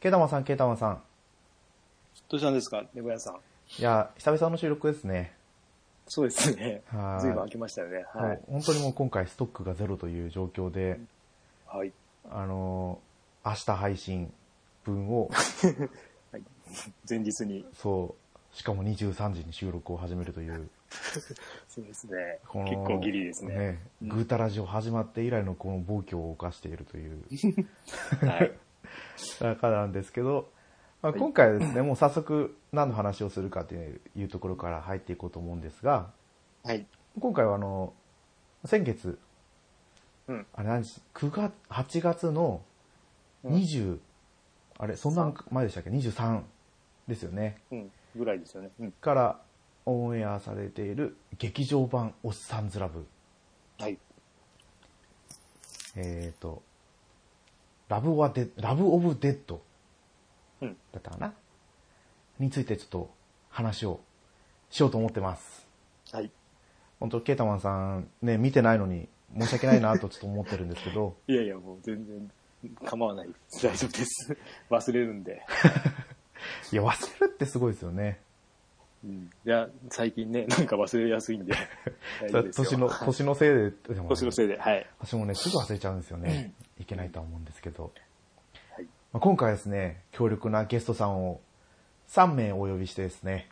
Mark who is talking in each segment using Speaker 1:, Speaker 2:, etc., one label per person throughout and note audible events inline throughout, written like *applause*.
Speaker 1: ケイタマンさん、ケイタマンさん。
Speaker 2: どうしたんですか、ねぶやさん。
Speaker 1: いや、久々の収録ですね。
Speaker 2: そうですね
Speaker 1: は。い
Speaker 2: ずいぶん開きましたよね。は
Speaker 1: も。
Speaker 2: いう
Speaker 1: 本当にもう今回ストックがゼロという状況で、
Speaker 2: はい。
Speaker 1: あのー明日配信分
Speaker 2: *laughs*
Speaker 1: を、
Speaker 2: 前日に。
Speaker 1: そう、しかも23時に収録を始めるという、
Speaker 2: そうですね。
Speaker 1: この
Speaker 2: 結構ギリですね。うん
Speaker 1: グータラジオ始まって以来のこの暴挙を犯しているという
Speaker 2: はい。
Speaker 1: 中なんですけど、まあ、今回はですね、もう早速何の話をするかというところから入っていこうと思うんですが、
Speaker 2: はい。
Speaker 1: 今回はあの、先月、
Speaker 2: うん
Speaker 1: あれ何日 ?9 月、8月の
Speaker 2: うん
Speaker 1: 20、あれ、そんなん前でしたっけ ?23 ですよね。
Speaker 2: うん。ぐらいですよね。うん。
Speaker 1: からオンエアされている劇場版おっさんずラブ。
Speaker 2: はい。
Speaker 1: えっ、と、ラブはデ、ラブオブデッド
Speaker 2: うん。
Speaker 1: だったかなについてちょっと話をしようと思ってます。
Speaker 2: はい。
Speaker 1: 本当ケータマンさんね、見てないのに申し訳ないなとちょっと思ってるんですけ
Speaker 2: *laughs*
Speaker 1: ど、
Speaker 2: いやいや、もう全然構わないです。大丈夫です。 *laughs* 忘れるんで。
Speaker 1: いや、忘れるってすごいですよね。
Speaker 2: うん。いや、最近ね、なんか忘れやすいん *laughs* で。大丈夫ですよ
Speaker 1: 年の、
Speaker 2: はい
Speaker 1: 年のせいで、でも
Speaker 2: 年のせいで。はい。
Speaker 1: 私もね、すぐ忘れちゃうんですよね。いけないとは思うんですけど。
Speaker 2: はい
Speaker 1: まあ、今回はですね、強力なゲストさんを3名お呼びしてですね、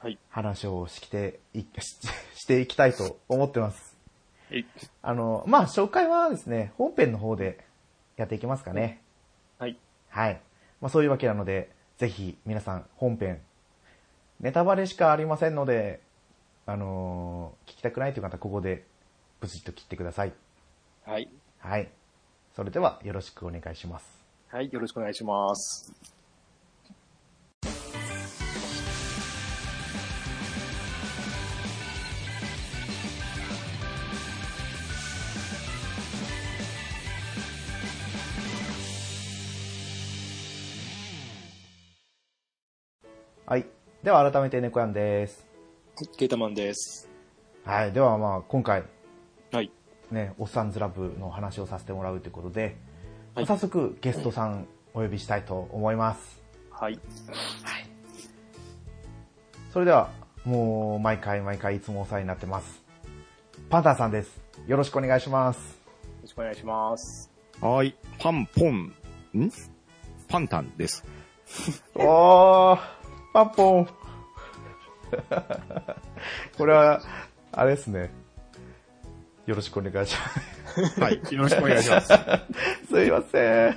Speaker 2: はい。
Speaker 1: 話をしてい、ししていきたいと思ってます。
Speaker 2: はい。
Speaker 1: あの、まあ、紹介はですね、本編の方でやっていきますかね。
Speaker 2: はい。
Speaker 1: はい。まあ、そういうわけなので、ぜひ皆さん本編、ネタバレしかありませんので、あのー聞きたくないという方、ここでブチッと切ってください。
Speaker 2: はい。
Speaker 1: はい。それではよろしくお願いします。
Speaker 2: はい。よろしくお願いします。
Speaker 1: はい。では改めて猫やんです。
Speaker 2: ケータマンです。
Speaker 1: はい。ではまあ今回
Speaker 2: はい。
Speaker 1: ね、おっさんずラブの話をさせてもらうということで、
Speaker 2: はい
Speaker 1: 早速ゲストさんお呼びしたいと思います。
Speaker 2: はい。
Speaker 1: それではもう毎回毎回いつもお世話になってます。パンタンさんです。よろしくお願いします。
Speaker 2: よろしくお願いします。
Speaker 3: はーい。パンポン、んパンタン *laughs* です。
Speaker 1: おー、パンポン。 *laughs* これは、あれですね。よろしくお願いします。
Speaker 3: はい。よろしくお願いします。
Speaker 1: すいません。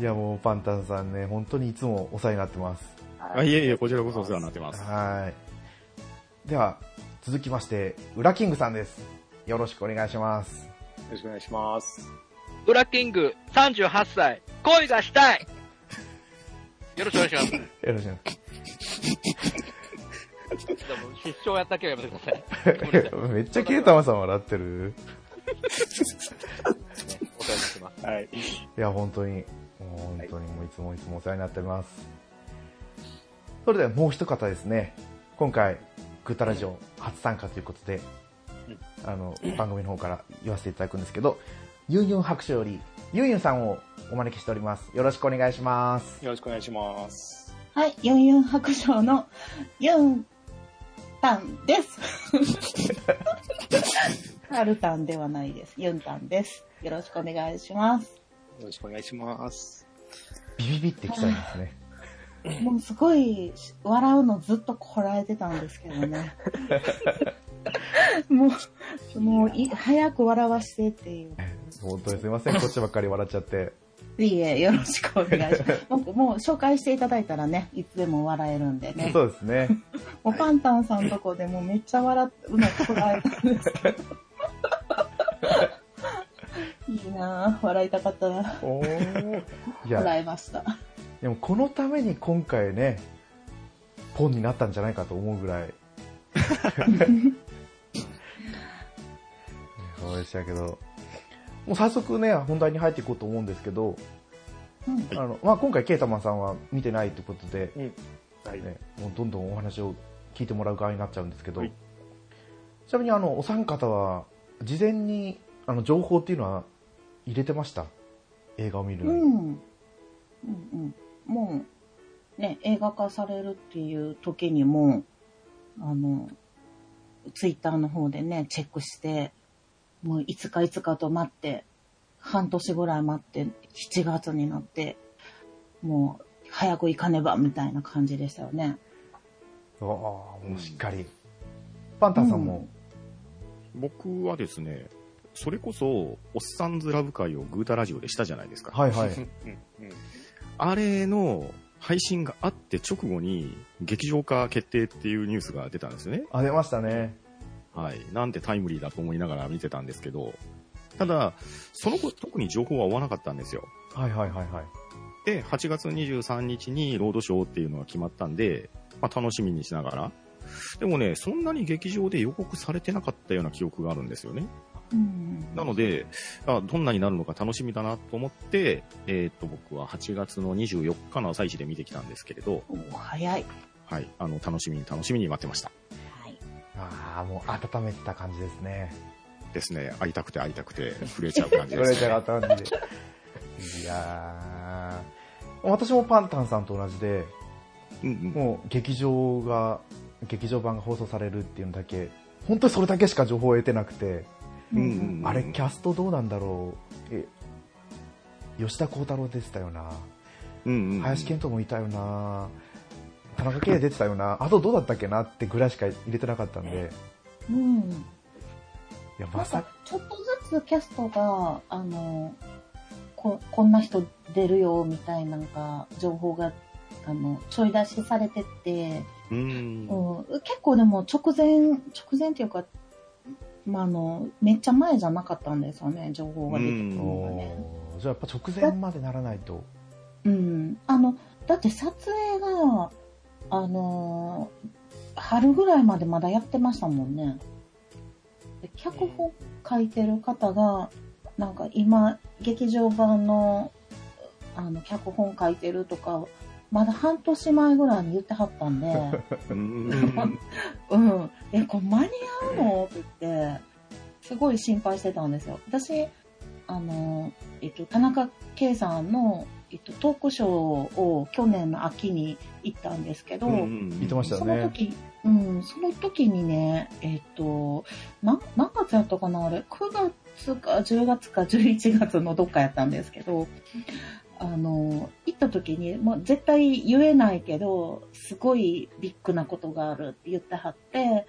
Speaker 1: いやもうパンタンさんね、本当にいつもお世話になってます。
Speaker 3: あいえいえ、こちらこそお世話になってます。
Speaker 1: はい。では、続きまして、ウラキングさんです。よろしくお願いします。
Speaker 2: よろしくお願いします。
Speaker 4: ウラキング、38歳、恋がしたいよろしくお願いします。ど
Speaker 1: よろしくお願いし
Speaker 4: うも失笑やったけはやめてください。
Speaker 1: ます。 *laughs* めっちゃケイタマさん笑ってる。
Speaker 4: お世話になってます。
Speaker 2: はい。
Speaker 1: いや、本当に、もう本当にもういつもいつもお世話になってます。それではもう一方ですね、今回、グータラジオ初参加ということで、あの、番組の方から言わせていただくんですけど、ユンユン白書より、ユンユンさんをお招きしております。よろしくお願いします。
Speaker 2: よろしくお願いします。
Speaker 5: はい、ユンユン白書のユンタンです。
Speaker 1: *laughs*
Speaker 5: ハルタンではないです。ユンタンです。よろしくお願いします。
Speaker 2: よろしくお願いします。
Speaker 1: ビビビってきちゃいます *laughs* ね。
Speaker 5: もうすごい笑うのずっとこらえてたんですけど
Speaker 1: *laughs*
Speaker 5: ね。もう、もうい早く笑わしてっていう。
Speaker 1: 本当にすいません、こっちばっかり笑っちゃって。
Speaker 5: いいえ、よろしくお願いします。僕もう紹介していただいたらね、いつでも笑えるんでね。
Speaker 1: そうですね。
Speaker 5: もうパンタンさんとこでもうめっちゃ笑うのこらえたんです
Speaker 1: *laughs*
Speaker 5: けど。いいなぁ、笑いたかったな。
Speaker 1: おーい
Speaker 5: こら
Speaker 1: や、
Speaker 5: えました。
Speaker 1: でもこのために今回ね、ポンになったんじゃないかと思うぐ
Speaker 2: *laughs*
Speaker 1: らい。そうでしたけど。もう早速ね、本題に入っていこうと思うんですけど、
Speaker 5: うん
Speaker 1: あの、まあ、今回、ケイタマンさんは見てないってことで、
Speaker 2: はい。
Speaker 1: ね、もうどんどんお話を聞いてもらう側になっちゃうんですけど、
Speaker 2: はい
Speaker 1: ちなみにあの、お三方は、事前に、あの、情報っていうのは入れてました映画を見る
Speaker 5: う
Speaker 1: のに。
Speaker 5: ん。うんうん。もう、ね、映画化されるっていう時にも、あの、ツイッターの方でね、チェックして、もういつかいつかと待って、半年ぐらい待って、7月になって、もう、早く行かねば、みたいな感じでしたよね。
Speaker 1: ああ、もうしっかり。パンタンさんも、
Speaker 3: 僕はですね、それこそ、おっさんずラブ会をグータラジオでしたじゃないですか。
Speaker 1: はいはい。 *laughs*
Speaker 2: うんうん
Speaker 3: あれの配信があって直後に、劇場化決定っていうニュースが出たんですよね。
Speaker 1: あ、出ましたね。
Speaker 3: はい。なんてタイムリーだと思いながら見てたんですけど、ただ、その後特に情報は追わなかったんですよ。
Speaker 1: はいはいはいはい。
Speaker 3: で、8月23日にロードショーっていうのが決まったんで、まあ、楽しみにしながら。でもね、そんなに劇場で予告されてなかったような記憶があるんですよね。
Speaker 5: うん
Speaker 3: なので、あどんなになるのか楽しみだなと思って、えーっと、僕は8月の24日の朝一で見てきたんですけれど、
Speaker 5: うん。お早い。
Speaker 3: はい、あの、楽しみに楽しみに待ってました。
Speaker 5: はい。
Speaker 1: ああ、もう温めてた感じですね。
Speaker 3: ですね、会いたくて会いたくて、震えちゃう感じ
Speaker 1: 取
Speaker 3: で
Speaker 1: れ
Speaker 3: す、
Speaker 1: ちゃ
Speaker 3: ね。
Speaker 1: う感じ *laughs* で。いやー。私もパンタンさんと同じで、
Speaker 3: うんうん
Speaker 1: もう劇場が、劇場版が放送されるっていうのだけ、本当にそれだけしか情報を得てなくて、
Speaker 3: うんうんうん
Speaker 1: あれ、キャストどうなんだろう。え、吉田鋼太郎でしたよな。
Speaker 3: うんうんうん
Speaker 1: 林健人もいたよな。田中圭出てたよな。あとどうだったっけなってぐらいしか入れてなかったんで、
Speaker 5: うん。
Speaker 1: いや、
Speaker 5: な
Speaker 1: ま
Speaker 5: ん
Speaker 1: さ
Speaker 5: かちょっとずつキャストが、あの、ここんな人出るよみたいなんか情報が、あの、ちょい出しされてって、
Speaker 3: うん
Speaker 5: うん、結構でも直前、直前っていうか、まあ、あの、めっちゃ前じゃなかったんですよね、情報が出てくるのがね。
Speaker 1: おーじゃあやっぱ直前までならないと。
Speaker 5: うん、あのだって撮影があのー春ぐらいまでまだやってましたもんねで脚本書いてる方がなんか今劇場版のあの脚本書いてるとかまだ半年前ぐらいに言ってはったんで、
Speaker 3: うん
Speaker 5: うん、え、これ間に合うのって言って、すごい心配してたんですよ。私、あの、えっと、田中圭さんの、えっと、トークショーを去年の秋に行ったんですけど、
Speaker 1: 言ってました
Speaker 5: そ
Speaker 1: よ
Speaker 5: の
Speaker 1: ね。
Speaker 5: 時、うん、その時にね、えっと、な何月やったかなあれ、9月か10月か11月のどっかやったんですけど、あの、行った時に、もう絶対言えないけど、すごいビッグなことがあるって言ってはって、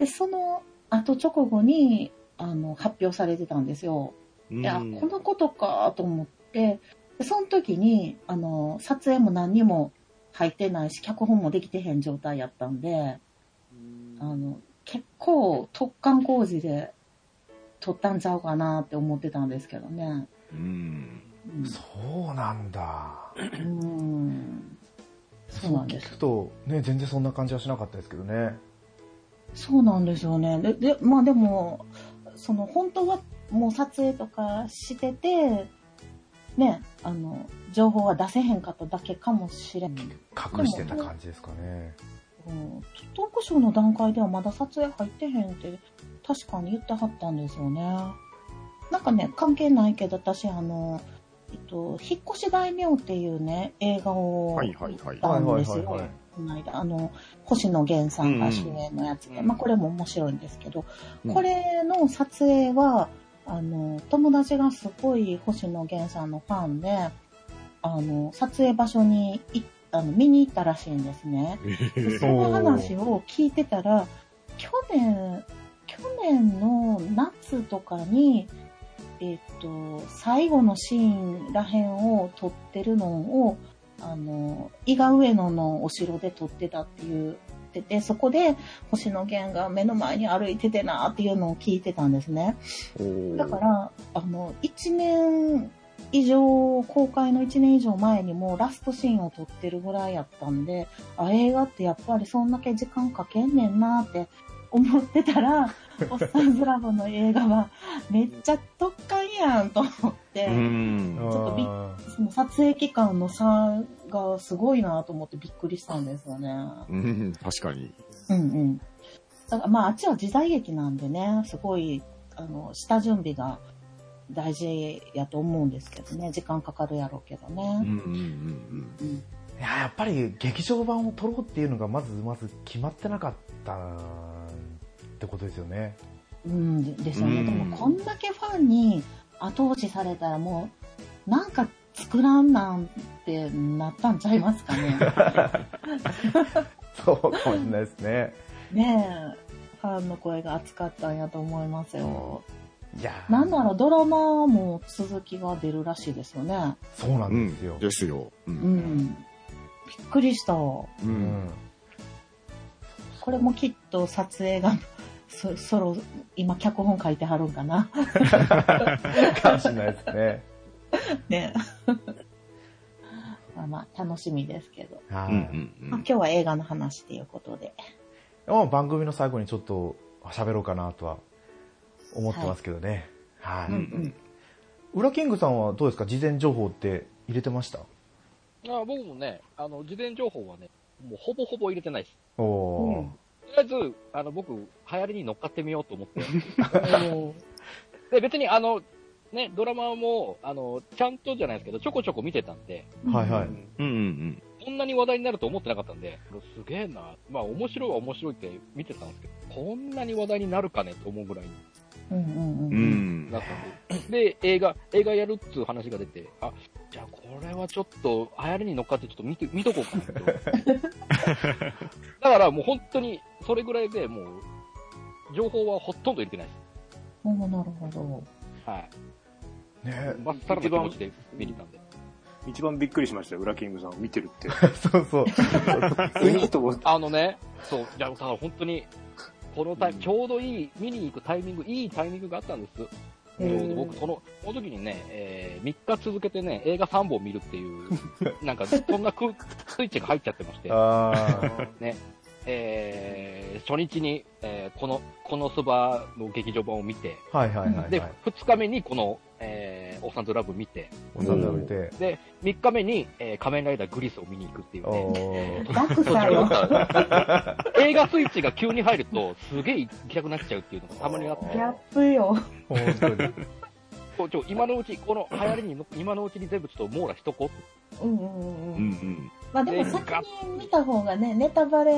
Speaker 5: で、その後直後に、あの、発表されてたんですよ。
Speaker 3: うん
Speaker 5: いや、このことかと思って、でその時に、あの、撮影も何にも入ってないし、脚本もできてへん状態やったんで、あの、結構突貫工事で撮ったんちゃうかなって思ってたんですけどね。
Speaker 3: うん
Speaker 5: う
Speaker 1: そうなんだ。
Speaker 5: ん。うんそうなんです
Speaker 1: 聞くと、ね、全然そんな感じはしなかったですけどね。
Speaker 5: そうなんですよね。で、で、まあでも、その本当はもう撮影とかしてて、ね、あの、情報は出せへんかっただけかもしれん。
Speaker 1: 隠してた感じですかね。
Speaker 5: うんトークショーの段階ではまだ撮影入ってへんって確かに言ってはったんですよね。なんかね、関係ないけど私あの、えっと、引っ越し大名っていうね、映画を
Speaker 3: はいはいはい。
Speaker 5: あのですよ
Speaker 1: はいはいはいはい
Speaker 5: この間、あの、星野源さんが主演のやつで、
Speaker 2: うん
Speaker 5: まあこれも面白いんですけど、
Speaker 3: うん
Speaker 5: これの撮影は、あの、友達がすごい星野源さんのファンで、あの、撮影場所に行っあの見に行ったらしいんですね。でその話を聞いてたら、去年、去年の夏とかに、えっと、最後のシーンらへんを撮ってるのを、あの、伊賀上野のお城で撮ってたっていう、ででそこで星野源が目の前に歩いててなっていうのを聞いてたんですね。だから、あの、1年以上、公開の1年以上前にもうラストシーンを撮ってるぐらいやったんで、あ、映画ってやっぱりそんだけ時間かけんねんなって思って
Speaker 3: *laughs*
Speaker 5: たら、おっさんずラボの映画はめっちゃ特感やんと思って、
Speaker 3: うん
Speaker 5: ょっとび
Speaker 1: あ
Speaker 5: その撮影期間の差がすごいなと思ってびっくりしたんですよね。
Speaker 3: うん確かに。
Speaker 5: うんうん。だからまああっちは時代劇なんでね、すごい、あの、下準備が大事やと思うんですけどね。時間かかるやろうけど
Speaker 3: うんう
Speaker 5: ね。
Speaker 3: んうん
Speaker 5: うん
Speaker 1: いややっぱり劇場版を撮ろうっていうのがまずまず決まってなかったってことですよね
Speaker 5: うんですよね。
Speaker 3: うん
Speaker 5: でもこんだけファンに後押しされたらもうなんか作らんなんてなったんちゃいますかね。
Speaker 1: そうかもしれないです
Speaker 5: *laughs*
Speaker 1: ね
Speaker 5: ねえ、ファンの声が熱かったんやと思いますよ。
Speaker 1: いやー
Speaker 5: なんだろう、ドラマも続きが出るらしいですよね。
Speaker 1: そうな
Speaker 3: うん
Speaker 1: んですよ
Speaker 3: うん。、ですよ。う
Speaker 5: う。ん。びっくりした。こ
Speaker 3: う
Speaker 1: うん
Speaker 3: ん。
Speaker 5: れもきっと撮影がそ、そろ、今脚本書いてはるんかな。
Speaker 1: かもしれないですね
Speaker 5: ね *laughs* え。まあまあ、楽しみですけど。
Speaker 1: は
Speaker 3: う
Speaker 1: い、
Speaker 3: んう
Speaker 5: まあ、今
Speaker 3: ん
Speaker 5: 日は映画の話っていうこと
Speaker 6: *laughs*
Speaker 5: で。
Speaker 1: まあ番組の最後にちょっと喋ろうかなとは思ってますけどね。はい。
Speaker 5: うんうん。
Speaker 1: ウラキングさんはどうですか事前情報って入れてました
Speaker 6: あ僕もね、あの、事前情報はね、もうほぼほぼ入れてないです。
Speaker 1: お
Speaker 5: う
Speaker 1: お
Speaker 5: ん
Speaker 6: とりあえず、あの、僕、流行りに乗っかってみようと思って。
Speaker 5: おー
Speaker 6: で、別にあの、ね、ドラマも、あの、ちゃんとじゃないですけど、ちょこちょこ見てたんで、
Speaker 1: はいは
Speaker 2: う
Speaker 1: い
Speaker 2: ん
Speaker 3: うんうん
Speaker 6: こんなに話題になると思ってなかったんで、すげえな。まあ、面白いは面白いって見てたんですけど、こんなに話題になるかねと思うぐらいに
Speaker 5: うんうん
Speaker 3: う
Speaker 5: うん。
Speaker 3: ん。
Speaker 6: なったんで。で、映画、映画やるっつう話が出て、あ、じゃあこれはちょっと、流行りに乗っかってちょっと見て、見とこうかなと。だからもう本当に、それぐらいでもう、情報はほとんど入れてないで
Speaker 5: おーなるほど。
Speaker 6: す。はい。
Speaker 1: ね
Speaker 6: まっさらな気持ちで見れたんで。
Speaker 2: 一番びっくりしましたよ、裏キングさんを見てる *laughs* って。
Speaker 1: *laughs* そうそう。
Speaker 2: えっと思って
Speaker 6: あのね、そう、じゃあ、ただ本当に、このタイ
Speaker 2: うん
Speaker 6: ちょうどいい、見に行くタイミング、いいタイミングがあったんです。
Speaker 5: え
Speaker 6: ちょうど僕、その、この時にね、えー、3日続けてね、映画3本見るって
Speaker 1: *laughs*
Speaker 6: いう、なんか、そんな空スイッチが入っちゃってまして、
Speaker 1: あ
Speaker 6: えー、初日に、えーこの、このそばの劇場版を見て、
Speaker 1: あ。はいはいはい
Speaker 6: で、
Speaker 1: はい。
Speaker 6: 2日目にこの、えー、オッサンズラブ見て、
Speaker 1: おさん食べて。
Speaker 6: で、3日目に、えー、仮面ライダーグリスを見に行くっていう
Speaker 1: お
Speaker 6: ね。
Speaker 1: お。
Speaker 5: 楽だよ。
Speaker 6: 映画スイッチが急に入ると、すげえ行きたくなっちゃうっていうのがたまにあっ
Speaker 5: ギ
Speaker 6: て、
Speaker 5: ャップよ。
Speaker 1: 本当に。
Speaker 6: こうちょ今のうち、この流行りにの、今のうちに全部ちょっと網羅しとこ
Speaker 5: うんうんうん
Speaker 3: うん。
Speaker 5: うん
Speaker 3: うん
Speaker 5: まあでも
Speaker 6: ね
Speaker 5: 先に見た方がね、ネタバレ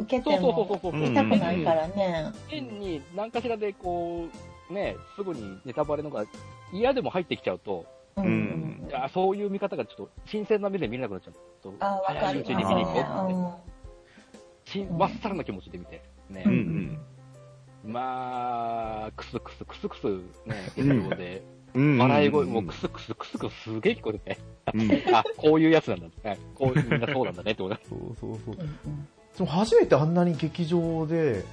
Speaker 5: 受け
Speaker 6: う。そ
Speaker 5: て
Speaker 6: うそうそう
Speaker 5: も
Speaker 6: そう。
Speaker 3: うん
Speaker 5: 見たくないからね。
Speaker 6: 変に何かしらでこう、ね、すぐにネタバレのが嫌でも入ってきちゃうと、
Speaker 5: うん
Speaker 3: うん
Speaker 5: うん
Speaker 6: い。やそういう見方がちょっと新鮮な目で見れなくなっちゃう。ちょっと
Speaker 5: ああ、わか
Speaker 6: 早いう
Speaker 5: る
Speaker 6: うちに見に行こうってね
Speaker 5: わ。
Speaker 6: しまっさらな気持ちで見て。ね
Speaker 3: う、ん
Speaker 6: まあ、クスクスクスクス、ね、英語で、
Speaker 3: うん。
Speaker 6: 笑い声もクスクスクスクスすげえ聞こえてね。
Speaker 3: うん。
Speaker 6: あ、こういうやつなんだ。はいこう、みんなそうなんだねって思います。
Speaker 1: そうそうそう
Speaker 5: う。んうん
Speaker 1: でも初めてあんなに劇場で、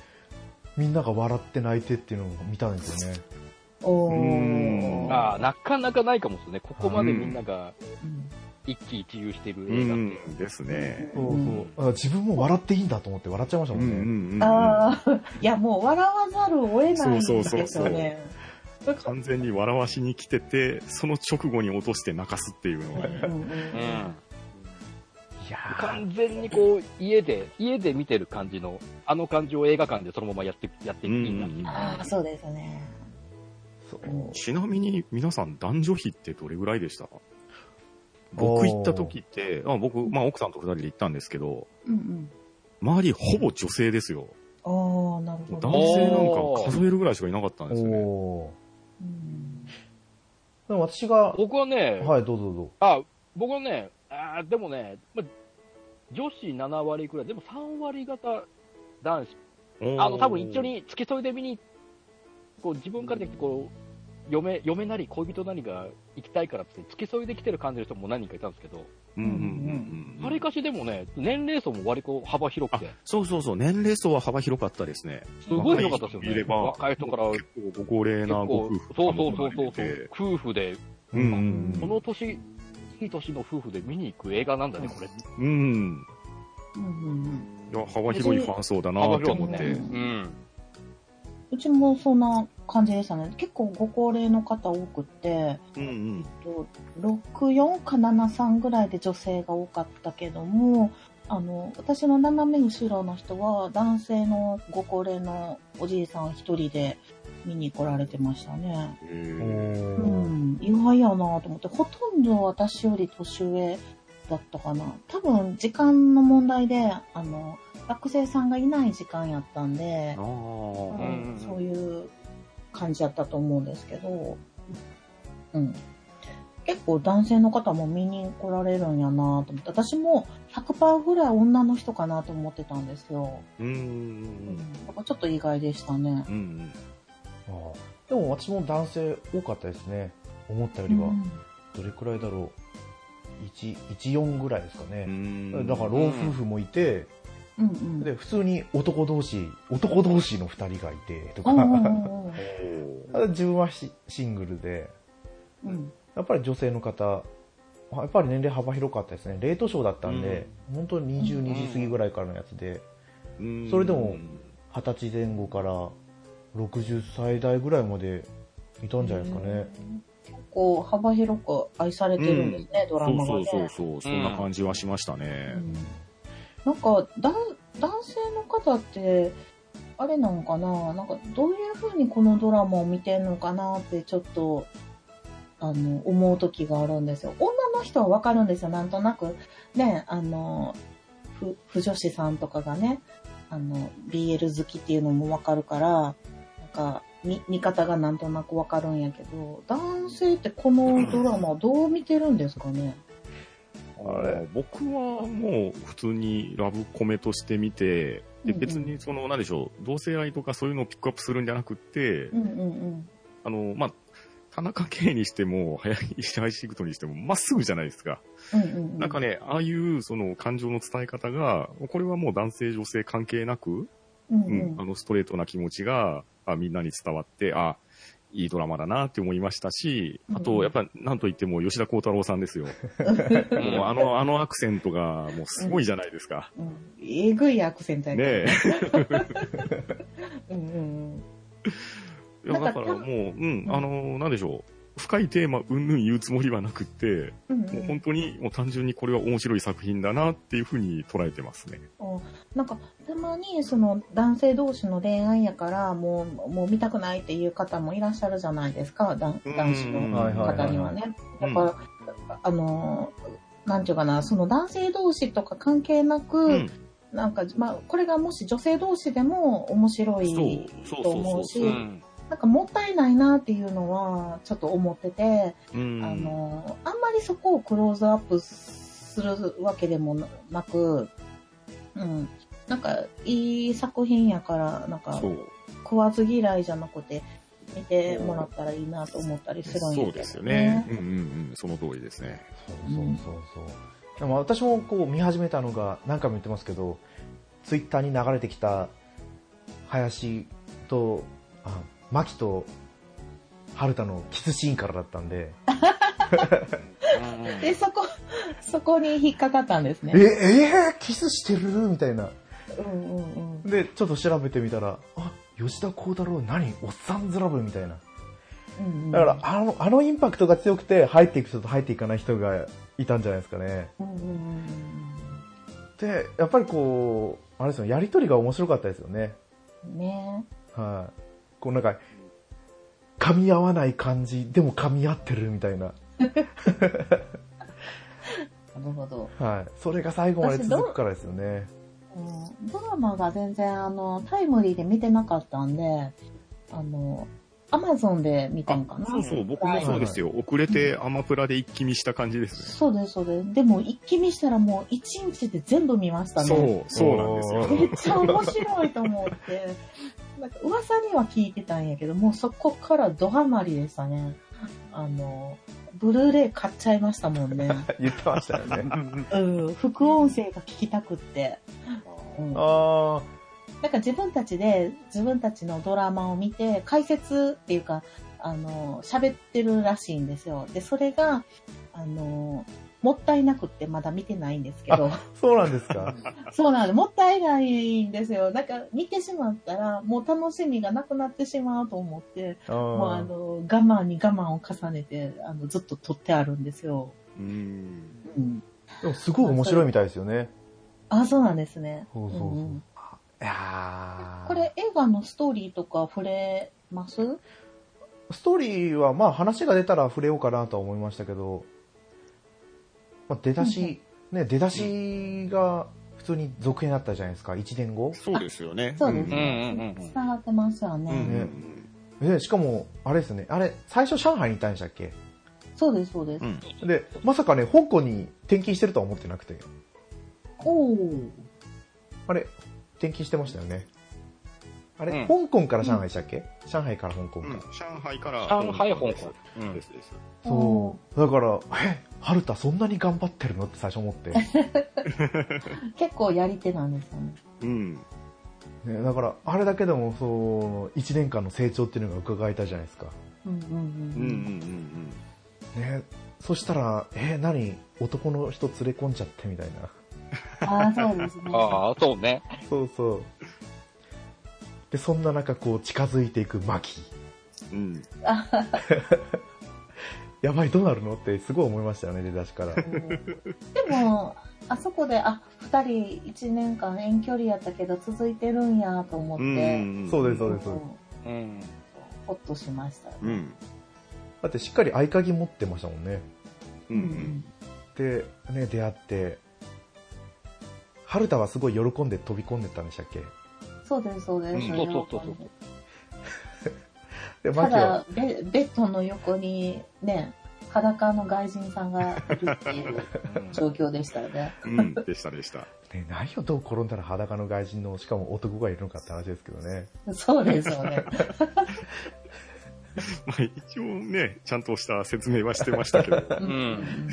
Speaker 1: みんなが笑って泣いてっていうのを見たんですよね。
Speaker 5: お
Speaker 3: うん
Speaker 5: ー。
Speaker 6: ああ、なかなかないかもしれない。ここまでみんなが
Speaker 5: うん
Speaker 6: 一喜一憂している
Speaker 3: う
Speaker 6: 映画って。
Speaker 3: ん。ですね。
Speaker 1: そうそう。あ自分も笑っていいんだと思って笑っちゃいました
Speaker 3: うん
Speaker 1: も
Speaker 3: うん
Speaker 1: ね。
Speaker 3: んうん。
Speaker 5: ああ、 *laughs* いやもう笑わざるを得ない
Speaker 3: そうそうそう
Speaker 5: です
Speaker 3: そう
Speaker 5: よね。
Speaker 3: 完全に笑わしに来てて、その直後に落として泣かすっていうのがね。
Speaker 5: うんうんうん
Speaker 1: いやー
Speaker 6: 完全にこう、家で、家で見てる感じの、あの感じを映画館でそのままやって、やっていいなっていう。
Speaker 5: ああ、そうですね。
Speaker 1: そう。
Speaker 3: ちなみに皆さん男女比ってどれぐらいでした
Speaker 1: お
Speaker 3: 僕
Speaker 1: ー
Speaker 3: 行った時って、あ僕、まあ奥さんと二人で行ったんですけど、
Speaker 5: うん
Speaker 3: 周りほぼ女性ですよ。
Speaker 5: うん。ああ、なるほ
Speaker 3: 男
Speaker 5: ど。
Speaker 3: 性なんか数えるぐらいしかいなかったんですよね。
Speaker 1: おー
Speaker 5: うん
Speaker 1: でも私が、
Speaker 6: 僕はね、
Speaker 1: はい、どうぞどうぞ。
Speaker 6: あ、僕はね、あーでもね、まあ女子7割くらい、でも3割方男子。あの、多分一緒に付き添いで見に、こう自分からできて、こう、嫁、嫁なり恋人なりが行きたいからっつって、付き添いで来てる感じの人も何人かいたんですけど、
Speaker 3: うんうんうんうん。
Speaker 6: わりかしでもね、年齢層も割と幅広くて、
Speaker 3: そうそうそう、年齢層は幅広かったですね。
Speaker 6: すごい良かったで
Speaker 3: 若
Speaker 6: すよ
Speaker 3: い人もいれ
Speaker 6: ね。
Speaker 3: ば
Speaker 6: 若い人から
Speaker 3: 結構ご高齢
Speaker 6: 結
Speaker 3: なご夫
Speaker 6: 構
Speaker 3: 婦、と
Speaker 6: そう
Speaker 3: か
Speaker 6: そ
Speaker 3: も
Speaker 6: うそうそう
Speaker 3: いて。
Speaker 6: そう、夫婦で、
Speaker 3: うんうん
Speaker 6: この年、いい年の夫婦で見に行く映画なんだね、これ。
Speaker 3: うん。うん。
Speaker 5: うんうんうん
Speaker 3: いや、幅広いファン層だなっ
Speaker 6: 幅
Speaker 3: て
Speaker 6: 広
Speaker 3: 思
Speaker 6: く
Speaker 3: っ
Speaker 6: ね。
Speaker 3: て。
Speaker 6: うん。
Speaker 5: うちもそんな感じでしたね。結構ご高齢の方多くて、
Speaker 3: うんうん。
Speaker 5: 64か73ぐらいで女性が多かったけどもあの私の斜め後ろの人は男性のご高齢のおじいさん一人で見に来られてましたね。
Speaker 3: へ
Speaker 5: う。ん、意外やなと思って、ほとんど私より年上だったかな。多分、時間の問題で、あの、学生さんがいない時間やったんで
Speaker 3: あ、
Speaker 5: うん
Speaker 3: ー
Speaker 2: うん
Speaker 5: そういう感じだったと思うんですけど、うん。結構男性の方も見に来られるんやなと思って、私も100%ぐらい女の人かなと思ってたんですよ。
Speaker 3: うーん。
Speaker 5: だからちょっと意外でしたね。
Speaker 3: うん。
Speaker 1: あーでも私も男性多かったですね。思ったよりは。どれくらいだろう。1、14ぐらいですか
Speaker 3: う
Speaker 1: ね。
Speaker 3: ん。
Speaker 1: だから老夫婦もいて、
Speaker 5: うんうん。
Speaker 1: で、普通に男同士、男同士の2人がいて、と
Speaker 5: う
Speaker 1: か
Speaker 5: んう。んうんうん
Speaker 1: ただ自分はシシングルで、
Speaker 5: うん
Speaker 1: やっぱり女性の方、やっぱり年齢幅広かったですね。レートショーだったんで、本当に
Speaker 5: うん
Speaker 1: 22時過ぎぐらいからのやつで、
Speaker 3: うん
Speaker 1: それでも二十歳前後から60歳代ぐらいまでいたんじゃないですかね。
Speaker 5: 結構幅広く愛されてるんですね、ドラ
Speaker 3: そう
Speaker 5: マが
Speaker 3: そ
Speaker 5: ね
Speaker 3: う。そうそう、そんな感じはしましたね。
Speaker 5: なんかだ男性の方ってあれなんかななんかどういうふうにこのドラマを見てんのかなってちょっとあの思う時があるんですよ女の人はわかるんですよなんとなくねあのふ不女子さんとかがねあの BL 好きっていうのもわかるからなんか見見方がなんとなくわかるんやけど男性ってこのドラマをどう見てるんですかね
Speaker 1: あれ
Speaker 3: 僕はもう普通にラブコメとして見て、で
Speaker 5: うんうん
Speaker 3: 別にその、なんでしょう、同性愛とかそういうのをピックアップするんじゃなくって
Speaker 5: う、んうんうん
Speaker 3: あの、まあ、田中圭にしても、早い石橋シグトにしても、まっすぐじゃないですか。
Speaker 5: うんうんうん
Speaker 3: なんかね、ああいうその感情の伝え方が、これはもう男性女性関係なく、
Speaker 5: うん
Speaker 3: うんあのストレートな気持ちがあみんなに伝わって、あいいドラマだなって思いましたし、あ
Speaker 5: うん
Speaker 3: と、やっぱ、なんといっても吉田鋼太郎さんです
Speaker 5: *laughs*
Speaker 3: よ。
Speaker 2: うん
Speaker 3: もうあの、あのアクセントがもうすごいじゃないですか。
Speaker 5: うんえぐいアクセントや
Speaker 3: ね
Speaker 5: け
Speaker 3: え。
Speaker 5: ど。うんうん
Speaker 3: いや
Speaker 5: *laughs* なん
Speaker 3: だ
Speaker 5: か
Speaker 3: か
Speaker 5: た
Speaker 3: らもう、うん
Speaker 5: う、ん
Speaker 3: あの、なんでしょう。深いテーマ、うんぬん言うつもりはなくって、
Speaker 5: うんう
Speaker 3: もうん本当に、もう単純にこれは面白い作品だなっていうふうに捉えてますね。
Speaker 5: なんかたまにその男性同士の恋愛やからもうもう見たくないっていう方もいらっしゃるじゃないですか男
Speaker 3: うん
Speaker 5: 男子の方にはね。
Speaker 3: は
Speaker 5: だ
Speaker 3: いはいはい
Speaker 5: から、あのなんていうかなその男性同士とか関係なく、
Speaker 3: うん。
Speaker 5: なんか、まあ、これがもし女性同士でも面白い
Speaker 3: そうそうそうそう
Speaker 5: と思うし
Speaker 3: う
Speaker 5: なんかもったいないなっていうのはちょっと思ってて。
Speaker 3: うん。
Speaker 5: あの、あんまりそこをクローズアップするわけでもなく、うん。なんか、いい作品やから、なんか
Speaker 3: そ、う。
Speaker 5: 食わず嫌いじゃなくて、見てもらったらいいなと思ったりするんやけど、
Speaker 3: そうですよね。。うんうんうん。その通りですね。
Speaker 1: そうそうそうそう。でも私もこう見始めたのが何回も言ってますけど、ツイッターに流れてきた林と、あ、牧と春田のキスシーンからだったんで、
Speaker 5: で、そこ、 *laughs* そこに引っかかったんです
Speaker 1: え、
Speaker 5: ね。
Speaker 1: えーキスしてるみたいな。
Speaker 5: うんうんうん。
Speaker 1: で、ちょっと調べてみたら、あ、吉田鋼太郎何おっさんずラブみたいな。
Speaker 5: うんうん
Speaker 1: だから、、あの、あのインパクトが強くて、入っていく人と入っていかない人がいたんじゃないですかね。
Speaker 5: うんうんうん
Speaker 1: で、やっぱりこう、あれですよね、やりとりが面白かったですよね。
Speaker 5: うん。ね
Speaker 1: はい。こうなんか、噛み合わない感じ、でも噛み合ってるみたいな。
Speaker 5: なるほど。
Speaker 1: はい。それが最後まで
Speaker 5: 私どう
Speaker 1: 続くからですよね。
Speaker 5: うんドラマが全然あのタイムリーで見てなかったんで、あの、アマゾンで見たんかな。
Speaker 3: そうそう、僕もそうですよ。遅れてアマプラで一気見した感じです
Speaker 5: そうです、そうです。でも一気見したらもう一日で全部見ました
Speaker 3: ね。
Speaker 5: ね。
Speaker 3: そう、そうなんですよ。
Speaker 5: めっちゃ面白いと思って、なんか噂には聞いてたんやけど、もうそこからドハマりでしたね。あの、ブルーレイ買っちゃいましたも
Speaker 3: *laughs*
Speaker 5: んね。
Speaker 1: *laughs* 言ってましたよね。
Speaker 5: うん、副音声が聞きたくって。うん
Speaker 1: *laughs* あ
Speaker 5: なんか自分たちで自分たちのドラマを見て解説っていうか、あの、喋ってるらしいんですよ。で、それが、あの、もったいなくってまだ見てないんですけ *laughs* ど、
Speaker 1: ー、そうなんですか。
Speaker 5: そうなんで、もったいないんですよ。なんか見てしまったら、もう楽しみがなくなってしまうと思って、
Speaker 1: あ
Speaker 5: もうあ
Speaker 1: ー
Speaker 5: の、我慢に我慢を重ねて、あの、ずっと撮ってあるんですよ。
Speaker 3: うん。
Speaker 5: うん。
Speaker 1: でもすごい面白いみたいですよね。
Speaker 5: あ、そうなんですね。
Speaker 1: そうそうそう
Speaker 5: うんうん
Speaker 1: いやー
Speaker 5: これ映画のストーリーとか触れます
Speaker 1: ストーリーは、まあ話が出たら触れようかなとは思いましたけど、まあ、出だし、ね、出だしが普通に続編だったじゃないですか、1年後。
Speaker 3: そうですよね。
Speaker 5: そうです
Speaker 2: うん
Speaker 5: ね。
Speaker 2: うんうん
Speaker 5: つながってますよね。
Speaker 3: うんうん
Speaker 1: で、しかも、あれですね、あれ、最初上海にいたんでしたっけ
Speaker 5: そうです、そうです。
Speaker 3: うん
Speaker 1: で、まさかね、香港に転勤してるとは思ってなくて、
Speaker 5: おお。
Speaker 1: あれ、転勤してましたよね。あれ、
Speaker 2: うん
Speaker 1: 香港から上海でしたっけ、上海から香港か。
Speaker 3: うん上海から
Speaker 2: 上海香港
Speaker 3: です
Speaker 2: うん
Speaker 3: ですです
Speaker 1: そう。だから、え、春田そんなに頑張ってるのって最初思 *laughs* って。
Speaker 5: 結構やり手なんですよね。
Speaker 3: うん
Speaker 1: ね、だから、あれだけでも、そう、1年間の成長っていうのが伺えたじゃないですか。
Speaker 5: うんうん
Speaker 3: うんう
Speaker 5: うん。
Speaker 3: うんん
Speaker 1: ね、そしたら、え、何男の人連れ込んじゃってみたいな。
Speaker 5: ああ、そうですね。
Speaker 2: ああ、そうね。
Speaker 1: そうそう。で、そんな中、こう、近づいていく巻。
Speaker 3: うんうん
Speaker 1: やばい、どうなるのってすごい思いましたよね、出だしから。
Speaker 5: でも、あそこで、あ、二人一年間遠距離やったけど続いてるんやと思っ
Speaker 3: う
Speaker 5: て、
Speaker 3: んうんん
Speaker 1: そうですそうです
Speaker 5: ん
Speaker 2: うん。
Speaker 5: ほっとしました。
Speaker 3: うん
Speaker 1: だって、しっかり合鍵持ってましたもんね。
Speaker 3: うんうん
Speaker 1: で、ね、出会って、春田はすごい喜んで飛び込んでったんでしたっけ
Speaker 5: そうです、そうです。
Speaker 2: うんそうそうそう
Speaker 1: で、
Speaker 5: た
Speaker 1: マキは、
Speaker 5: だベ、ベッドの横にね、裸の外人さんがいるっていう状況でした
Speaker 2: *laughs*
Speaker 5: よね。
Speaker 3: うんでしたでした *laughs*
Speaker 1: ね、何をどう転んだら裸の外人の、しかも男がいるのかって話ですけどね。
Speaker 5: そうですよね。
Speaker 3: まあ一応ねちゃんとした説明はしてましたけどね
Speaker 5: うん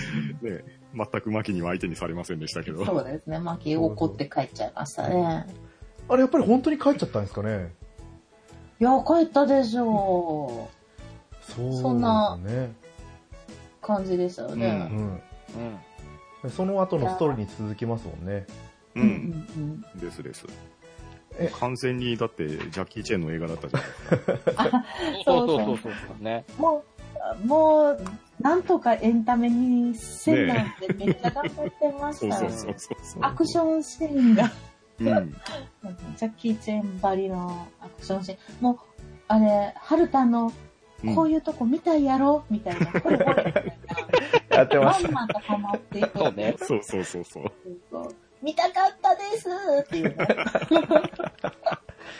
Speaker 3: 全くマキには相手にされませんでしたけど
Speaker 5: *laughs* そうですね。マキ怒って帰っちゃいましたね。
Speaker 1: あれ、やっぱり本当に帰っちゃったんですかね
Speaker 5: いや、帰ったでしょ
Speaker 1: そうです
Speaker 5: そんな
Speaker 1: ね。
Speaker 5: う。感じでしたよ
Speaker 1: う
Speaker 5: ね。
Speaker 1: ん。
Speaker 2: うん。
Speaker 1: でその後のストーリーに続きますもんね。
Speaker 3: う
Speaker 5: うんんうんうん
Speaker 3: ですです
Speaker 1: え
Speaker 3: 完全にだってジャッキー・チェンの映画だったじゃないですか
Speaker 2: そうそうそうそう。ね。
Speaker 5: もう、もう、なんとかエンタメにせんなんてめっちゃ頑張ってま
Speaker 3: そ
Speaker 5: し
Speaker 3: う
Speaker 5: た
Speaker 3: そ
Speaker 5: よ
Speaker 3: う。そうそうそう
Speaker 5: アクションシーンが。
Speaker 3: うん
Speaker 5: ジャッキー・チェンばりのアクションシーン。もう、あれ、ハルタの
Speaker 3: うん
Speaker 5: こういうとこ見たいやろみたいな。これこれみたい
Speaker 1: やって
Speaker 5: な。
Speaker 1: ま
Speaker 5: ま
Speaker 1: し
Speaker 5: ん
Speaker 1: た。
Speaker 5: まとハマっていく。
Speaker 2: そうね。
Speaker 3: そうそうそうそう
Speaker 5: そう見たかったですっていうね。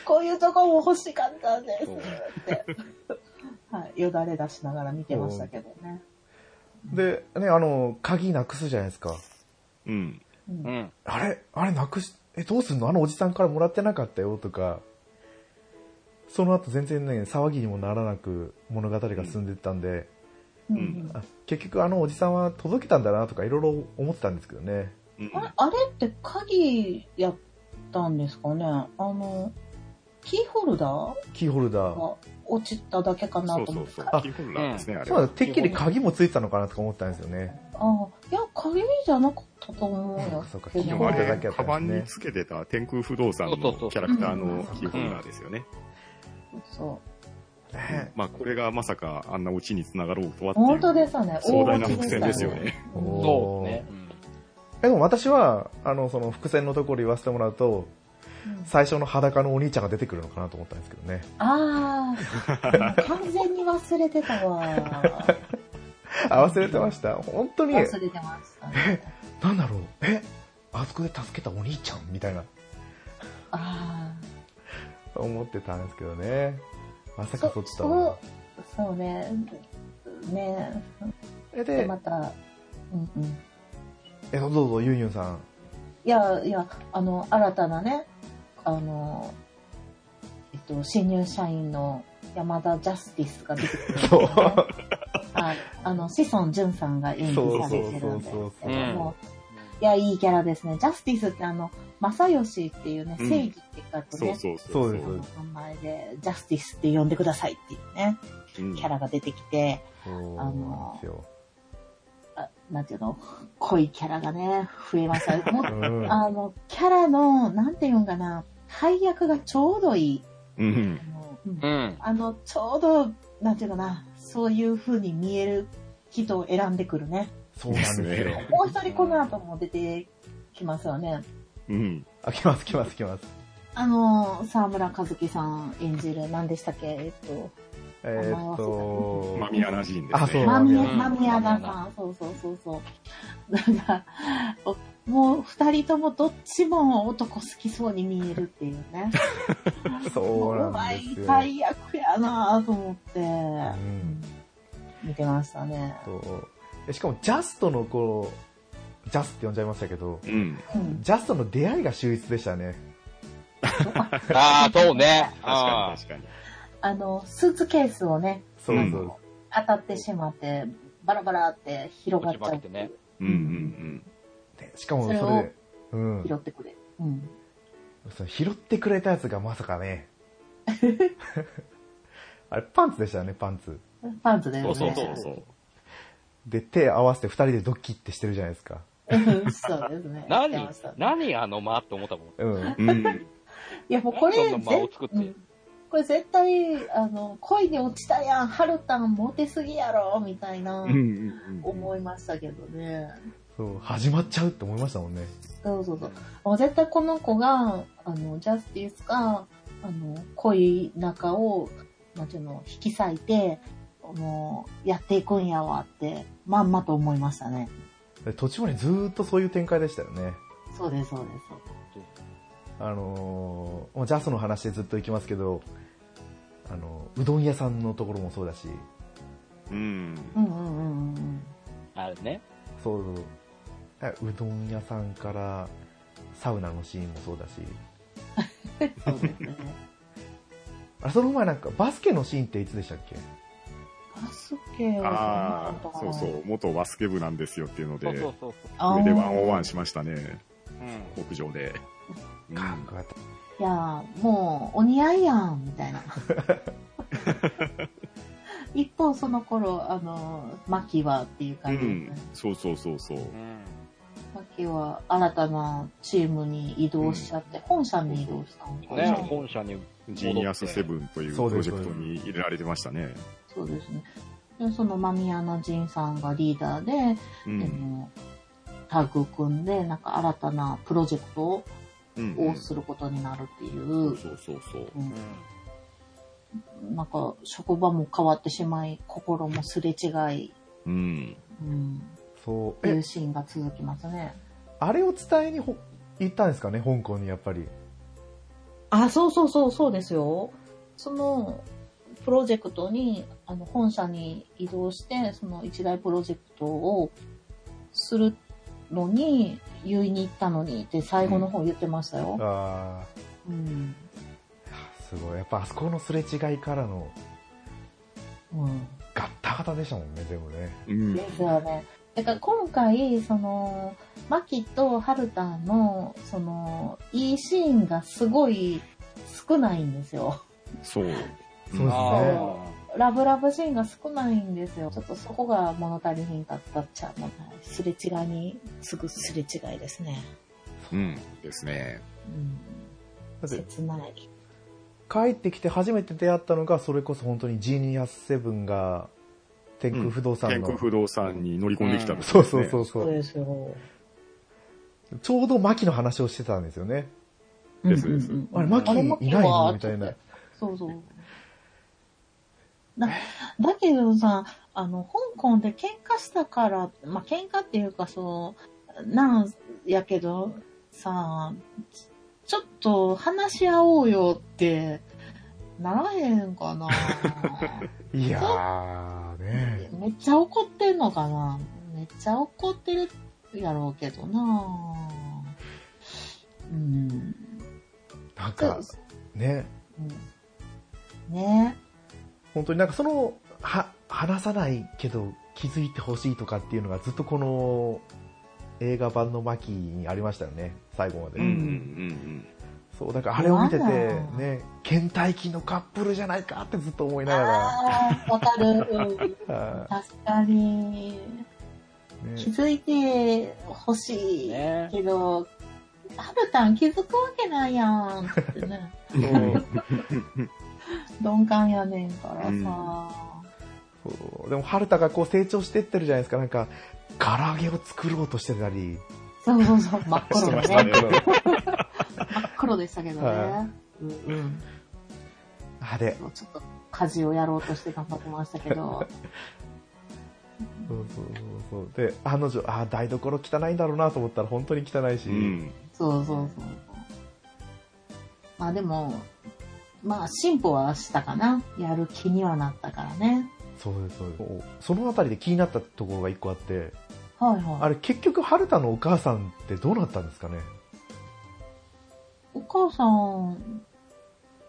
Speaker 5: こういうとこも欲しかったですって。はい、よだれ出しながら見てましたけどね。
Speaker 1: で、ね、あの、鍵なくすじゃないですか。
Speaker 3: うん
Speaker 5: うん
Speaker 2: うん。
Speaker 1: あれあれなくし、え、どうすんのあのおじさんからもらってなかったよとか、その後全然ね、騒ぎにもならなく物語が進んでったんで、
Speaker 5: うん
Speaker 3: ん
Speaker 1: あ結局あのおじさんは届けたんだなとかいろいろ思ってたんですけどね。
Speaker 3: うん
Speaker 5: あれあれって鍵やったんですかねあの、キーホルダー
Speaker 1: キーホルダー。
Speaker 5: が落ちただけかな
Speaker 3: そう
Speaker 5: と
Speaker 3: そ
Speaker 5: 思
Speaker 3: う
Speaker 5: って。
Speaker 3: そう
Speaker 1: あ
Speaker 3: キーホルダーですねあれ
Speaker 1: そう
Speaker 3: は
Speaker 1: だ、てっきり鍵もついてたのかなとか思ったんですよね。
Speaker 5: ああ、いや、鍵じゃなかったと思うよ。
Speaker 1: そうか
Speaker 5: で
Speaker 1: キー
Speaker 3: で
Speaker 1: ホ
Speaker 3: も
Speaker 1: ル
Speaker 3: あ
Speaker 1: ダーだ
Speaker 3: れ
Speaker 1: けやった
Speaker 3: カ
Speaker 1: んですね
Speaker 3: バンにつけてた天空不動産のキャラクターのキーホルダーですよね
Speaker 5: そう。
Speaker 1: ね
Speaker 3: まあこれがまさかあんなオチにつながろうとはっていう
Speaker 5: 本当ですよね。
Speaker 3: 壮大な
Speaker 5: 大落
Speaker 3: 伏
Speaker 5: ち
Speaker 3: 線
Speaker 5: た
Speaker 3: ですよね。
Speaker 1: おー
Speaker 2: そうね。
Speaker 1: えでも私は、あの、その伏線のところ言わせてもらうと、
Speaker 5: うん
Speaker 1: 最初の裸のお兄ちゃんが出てくるのかなと思ったんですけ
Speaker 5: *laughs*
Speaker 1: どね。
Speaker 5: ああ、完全に忘れてた
Speaker 1: *laughs*
Speaker 5: わ。
Speaker 1: あ、忘れてました。本当に、
Speaker 5: 忘れてました、ね。
Speaker 1: なんだろう、えあそこで助けたお兄ちゃんみたいな、
Speaker 5: あ
Speaker 1: 思ってたんですけどね。ま
Speaker 5: あ、
Speaker 1: さかそっちと
Speaker 5: そ
Speaker 1: は。
Speaker 5: うそうね。ね
Speaker 1: え、
Speaker 5: え、
Speaker 1: で
Speaker 5: ま、た、うんうん。い
Speaker 1: え、どうぞ、ゆんゆんさん。
Speaker 5: や、いや、あの、新たなね、あの、えっと、新入社員の山田ジャスティスが出てくるんですよ
Speaker 1: そう
Speaker 5: ね。はい。あの、志尊淳さんが演技されてるんですけど
Speaker 1: そうそうそうそう
Speaker 5: も、いや、いいキャラですね。ジャスティスってあの、正義っていうね、
Speaker 3: うん
Speaker 5: 正義って書く
Speaker 3: そう
Speaker 5: ね、
Speaker 3: そう
Speaker 1: そ
Speaker 3: そうう
Speaker 1: ですそうで
Speaker 5: 名前で、ジャスティスって呼んでくださいっていうね、
Speaker 3: うん
Speaker 5: キャラが出てきて、
Speaker 1: そうな
Speaker 5: あ
Speaker 1: ん
Speaker 5: の
Speaker 1: ですよ。
Speaker 5: あなんていうの、濃いキャラがね、増えました。もう
Speaker 1: うん
Speaker 5: あの、キャラの、なんていうんかな、配役がちょうどいい。
Speaker 3: うん
Speaker 5: あのうん
Speaker 2: うん。
Speaker 5: あの、ちょうど、なんていうかな、そういう風に見える人を選んでくるね。
Speaker 1: そうなんです
Speaker 3: です
Speaker 1: よ。
Speaker 3: ね
Speaker 5: もう一人この後も出てきますよね。
Speaker 3: うん
Speaker 1: あ、来ます、来ます、来ます。
Speaker 5: あの、沢村和樹さん演じる、何でしたっけえっと、
Speaker 1: えーっと、
Speaker 3: マミアナ人です、ね。
Speaker 1: あそう間
Speaker 5: 間宮
Speaker 1: 宮
Speaker 5: 間宮田さん、そうそうそうそう。だから、おもう二人ともどっちも男好きそうに見えるっていう
Speaker 1: *laughs*
Speaker 5: ね。
Speaker 1: そうなんです
Speaker 5: もう
Speaker 1: よ
Speaker 5: うまい大役やなぁと思って、
Speaker 1: ん
Speaker 5: 見てましたね。
Speaker 1: そうえしかもジャストのこうジャスって呼んじゃいましたけど
Speaker 3: うん。
Speaker 5: うん、
Speaker 1: ジャストの出会いが秀逸でしたね
Speaker 6: ああ、そうね。
Speaker 3: 確か
Speaker 6: あ
Speaker 3: に確かに。
Speaker 5: あの、スーツケースをね、
Speaker 1: そうそう、
Speaker 3: うん
Speaker 5: 当たってしまって、バラバラって広がっちゃうって
Speaker 6: 落ち
Speaker 5: いう
Speaker 6: 葉って
Speaker 3: うんうん
Speaker 1: でしかもそれ
Speaker 5: それを
Speaker 1: でうん
Speaker 5: 拾ってくれ。うん。
Speaker 1: その拾ってくれたやつがまさか
Speaker 5: *laughs*
Speaker 1: ねあれパンツでしたよねパンツ
Speaker 5: パンツだ
Speaker 3: う
Speaker 5: よ
Speaker 3: ん。
Speaker 5: ね。
Speaker 3: そうそうそうそう。
Speaker 1: で手合わせて2人でドキッてしてるじゃないですか
Speaker 5: *laughs* うんそうですね。見て
Speaker 6: 何
Speaker 5: ました
Speaker 6: 何あの間って思ったもん。
Speaker 1: うん
Speaker 3: うん。
Speaker 5: いやもうこれ
Speaker 6: そんな間を作って
Speaker 5: ぜうんこれ絶対あの恋に落ちたやんハルタンモテすぎやろみたいな
Speaker 3: うんうん
Speaker 5: 思いましたけどね、
Speaker 1: そう始まっちゃうって思いましたもんね
Speaker 5: そうそうそうもう絶対この子があのジャスティスがあの恋仲をなんていうの引き裂いてもうやっていくんやわってまんまと思いましたね
Speaker 1: で途中までずーっとそういう展開でしたよね
Speaker 5: そうですそうですそう
Speaker 1: あのーもうジャストの話でずっと行きますけどあのうどん屋さんのところもそうだし
Speaker 3: うん。うん。
Speaker 5: ですうんうんうんうん
Speaker 6: あれね。
Speaker 1: そうそうだからうどん屋さんからサウナのシーンもそうだし
Speaker 5: そうですね
Speaker 1: あれその前なんかバスケのシーンっていつでしたっけ
Speaker 5: バスケは
Speaker 3: ああ、
Speaker 5: そん
Speaker 3: そうそ。
Speaker 5: なことないう
Speaker 3: 元バスケ部なんですよっていうので、
Speaker 6: そ
Speaker 3: 上
Speaker 6: うそうそう
Speaker 5: あー
Speaker 3: でワンオンワンしましたね。
Speaker 6: そう。うん。
Speaker 3: 屋上で。うん
Speaker 1: かっこよかった
Speaker 5: いやーもうお似合いやんみた
Speaker 3: *laughs*
Speaker 5: いな一方その頃あのマキはっていう
Speaker 3: う
Speaker 5: 感じですね、
Speaker 3: ん。そうそうそうそう。
Speaker 6: うん。
Speaker 5: マキは新たなチームに移動しちゃって、本社に移動したのか
Speaker 6: ね、
Speaker 5: な、
Speaker 6: 本社に
Speaker 3: ジーニアスセブンという
Speaker 1: そう
Speaker 3: プ
Speaker 1: で
Speaker 3: ロ
Speaker 1: す
Speaker 3: ジェクトに入れられてましたね。
Speaker 5: そうですねでその間宮の仁さんがリーダーで、
Speaker 3: う
Speaker 5: あ
Speaker 3: ん。
Speaker 5: のタッグ組んでなんか新たなプロジェクト
Speaker 3: うん
Speaker 5: をすることになるっていう、
Speaker 3: そうそうそう。
Speaker 5: う
Speaker 6: う
Speaker 5: ん
Speaker 6: ん
Speaker 5: なんか職場も変わってしまい心もすれ違い、
Speaker 3: うん。
Speaker 5: うん、
Speaker 1: そうえ
Speaker 5: いうシーンが続きますね。
Speaker 1: あれを伝えにほ行ったんですかね香港にやっぱり
Speaker 5: あ、そうそうそう、そうですよ。その、プロジェクトに、あの、本社に移動して、その一大プロジェクトをするのに、言いに行ったのにって最後の方言ってましたよ。
Speaker 1: ああ
Speaker 5: うん。
Speaker 1: すごいやっぱあそこのすれ違いからの
Speaker 5: うん。
Speaker 1: ガッタガタでしたもんね全部ね
Speaker 3: うん。
Speaker 5: ですよね。だから今回、その、マキとハルタンの、その、いいシーンがすごい少ないんですよ。
Speaker 3: そ
Speaker 1: そ
Speaker 3: う。
Speaker 1: うですね
Speaker 6: あ
Speaker 5: ラブラブシーンが少ないんですよ。ちょっとそこが物足りひんかったっちゃうのすれ違いに、すぐすれ違いですね。
Speaker 3: うん。ですね。
Speaker 5: うん。
Speaker 1: だって
Speaker 5: 切ない。
Speaker 1: 帰ってきて初めて出会ったのがそれこそ本当にジーニアスセブンが天空不動産
Speaker 3: 天
Speaker 1: の、
Speaker 3: 空不動産に乗り込んできたんです。
Speaker 1: そうそうそううそ
Speaker 5: そう
Speaker 1: う
Speaker 5: ですよ。
Speaker 1: ちょうど牧の話をしてたんですよね
Speaker 3: ですです
Speaker 5: うんうんうん
Speaker 1: あれマキ
Speaker 5: あれ
Speaker 1: いな
Speaker 5: マ
Speaker 1: い
Speaker 5: キ
Speaker 1: の
Speaker 5: は
Speaker 1: みたいな
Speaker 5: そうそう。だだけどさ、あの、香港で喧嘩したから、まあ、喧嘩っていうか、そう、なんやけど、さ、ちょっと話し合おうよって、ならへんかな
Speaker 1: いやーね
Speaker 5: めっちゃ怒ってんのかなめっちゃ怒ってるやろうけどなうん。
Speaker 1: なんかね
Speaker 5: うんね
Speaker 1: 本当になんかそのは話さないけど気づいてほしいとかっていうのがずっとこの映画版の牧にありましたよね最後まで、
Speaker 3: うんうん
Speaker 1: そうだからあれを見てて
Speaker 5: うわー
Speaker 1: ね倦怠期のカップルじゃないかってずっと思いながら
Speaker 5: ああ、わか
Speaker 1: *laughs*
Speaker 5: る。うん
Speaker 1: あ
Speaker 5: 確かに。
Speaker 1: ーね
Speaker 5: 気づいてほしい
Speaker 6: ね
Speaker 5: けど、ハルタン気づくわけないやんってね。
Speaker 3: うんうん。
Speaker 5: 鈍感やねんからさ。
Speaker 3: うん
Speaker 1: そうでも春田がこう成長してってるじゃないですかなんか唐揚げを作ろうとしてたり
Speaker 5: そうそうそう、真っ
Speaker 3: して
Speaker 5: 黒
Speaker 3: ま
Speaker 5: の
Speaker 3: した
Speaker 5: ね。
Speaker 3: ね。
Speaker 5: 真っ黒でしたけどね。
Speaker 1: は
Speaker 5: うんうん。
Speaker 1: あれ。
Speaker 5: そうちょっと家事をやろうとして頑張ってましたけど。
Speaker 1: そうそうそうそう。で、あの女、あー台所汚いんだろうなと思ったら本当に汚いし。
Speaker 3: うん。
Speaker 5: そうそうそう。まあでも、まあ進歩はしたかな。やる気にはなったからね。
Speaker 1: そうです、そうです。そのあたりで気になったところが一個あって、
Speaker 5: はいはい。
Speaker 1: あれ結局、春田のお母さんってどうなったんですかね
Speaker 5: お母さん、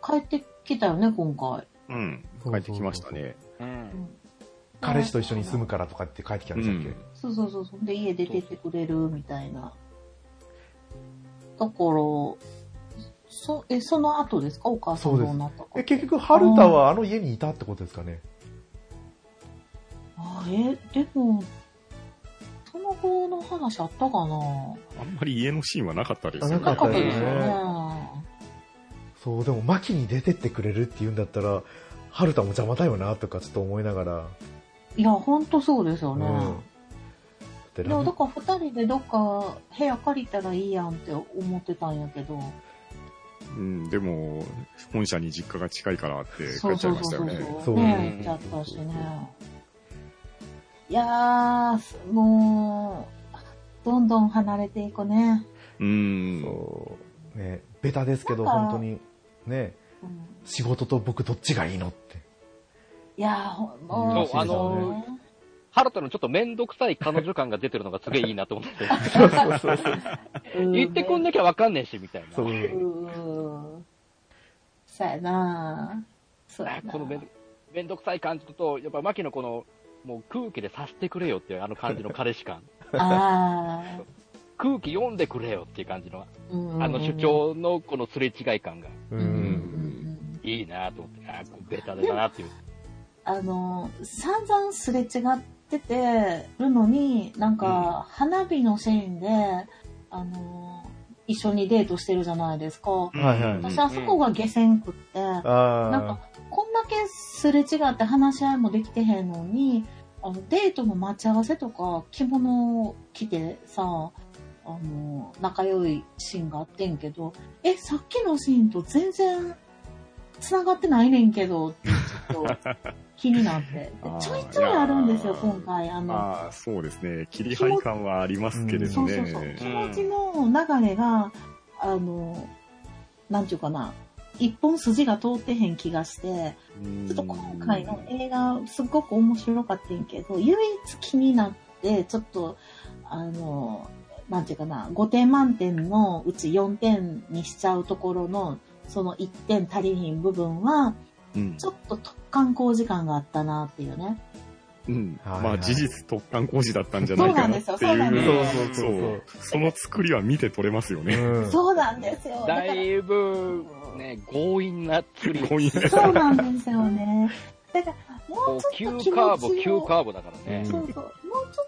Speaker 5: 帰ってきたよね、今回。
Speaker 3: うん。帰ってきましたね。
Speaker 2: うん。
Speaker 1: 彼氏と一緒に住むからとかって帰ってきたんでしたっけ、
Speaker 3: うん
Speaker 5: そうそうそうそう。で、家出てってくれるみたいな。だから、そ、え、その後ですかお母さん
Speaker 1: そうで
Speaker 5: ど
Speaker 1: す
Speaker 5: うなったか。
Speaker 1: え結局、春田はあの家にいたってことですかね
Speaker 5: あえ、でも、その後の話あった
Speaker 3: あ
Speaker 5: かな
Speaker 3: んまり家のシーンはなかったです
Speaker 1: あ
Speaker 3: よ
Speaker 1: な
Speaker 5: な
Speaker 1: か
Speaker 5: かっ
Speaker 1: ったた
Speaker 5: で
Speaker 1: ですす
Speaker 5: よ
Speaker 1: よ
Speaker 5: ね
Speaker 1: ね。そう、でも、牧に出てってくれるって言うんだったら、春田も邪魔だよなとかちょっと思いながら。
Speaker 5: いや、ほんとそうですよ
Speaker 1: うん。
Speaker 5: ね。
Speaker 1: だって
Speaker 5: で
Speaker 1: ラ
Speaker 5: も、だ
Speaker 1: ム
Speaker 5: から二人でどっか部屋借りたらいいやんって思ってたんやけど。
Speaker 3: うん、でも、本社に実家が近いからって帰
Speaker 5: そ
Speaker 3: っ
Speaker 5: う
Speaker 3: ち
Speaker 5: そ
Speaker 3: ゃいうました
Speaker 5: そ
Speaker 3: よ
Speaker 5: う
Speaker 3: ね。
Speaker 5: そう。ね、行っちゃったしね。いやー、もう、どんどん離れていくね。
Speaker 3: うん。
Speaker 1: そう、ね、ベタですけど、
Speaker 5: なんか
Speaker 1: 本当に、ね、
Speaker 5: うん、
Speaker 1: 仕事と僕どっちがいいのって。
Speaker 5: いやー、ほんもう、
Speaker 1: そうあの
Speaker 5: ね
Speaker 6: ハルタのちょっとめんどくさい彼女感が出てるのがすげえいいなと思って。
Speaker 1: そうそうそうそう。
Speaker 6: 言ってこん
Speaker 5: な
Speaker 6: なきゃわかんねえし、みたいな。
Speaker 1: そう
Speaker 5: うーん。そうやなーそうやなー
Speaker 6: このめんめんどくさい感じと、やっぱマキのこの、もう空気でさせてくれよっていうあの感じの彼氏感。
Speaker 5: あ
Speaker 3: *laughs*
Speaker 6: 空気読んでくれよっていう感じの、
Speaker 5: ーうんうんうん
Speaker 6: あの主張のこのすれ違い感が
Speaker 1: う
Speaker 5: うんうんうん
Speaker 1: ん。
Speaker 5: うん
Speaker 6: いいなと思って、あーこうベタだなっていう。
Speaker 5: あのー散々すれ違っててるのになんか花火のシーンで、あのー一緒にデートしてるじゃないですか、
Speaker 1: はいはい
Speaker 5: 私あそこが下船区って、なん
Speaker 1: あ
Speaker 5: か、こんだけすれ違って話し合いもできてへんのに、あの、デートの待ち合わせとか、着物を着てさ、あの、仲良いシーンがあってんけど、え、さっきのシーンと全然、繋がってないねんけど、ってちょっと気になって。で
Speaker 3: *laughs* あー
Speaker 5: ちょいちょいあるんですよ、
Speaker 3: いやー
Speaker 5: 今回。あの、
Speaker 3: まあ、そうですね。切り張り感はありますけれど
Speaker 5: そうそうそう。
Speaker 3: ね
Speaker 5: 気。持ちの流れが、あの、なんていうかな、一本筋が通ってへん気がして、ちょっと今回の映画、すっごく面白かったんやけど、唯一気になって、ちょっと、あの、なんていうかな、5点満点のうち4点にしちゃうところの、その1点足りひん部分は、
Speaker 3: うん
Speaker 5: ちょっと突貫工時間があったなっていうね。
Speaker 3: うん。
Speaker 1: はいはい
Speaker 3: まあ、事実突貫工事だったんじゃないかなっていう。
Speaker 5: そうなんですよ
Speaker 1: そうなんですよ
Speaker 3: そうその作りは見て取れますよ
Speaker 1: う
Speaker 3: ね。
Speaker 1: ん。
Speaker 5: そうなんですよ。だか
Speaker 6: だ
Speaker 5: ら
Speaker 6: いぶ、ね、強引な釣り。
Speaker 3: こういうね
Speaker 5: そうなんですよね。だから、も
Speaker 6: こ
Speaker 5: う
Speaker 6: う
Speaker 5: ち
Speaker 6: 急
Speaker 5: ょっと気
Speaker 6: カ
Speaker 5: 持
Speaker 6: ーブ、
Speaker 5: ち
Speaker 6: 急
Speaker 5: を
Speaker 6: カーブだからね。
Speaker 5: そうそう。もうちょっ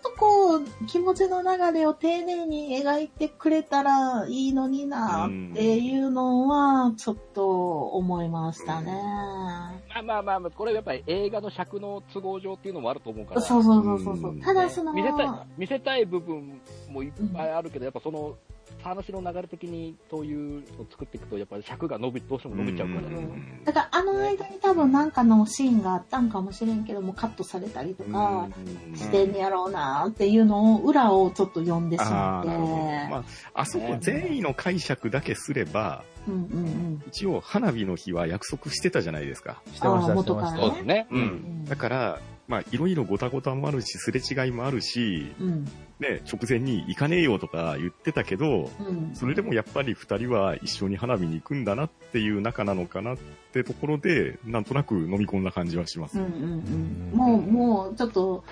Speaker 5: とこう、気持ちの流れを丁寧に描いてくれたらいいのになっていうのは、ちょっと思いましたね。
Speaker 6: まあまあまあまあ、これやっぱり映画の尺の都合上っていうのもあると思うから。
Speaker 5: そうそうそうそうそうう。
Speaker 3: ん
Speaker 5: ただその、
Speaker 6: 見せたい、見せたい部分もいっぱいあるけど、やっぱその、話の流れ的にそういうのを作っていくと、やっぱり尺が伸び、どうしても伸びちゃうから
Speaker 3: う
Speaker 6: ね。
Speaker 3: ん
Speaker 5: だからあの間に多分なんかのシーンがあったんかもしれんけども、カットされたりとか
Speaker 3: うん
Speaker 5: してんやろうなっていうのを、裏をちょっと読んでしま
Speaker 3: あー
Speaker 5: って。
Speaker 3: なるほどまあ、あそこ善意の解釈だけすれば、
Speaker 5: うんうんうん。
Speaker 3: 一応花火の日は約束してたじゃないですか。
Speaker 1: してました、
Speaker 5: あー
Speaker 1: して
Speaker 5: 元
Speaker 1: ま
Speaker 5: から
Speaker 1: し
Speaker 5: ね
Speaker 1: た
Speaker 6: そう。ですね。
Speaker 3: うんだから、まあ、いろいろごたごたもあるし、すれ違いもあるし、
Speaker 5: うん
Speaker 3: ね、直前に行かねえよとか言ってたけど、
Speaker 5: うん。
Speaker 3: それでもやっぱり二人は一緒に花火に行くんだなっていう仲なのかなってところで、なんとなく飲み込んだ感じはします。
Speaker 5: うんうんうん
Speaker 1: うん
Speaker 5: もう、もう、ちょっと、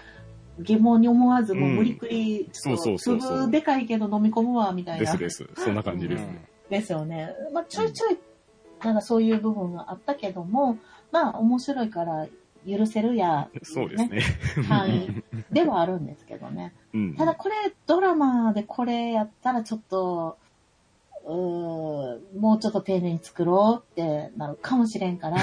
Speaker 5: 疑問に思わず、もう
Speaker 3: うん
Speaker 5: 無理くり、ちょっと
Speaker 3: そうそうそうそう
Speaker 5: 粒でかいけど飲み込むわ、みたい
Speaker 3: で
Speaker 5: な。
Speaker 3: すです。そんな感じですね。
Speaker 5: ですよね。まあ、ちょいちょい、なんかそういう部分があったけども、まあ、面白いから許せるや、
Speaker 3: そうですね。
Speaker 5: 範囲ではあるんですけどね。
Speaker 3: うん
Speaker 5: ただ、これ、ドラマでこれやったら、ちょっと、うーもうちょっと丁寧に作ろうってなるかもしれんから、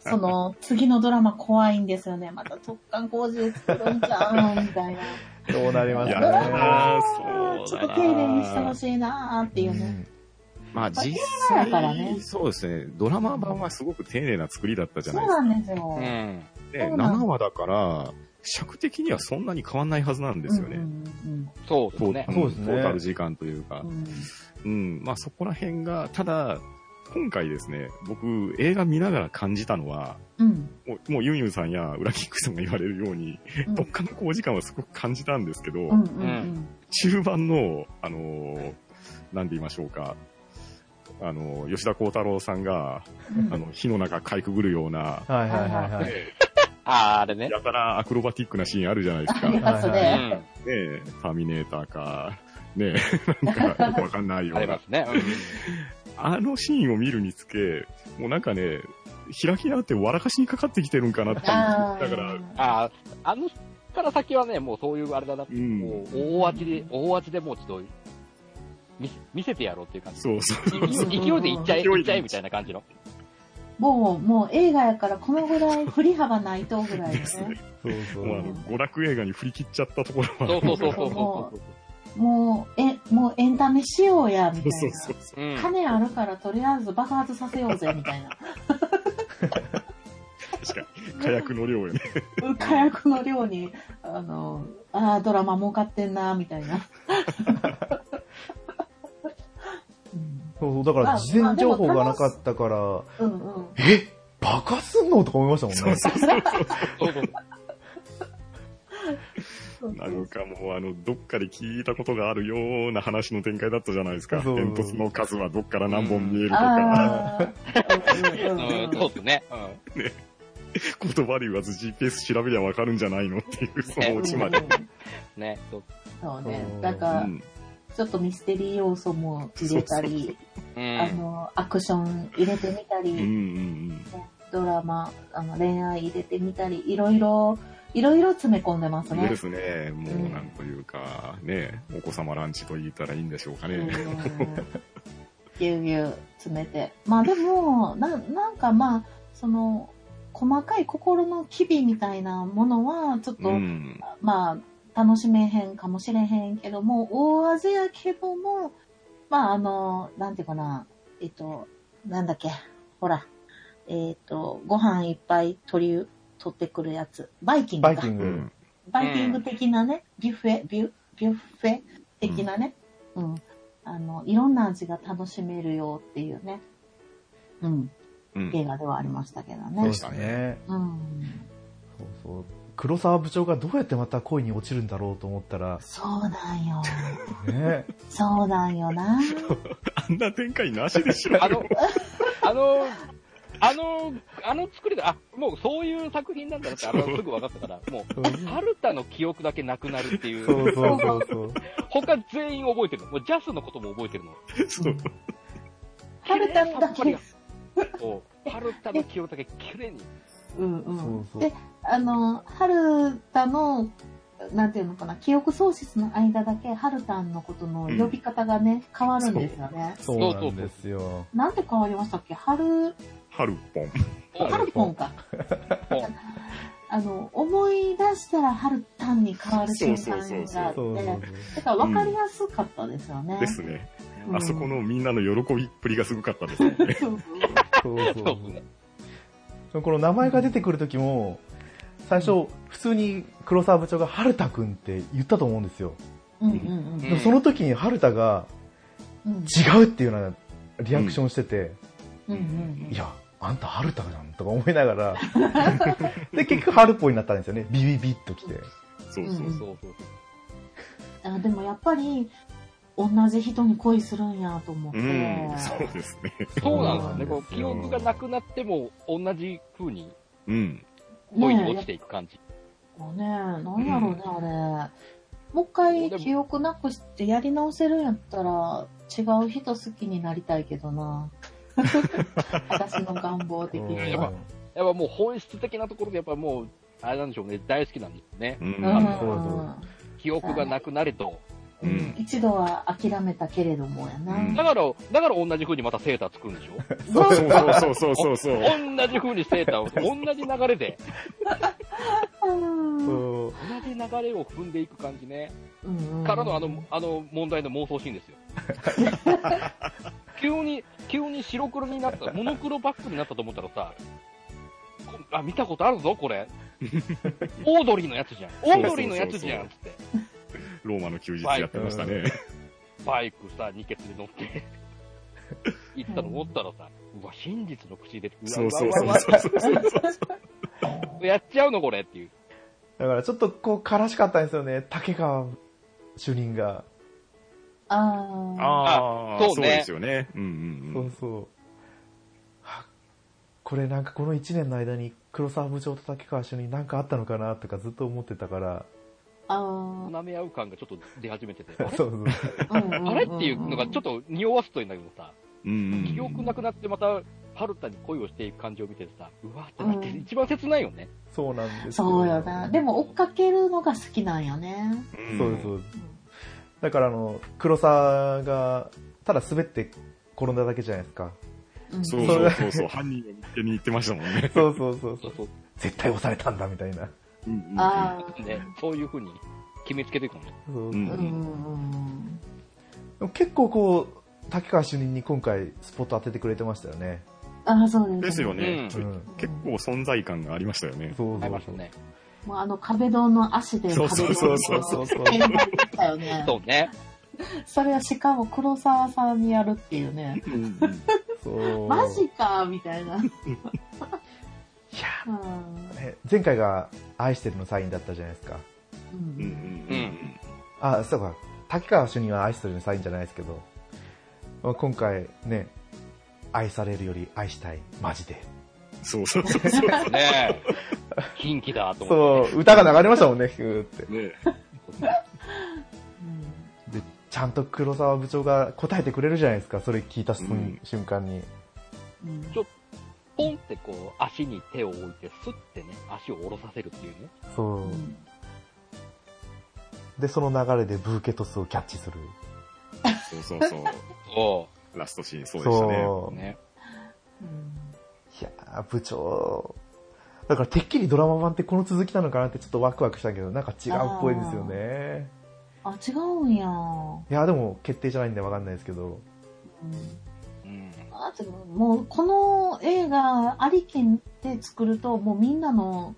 Speaker 5: その、次のドラマ怖いんですよね。また突貫工事で作るんじゃん、みたいな。
Speaker 1: そうなりま
Speaker 3: い
Speaker 1: す
Speaker 3: や
Speaker 1: ね。
Speaker 3: ー
Speaker 5: ちょっと丁寧にしてほしいなーっていう
Speaker 1: う
Speaker 5: ね。
Speaker 1: ん
Speaker 3: まあ実
Speaker 5: 映画やからね
Speaker 3: 際、そうですね、ドラマ版はすごく丁寧な作りだったじゃ
Speaker 5: そ
Speaker 3: ないうですか。
Speaker 5: なんです
Speaker 2: ん。
Speaker 3: ね、
Speaker 5: よ。そうなの
Speaker 3: 7話だから、尺的にはそんなに変わんないはずなんですよね。
Speaker 5: うん
Speaker 6: そうです
Speaker 3: ト
Speaker 6: ね。
Speaker 3: ー
Speaker 1: そうですね
Speaker 3: トータル時間というか
Speaker 5: うんう。ん
Speaker 3: うん、まあそこら辺が、ただ、今回ですね、僕、映画見ながら感じたのは、
Speaker 5: うんうん
Speaker 3: もう、もうユンユンさんやウラキングさんが言われるように、
Speaker 5: うん
Speaker 3: どっかの工時間はすごく感じたんですけど、
Speaker 5: うんうんうん
Speaker 3: 中盤の、あのーなんて言いましょうか、あのー吉田鋼太郎さんが、
Speaker 5: うん
Speaker 3: あの、火の中かいくぐるような、
Speaker 1: はいはいはいはい。
Speaker 2: ああ、あれね。
Speaker 3: やたらアクロバティックなシーンあるじゃないですか。
Speaker 5: あり
Speaker 3: ね
Speaker 5: ます
Speaker 2: う
Speaker 5: ね。
Speaker 2: ん。
Speaker 3: えターミネーターか、ねえ、なんかよくわかんないよ
Speaker 6: あ
Speaker 3: う
Speaker 6: り
Speaker 3: な
Speaker 6: ま。すね。
Speaker 3: あのシーンを見るにつけ、もうなんかね、開き直って笑かしにかかってきてるんかなっていう。
Speaker 5: あ
Speaker 3: だから、
Speaker 6: ああ、あのから先はね、もうそういうあれだな、
Speaker 3: うん
Speaker 6: もう大味で、大味でもうちょっと見せ、見せてやろうっていう感じ。
Speaker 3: そうそう
Speaker 6: い
Speaker 3: そうそう。
Speaker 6: 勢いでいっちゃえ、
Speaker 3: 勢いで
Speaker 6: いっちゃえみたいな感じの。
Speaker 5: もう、もう映画やからこのぐらい振り幅ないとぐ
Speaker 3: *laughs*
Speaker 5: らいね。
Speaker 1: そうそう。
Speaker 3: もうあの、娯楽映画に振り切っちゃったところは。
Speaker 6: そうそうそうそうそう
Speaker 5: もう、え、もうエンタメしようや、みたい
Speaker 3: そう
Speaker 5: な
Speaker 3: そう。そう
Speaker 6: そう。うん。
Speaker 5: 金あるからとりあえず爆発させようぜ、みたいな。
Speaker 3: 確かに。火薬の量やね。
Speaker 5: *laughs* 火薬の量に、あの、ああ、ドラマ儲かってんな、みたいな。うん
Speaker 1: そうそうだから事前情報がなかったから、
Speaker 5: うんうん。
Speaker 1: え爆発すんのとか思いましたもんね。
Speaker 6: そうそう
Speaker 5: そうそう
Speaker 3: なんかもう、あの、どっかで聞いたことがあるような話の展開だったじゃないですか。
Speaker 1: そう
Speaker 3: 煙突の数はどっから何本見えるとか、
Speaker 5: あーうんう
Speaker 6: う
Speaker 5: んうん
Speaker 3: *laughs*
Speaker 6: んそうですね。うん。
Speaker 3: 言葉で言わず GPS 調べりゃわかるんじゃないのっていう、そのオチまで。
Speaker 6: ね。そう
Speaker 5: *laughs* そうね。だから、ちょっとミステリー要素も入れたり、
Speaker 6: う
Speaker 5: あ
Speaker 6: ん。
Speaker 5: の、アクション入れてみた
Speaker 3: うんうん
Speaker 5: り、
Speaker 3: うん。
Speaker 5: ドラマ、あの、恋愛入れてみたり、いろいろ、いろいろ詰め込んでますね
Speaker 3: で。すね。もうなんというか、ね、お子様ランチと言ったらいいんでしょうか
Speaker 5: うん
Speaker 3: ね。
Speaker 5: ぎゅうぎゅう詰めて。まあでも、な、なんかまあ、その、細かい心の機微みたいなものは、ちょっと、
Speaker 3: うん。
Speaker 5: まあ、楽しめへんかもしれへんけども、大味やけども、まあ、あの、なんていうかな、えっと、なんだっけ、ほら、えっと、ご飯いっぱい取り、取ってくるやつ、バイキング
Speaker 1: バイ
Speaker 5: か。
Speaker 1: キン
Speaker 3: う
Speaker 1: グ
Speaker 3: ん。
Speaker 5: バイキング的なね、ビュッフェ、ビュ、ビュッフェ的なね、うん、あの、いろんな味が楽しめるよっていうね、うん、
Speaker 3: うん。
Speaker 5: 映画ではありましたけど
Speaker 1: そう
Speaker 5: ね
Speaker 1: で。したね。
Speaker 5: うん、
Speaker 1: そうそう。黒沢部長がどうやってまた恋に落ちるんだろうと思ったら、
Speaker 5: そうなんよ。
Speaker 1: ね。
Speaker 5: そうなんよな。
Speaker 3: あんな展開なしでしょ。
Speaker 6: あの、あの、あの、あの作りで、あ、もうそういう作品なんだなって、あの、すぐ分かったから、も
Speaker 1: そう
Speaker 6: う、ハルタの記憶だけなくなるってい、
Speaker 1: そううそうそうそう。
Speaker 6: 他全員覚えてるの。もうジャスのことも覚えてるの。
Speaker 3: そう。
Speaker 5: 食べたんだけ。
Speaker 6: そう。ハルタの記憶だけ綺麗に。
Speaker 5: うん
Speaker 1: そう
Speaker 5: う
Speaker 1: そう
Speaker 5: ん。で、あの、春田の、なんていうのかな、記憶喪失の間だけ、春田のことの呼び方がね、変わるんですよね。
Speaker 1: そうなんですよ。
Speaker 5: なんて変わりましたっけ春、
Speaker 3: ハルポン。
Speaker 6: お
Speaker 5: ハルポンか。
Speaker 6: お
Speaker 5: *laughs* あの、思い出したら春田に変わる瞬間
Speaker 3: そうそうそう
Speaker 5: があっ
Speaker 1: そうそう
Speaker 5: て、だから分かりやすかったですよね。
Speaker 3: ですね。
Speaker 5: うん
Speaker 3: あそこのみんなの喜びっぷりがすごかったですね。
Speaker 5: そうそう
Speaker 1: そうそうそうそう。この名前が出てくる時も、最初、普通に黒沢部長が春田くんって言ったと思うんですよ。
Speaker 5: うんうん
Speaker 1: でもその時に春田が
Speaker 5: うん。うん
Speaker 1: 違うっていうようなリアクションしてて、
Speaker 5: うんうん
Speaker 1: いや、あんた春田じゃんとか思いながら、で、結局春っぽいになったんですよね。ビビビッときて。
Speaker 3: そうそう
Speaker 5: うん
Speaker 3: そう。
Speaker 6: そうそう。
Speaker 5: あでもやっぱり、同じ人に恋するんやと思って。
Speaker 3: うん、そうですね。
Speaker 6: そうなんですよね。
Speaker 1: そうなん
Speaker 6: こう
Speaker 1: です
Speaker 6: 記
Speaker 1: よ
Speaker 6: 憶がなくなっても、同じ風に
Speaker 3: うん。
Speaker 6: 恋に落ちていく感じ。
Speaker 5: ねえ、なんやろうね、あれ。もう一回記憶なくしてやり直せるんやったら、違う人好きになりたいけ
Speaker 6: *laughs*
Speaker 5: どな。私の願望的
Speaker 1: うん
Speaker 5: に
Speaker 6: やっ
Speaker 5: は。
Speaker 6: ぱやっぱもう本質的なところで、やっぱもう、あれなんでしょうね。大好きなんですね。
Speaker 3: う。
Speaker 5: うんん
Speaker 6: 記憶がなくなれと。
Speaker 5: うん一度は諦めたけれどもやな。
Speaker 3: うん
Speaker 6: だから、だから同じ風にまたセーター作るんでしょ *laughs*
Speaker 5: そう
Speaker 3: そうそうそうそうそう。
Speaker 6: 同じ風にセーターを、同じ流れで、
Speaker 5: うん
Speaker 1: そう
Speaker 6: 同じ流れを踏んでいく感じね。
Speaker 5: うんうん
Speaker 6: からのあの、あの問題の妄想シーンですよ。急に、急に白黒になった、モノクロバックになったと思ったらさ、こあ、見たことあるぞ、これ。オードリーのやつじゃん。オードリーのやつじゃん、つって。
Speaker 3: ローマの休日やってましたね。
Speaker 6: バイクさ、二ケツで乗って、行ったの思ったらさ、うわ、真実の口で、うわ
Speaker 3: そうそう
Speaker 6: う
Speaker 3: そ
Speaker 6: わうわ
Speaker 3: うそうそう。
Speaker 6: うわやっちゃうの、これっていう。
Speaker 1: だからちょっとこう、悲しかったんですよね。竹川主任が。
Speaker 5: ああ。
Speaker 3: ああ、
Speaker 6: そうね
Speaker 3: そうですよね。うんうん。
Speaker 1: そううんそう。はこれなんかこの1年の間に黒沢部長と竹川主任なんかあったのかなとかずっと思ってたから。
Speaker 5: ああ。
Speaker 6: 舐め合う感がちょっと出始めてて、あれ
Speaker 1: *laughs* そうそう。
Speaker 6: あれっていうのがちょっ
Speaker 5: と。
Speaker 6: と匂わすというんだけどさ、
Speaker 3: うんうん
Speaker 6: 記憶なくなってまた、春田に恋をしていく感じを見ててさ、うわーってなって、
Speaker 5: うん
Speaker 6: 一番切ないよね。
Speaker 1: そうなんです
Speaker 5: そうよな。でも追っかけるのが好きなんよね。
Speaker 3: うん
Speaker 1: そうですそうです。だからあの、黒沢が、ただ滑って転んだだけじゃないですか。
Speaker 5: うん
Speaker 3: そうそうそうそう。犯人を見つけに行ってましたもん
Speaker 1: *laughs*
Speaker 3: ね。
Speaker 1: そうそうそう
Speaker 6: そ
Speaker 1: そうう。
Speaker 6: そう。
Speaker 1: 絶対押されたんだみたいな。
Speaker 3: うんうんうん
Speaker 5: ああ。
Speaker 6: ね、そういう風に決めつけていくのね。
Speaker 1: そう
Speaker 3: うん
Speaker 5: うんうん
Speaker 1: でも結構こう、竹川主任に今回スポット当ててくれてましたよね。
Speaker 5: ああ、そうです。
Speaker 3: ですよね。
Speaker 1: う
Speaker 3: 結
Speaker 1: ん。
Speaker 3: 構存在感がありましたよね。
Speaker 1: そう
Speaker 6: あ
Speaker 1: そ
Speaker 6: りま
Speaker 1: う
Speaker 6: し
Speaker 1: そ
Speaker 6: た
Speaker 1: う。
Speaker 6: ね。
Speaker 5: もうあの壁ドンの足で
Speaker 3: そう
Speaker 5: 壁
Speaker 3: そ
Speaker 5: ド
Speaker 3: う
Speaker 5: ン
Speaker 3: そうそうそう
Speaker 1: そう
Speaker 5: 天板でしたよね。
Speaker 6: そうね。
Speaker 5: それはしかも黒沢さんにやるっていうね。
Speaker 3: うん
Speaker 1: そう
Speaker 5: マジかみたいな。うん
Speaker 1: ね前回が愛してるのサインだったじゃないですか。
Speaker 5: う
Speaker 3: うんうん
Speaker 5: ん
Speaker 3: う
Speaker 6: うんん
Speaker 1: あ、そうか。滝川主任は愛してるのサインじゃないですけど、まあ、今回ね、愛されるより愛したい、マジで。
Speaker 3: そうそうそうそう。
Speaker 6: ね
Speaker 1: *laughs*
Speaker 6: え。近畿だと思っ
Speaker 1: そう、歌が流れましたもん
Speaker 3: *laughs*
Speaker 1: ね、ふーって。
Speaker 3: ね
Speaker 5: うん
Speaker 1: ちゃんと黒沢部長が答えてくれるじゃないですか、それ聞いた瞬
Speaker 3: うん
Speaker 1: 瞬間に。
Speaker 5: うん。
Speaker 6: ちょて、ポンってこう、足に手を置いて、スッてね、足を下ろさせるっていうね。
Speaker 1: そううんで、その流れでブーケトスをキャッチする。
Speaker 3: そうそうそう。
Speaker 6: そ
Speaker 3: ラストシーン、そうでしたね。
Speaker 1: そう。
Speaker 6: ね。
Speaker 5: うん
Speaker 1: いやー部長。だから、てっきりドラマ版ってこの続きなのかなってちょっとワクワクしたけど、なんか違うっぽいですよね。
Speaker 5: あ、違うんや。
Speaker 1: いやーでも決定じゃないんでわかんないですけど。
Speaker 5: うん
Speaker 6: うん。
Speaker 5: あともうこの映画ありきで作るともうみんなの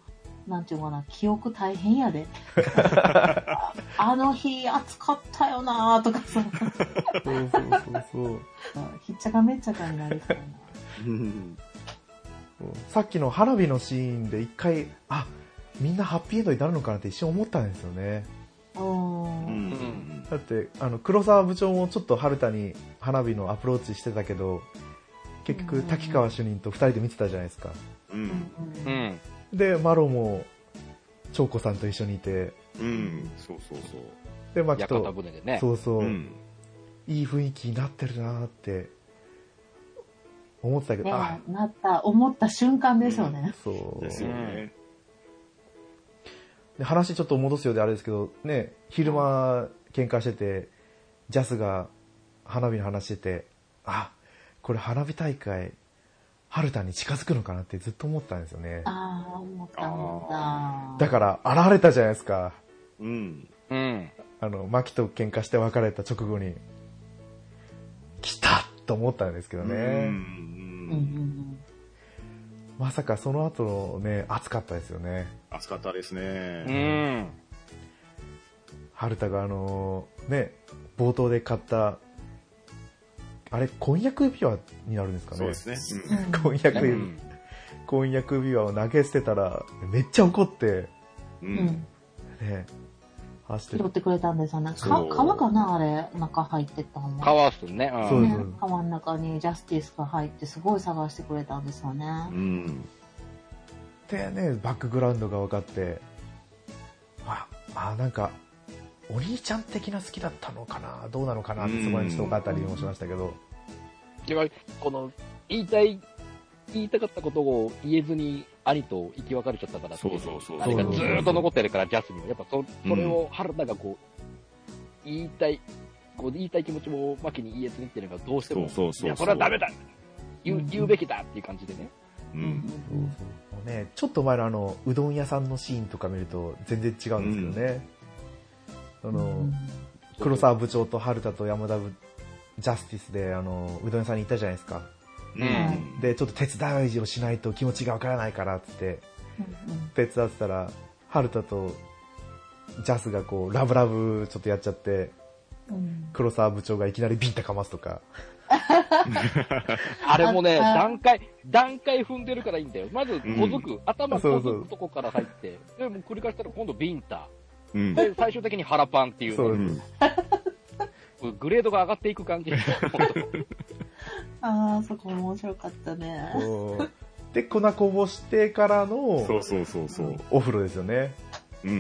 Speaker 5: なんていうのかな記憶大変や
Speaker 3: *laughs*
Speaker 5: でああの日暑かったよなとかさ
Speaker 1: そうそうそうそう。
Speaker 5: ひっちゃかめっちゃかになりそうな
Speaker 3: うん
Speaker 1: さっきの花火のシーンで一回、あ、みんなハッピーエンドになるのかなって一瞬思ったんですよね。
Speaker 5: うー
Speaker 3: うんんうん
Speaker 1: だって、あの、黒沢部長もちょっと春田に花火のアプローチしてたけど、結
Speaker 5: う
Speaker 1: 局、
Speaker 5: ん
Speaker 1: 滝川主任と二人で見てたじゃないですか。
Speaker 3: う
Speaker 5: うんん
Speaker 6: うん。
Speaker 1: で、マロも、長子さんと一緒にいて、
Speaker 3: うんそうそうそう。
Speaker 1: で、まあ、きっ
Speaker 6: 屋形
Speaker 1: と、
Speaker 6: 船でね。
Speaker 1: そうそう、
Speaker 3: うん
Speaker 1: いい雰囲気になってるなーって、思ってたけど、
Speaker 5: ね
Speaker 1: あ、
Speaker 5: なった思った瞬間ですよね、
Speaker 1: そう。
Speaker 3: ですよね。
Speaker 1: で話ちょっと戻すようであれですけど、ね、昼間喧嘩してて、ジャスが花火の話してて、あ、これ花火大会、春田に近づくのかなってずっと思ったんですよね。
Speaker 5: ああ思った思った
Speaker 1: だから、現れたじゃないですか。
Speaker 3: うん。
Speaker 6: うん。
Speaker 1: あの、マキと喧嘩して別れた直後に、来たと思ったんですけど
Speaker 3: う
Speaker 1: ね。
Speaker 5: うん
Speaker 3: ん
Speaker 5: う
Speaker 3: うん
Speaker 5: うんん
Speaker 1: まさかその後のね、暑かったですよね。
Speaker 3: 熱かったです
Speaker 6: う
Speaker 3: ね。
Speaker 6: ん。
Speaker 1: 春田があのね、冒頭で買った、あれ、婚約指輪になるんですかね。
Speaker 3: そうですね。
Speaker 5: うん
Speaker 1: 婚約
Speaker 6: う
Speaker 1: 指、
Speaker 6: ん。
Speaker 1: 婚約指輪を投げ捨てたら、めっちゃ怒って、
Speaker 3: う。
Speaker 5: うんん
Speaker 1: ね、走って
Speaker 5: 拾
Speaker 1: る
Speaker 5: っ。てくれたんですよねか
Speaker 3: そう
Speaker 5: 川かなあれ中入ってったの
Speaker 6: かわすね。。
Speaker 1: そううん
Speaker 5: ね、川の中にジャスティスが入ってすごい探してくれたんですよね。
Speaker 3: うん。
Speaker 1: でね、バックグラウンドが分かって、あ、あ、なんか、お兄ちゃん的な好きだったのかな、どうなのかなって、そこにちょっと分かったりもしましたけど、
Speaker 6: では、この、言いたい、言いたかったことを言えずに、兄と生き別れちゃったからってい
Speaker 3: そうそうそう
Speaker 6: あれがずーっと残ってるから、ジャスには。やっぱそ、それを春田がこう、言いたい、こう、言いたい気持ちも、マキに言えずにっていうのがどうして
Speaker 3: そ
Speaker 6: も、
Speaker 3: うそうそう。
Speaker 6: いや、それはダメ。だ言
Speaker 5: う
Speaker 6: うん言うべきだっていう感じでね。
Speaker 3: う。
Speaker 5: うんん
Speaker 1: もうね、ちょっと前のあの、うどん屋さんのシーンとか見ると全然違うんですけどね。あの、黒沢部長と春田と山田部ジャスティスで、あの、うどん屋さんに行ったじゃないですか。
Speaker 5: うん
Speaker 1: で、ちょっと手伝いをしないと気持ちがわからないからって言って、手伝ってたら、春田とジャスがこう、ラブラブちょっとやっちゃって、黒沢部長がいきなりビンタかますとか。
Speaker 4: あれもね、
Speaker 5: あった
Speaker 4: 段階、段階踏んでるからいいんだよ。まず、小づく、頭小
Speaker 1: そう
Speaker 4: づ
Speaker 1: そう
Speaker 4: くとこから入って、で、もう繰り返したら今度ビンタ。
Speaker 3: うん。
Speaker 4: で、最終的に腹パンっていう
Speaker 1: そ
Speaker 4: ね、
Speaker 1: う
Speaker 3: うん
Speaker 4: グレードが上がっていく感じ。
Speaker 5: ああ、そこ面白かったね。
Speaker 1: こうで、粉こぼしてから
Speaker 3: そ
Speaker 1: の
Speaker 3: うそうそうそう。
Speaker 1: お風呂ですよね。
Speaker 3: う。
Speaker 5: うん
Speaker 4: うん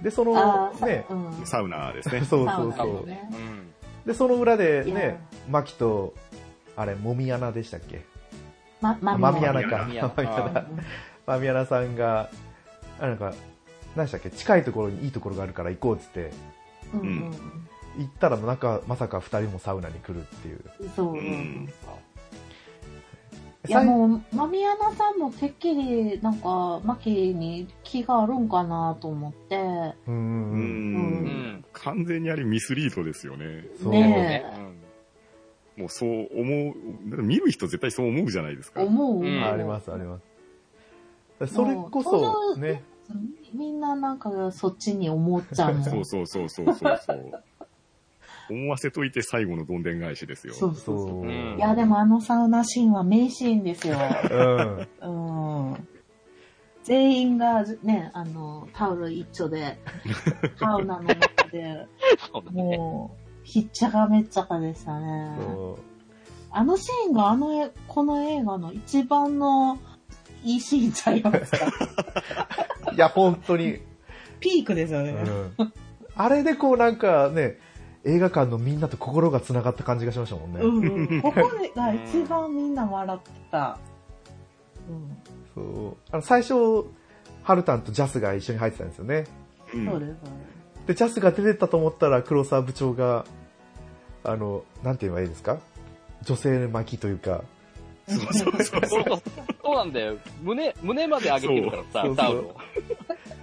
Speaker 5: ん。
Speaker 1: で、そ
Speaker 5: あ
Speaker 1: の、
Speaker 5: あ、
Speaker 1: ね、
Speaker 5: うん。
Speaker 3: サウナです
Speaker 1: そう
Speaker 3: ね。
Speaker 1: そう
Speaker 5: サ
Speaker 1: そ
Speaker 5: ウナ
Speaker 1: う。
Speaker 5: ね
Speaker 6: うん。
Speaker 1: で、その裏で
Speaker 5: いや
Speaker 1: ね、牧と、あれ、もみ穴でしたっけ
Speaker 5: ま、ま
Speaker 1: マミ
Speaker 5: みや
Speaker 1: 穴か。マミ
Speaker 4: 狸穴
Speaker 1: 穴。マミ穴さんが、あなんか、何でしたっけ近いところにいいところがあるから行こうっつって、
Speaker 5: うんうん
Speaker 1: 行ったらなんか、まさか二人もサウナに来るっていう。
Speaker 5: うん。そう。
Speaker 3: うん
Speaker 5: いや
Speaker 1: 最
Speaker 5: もう、マミアナさんもてっきり、なんか、マキに気があるんかなと思って、
Speaker 1: う
Speaker 3: うん。
Speaker 1: うん
Speaker 5: うん
Speaker 6: ん。
Speaker 3: 完全にあれミスリードですよね。
Speaker 1: そう
Speaker 5: ねえ、
Speaker 3: もうそう思う、だから見る人絶対そう思うじゃないですか。
Speaker 5: 思う、
Speaker 6: う
Speaker 1: うんん。あります、あります。それこそ、ね、
Speaker 5: みんななんかそっちに思っちゃうもん。
Speaker 3: そうそうそうそうそうそう。思わせといて最後のどんでん返しですよ。
Speaker 5: そう
Speaker 1: そ
Speaker 5: そうそう
Speaker 1: う。う
Speaker 6: うん
Speaker 5: いや、でもあのサウナシーンは名シーンですよ。
Speaker 1: ん。
Speaker 5: うん。全員がね、あの、タオル一丁 *laughs* で、サウナの中で、
Speaker 6: そうだね。
Speaker 5: もう、ひっちゃかめっちゃかでしたね。
Speaker 1: そう
Speaker 5: あのシーンがあの絵、この映画の一番のいいシーンちゃいます *laughs* か
Speaker 1: いや、本当に、
Speaker 5: ピークですよね。
Speaker 1: うんあれでこうなんかね、映画館のみんなと心が繋がった感じがしましたもんね。
Speaker 5: うん *laughs* うん。ここが一番みんな笑ってた。
Speaker 1: そ
Speaker 5: う
Speaker 1: うあの最初、ハルタンとジャスが一緒に入ってたんですよね。
Speaker 3: うん
Speaker 5: ん。そうで
Speaker 3: ん。
Speaker 5: す、そう
Speaker 1: で、ジャスが出てったと思ったら黒沢部長が、あの、なんて言えばいいですか女性の巻きというか、
Speaker 5: です。
Speaker 3: そうそうそう
Speaker 6: そうそうそうなんだよ。胸、胸まで上げてるか
Speaker 1: そ
Speaker 6: ら
Speaker 1: う
Speaker 6: さ、
Speaker 1: そう
Speaker 6: タ
Speaker 1: そ
Speaker 6: オ
Speaker 1: う
Speaker 6: ルを。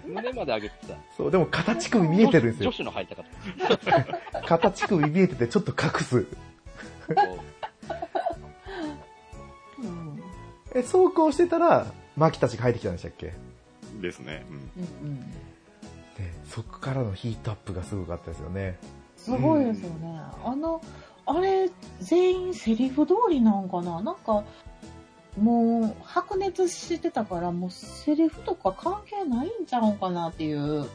Speaker 6: 胸まで上げてさ。
Speaker 1: そう、でも形首見えてるんですよ
Speaker 6: 女子。女子の入った方。
Speaker 1: 形首見えててちょっと隠す。
Speaker 6: こ
Speaker 5: うん
Speaker 1: え、そうこうしてたら、巻たちが入ってきたんでしたっけ
Speaker 3: ですね。うん
Speaker 5: うんうん
Speaker 1: でそこからのヒートアップがすごかったですよね。
Speaker 5: すごいですよね。あの、あれ、全員セリフ通りなんかななんか、もう、白熱してたから、もうセリフとか関係ないんちゃうんかなっていう、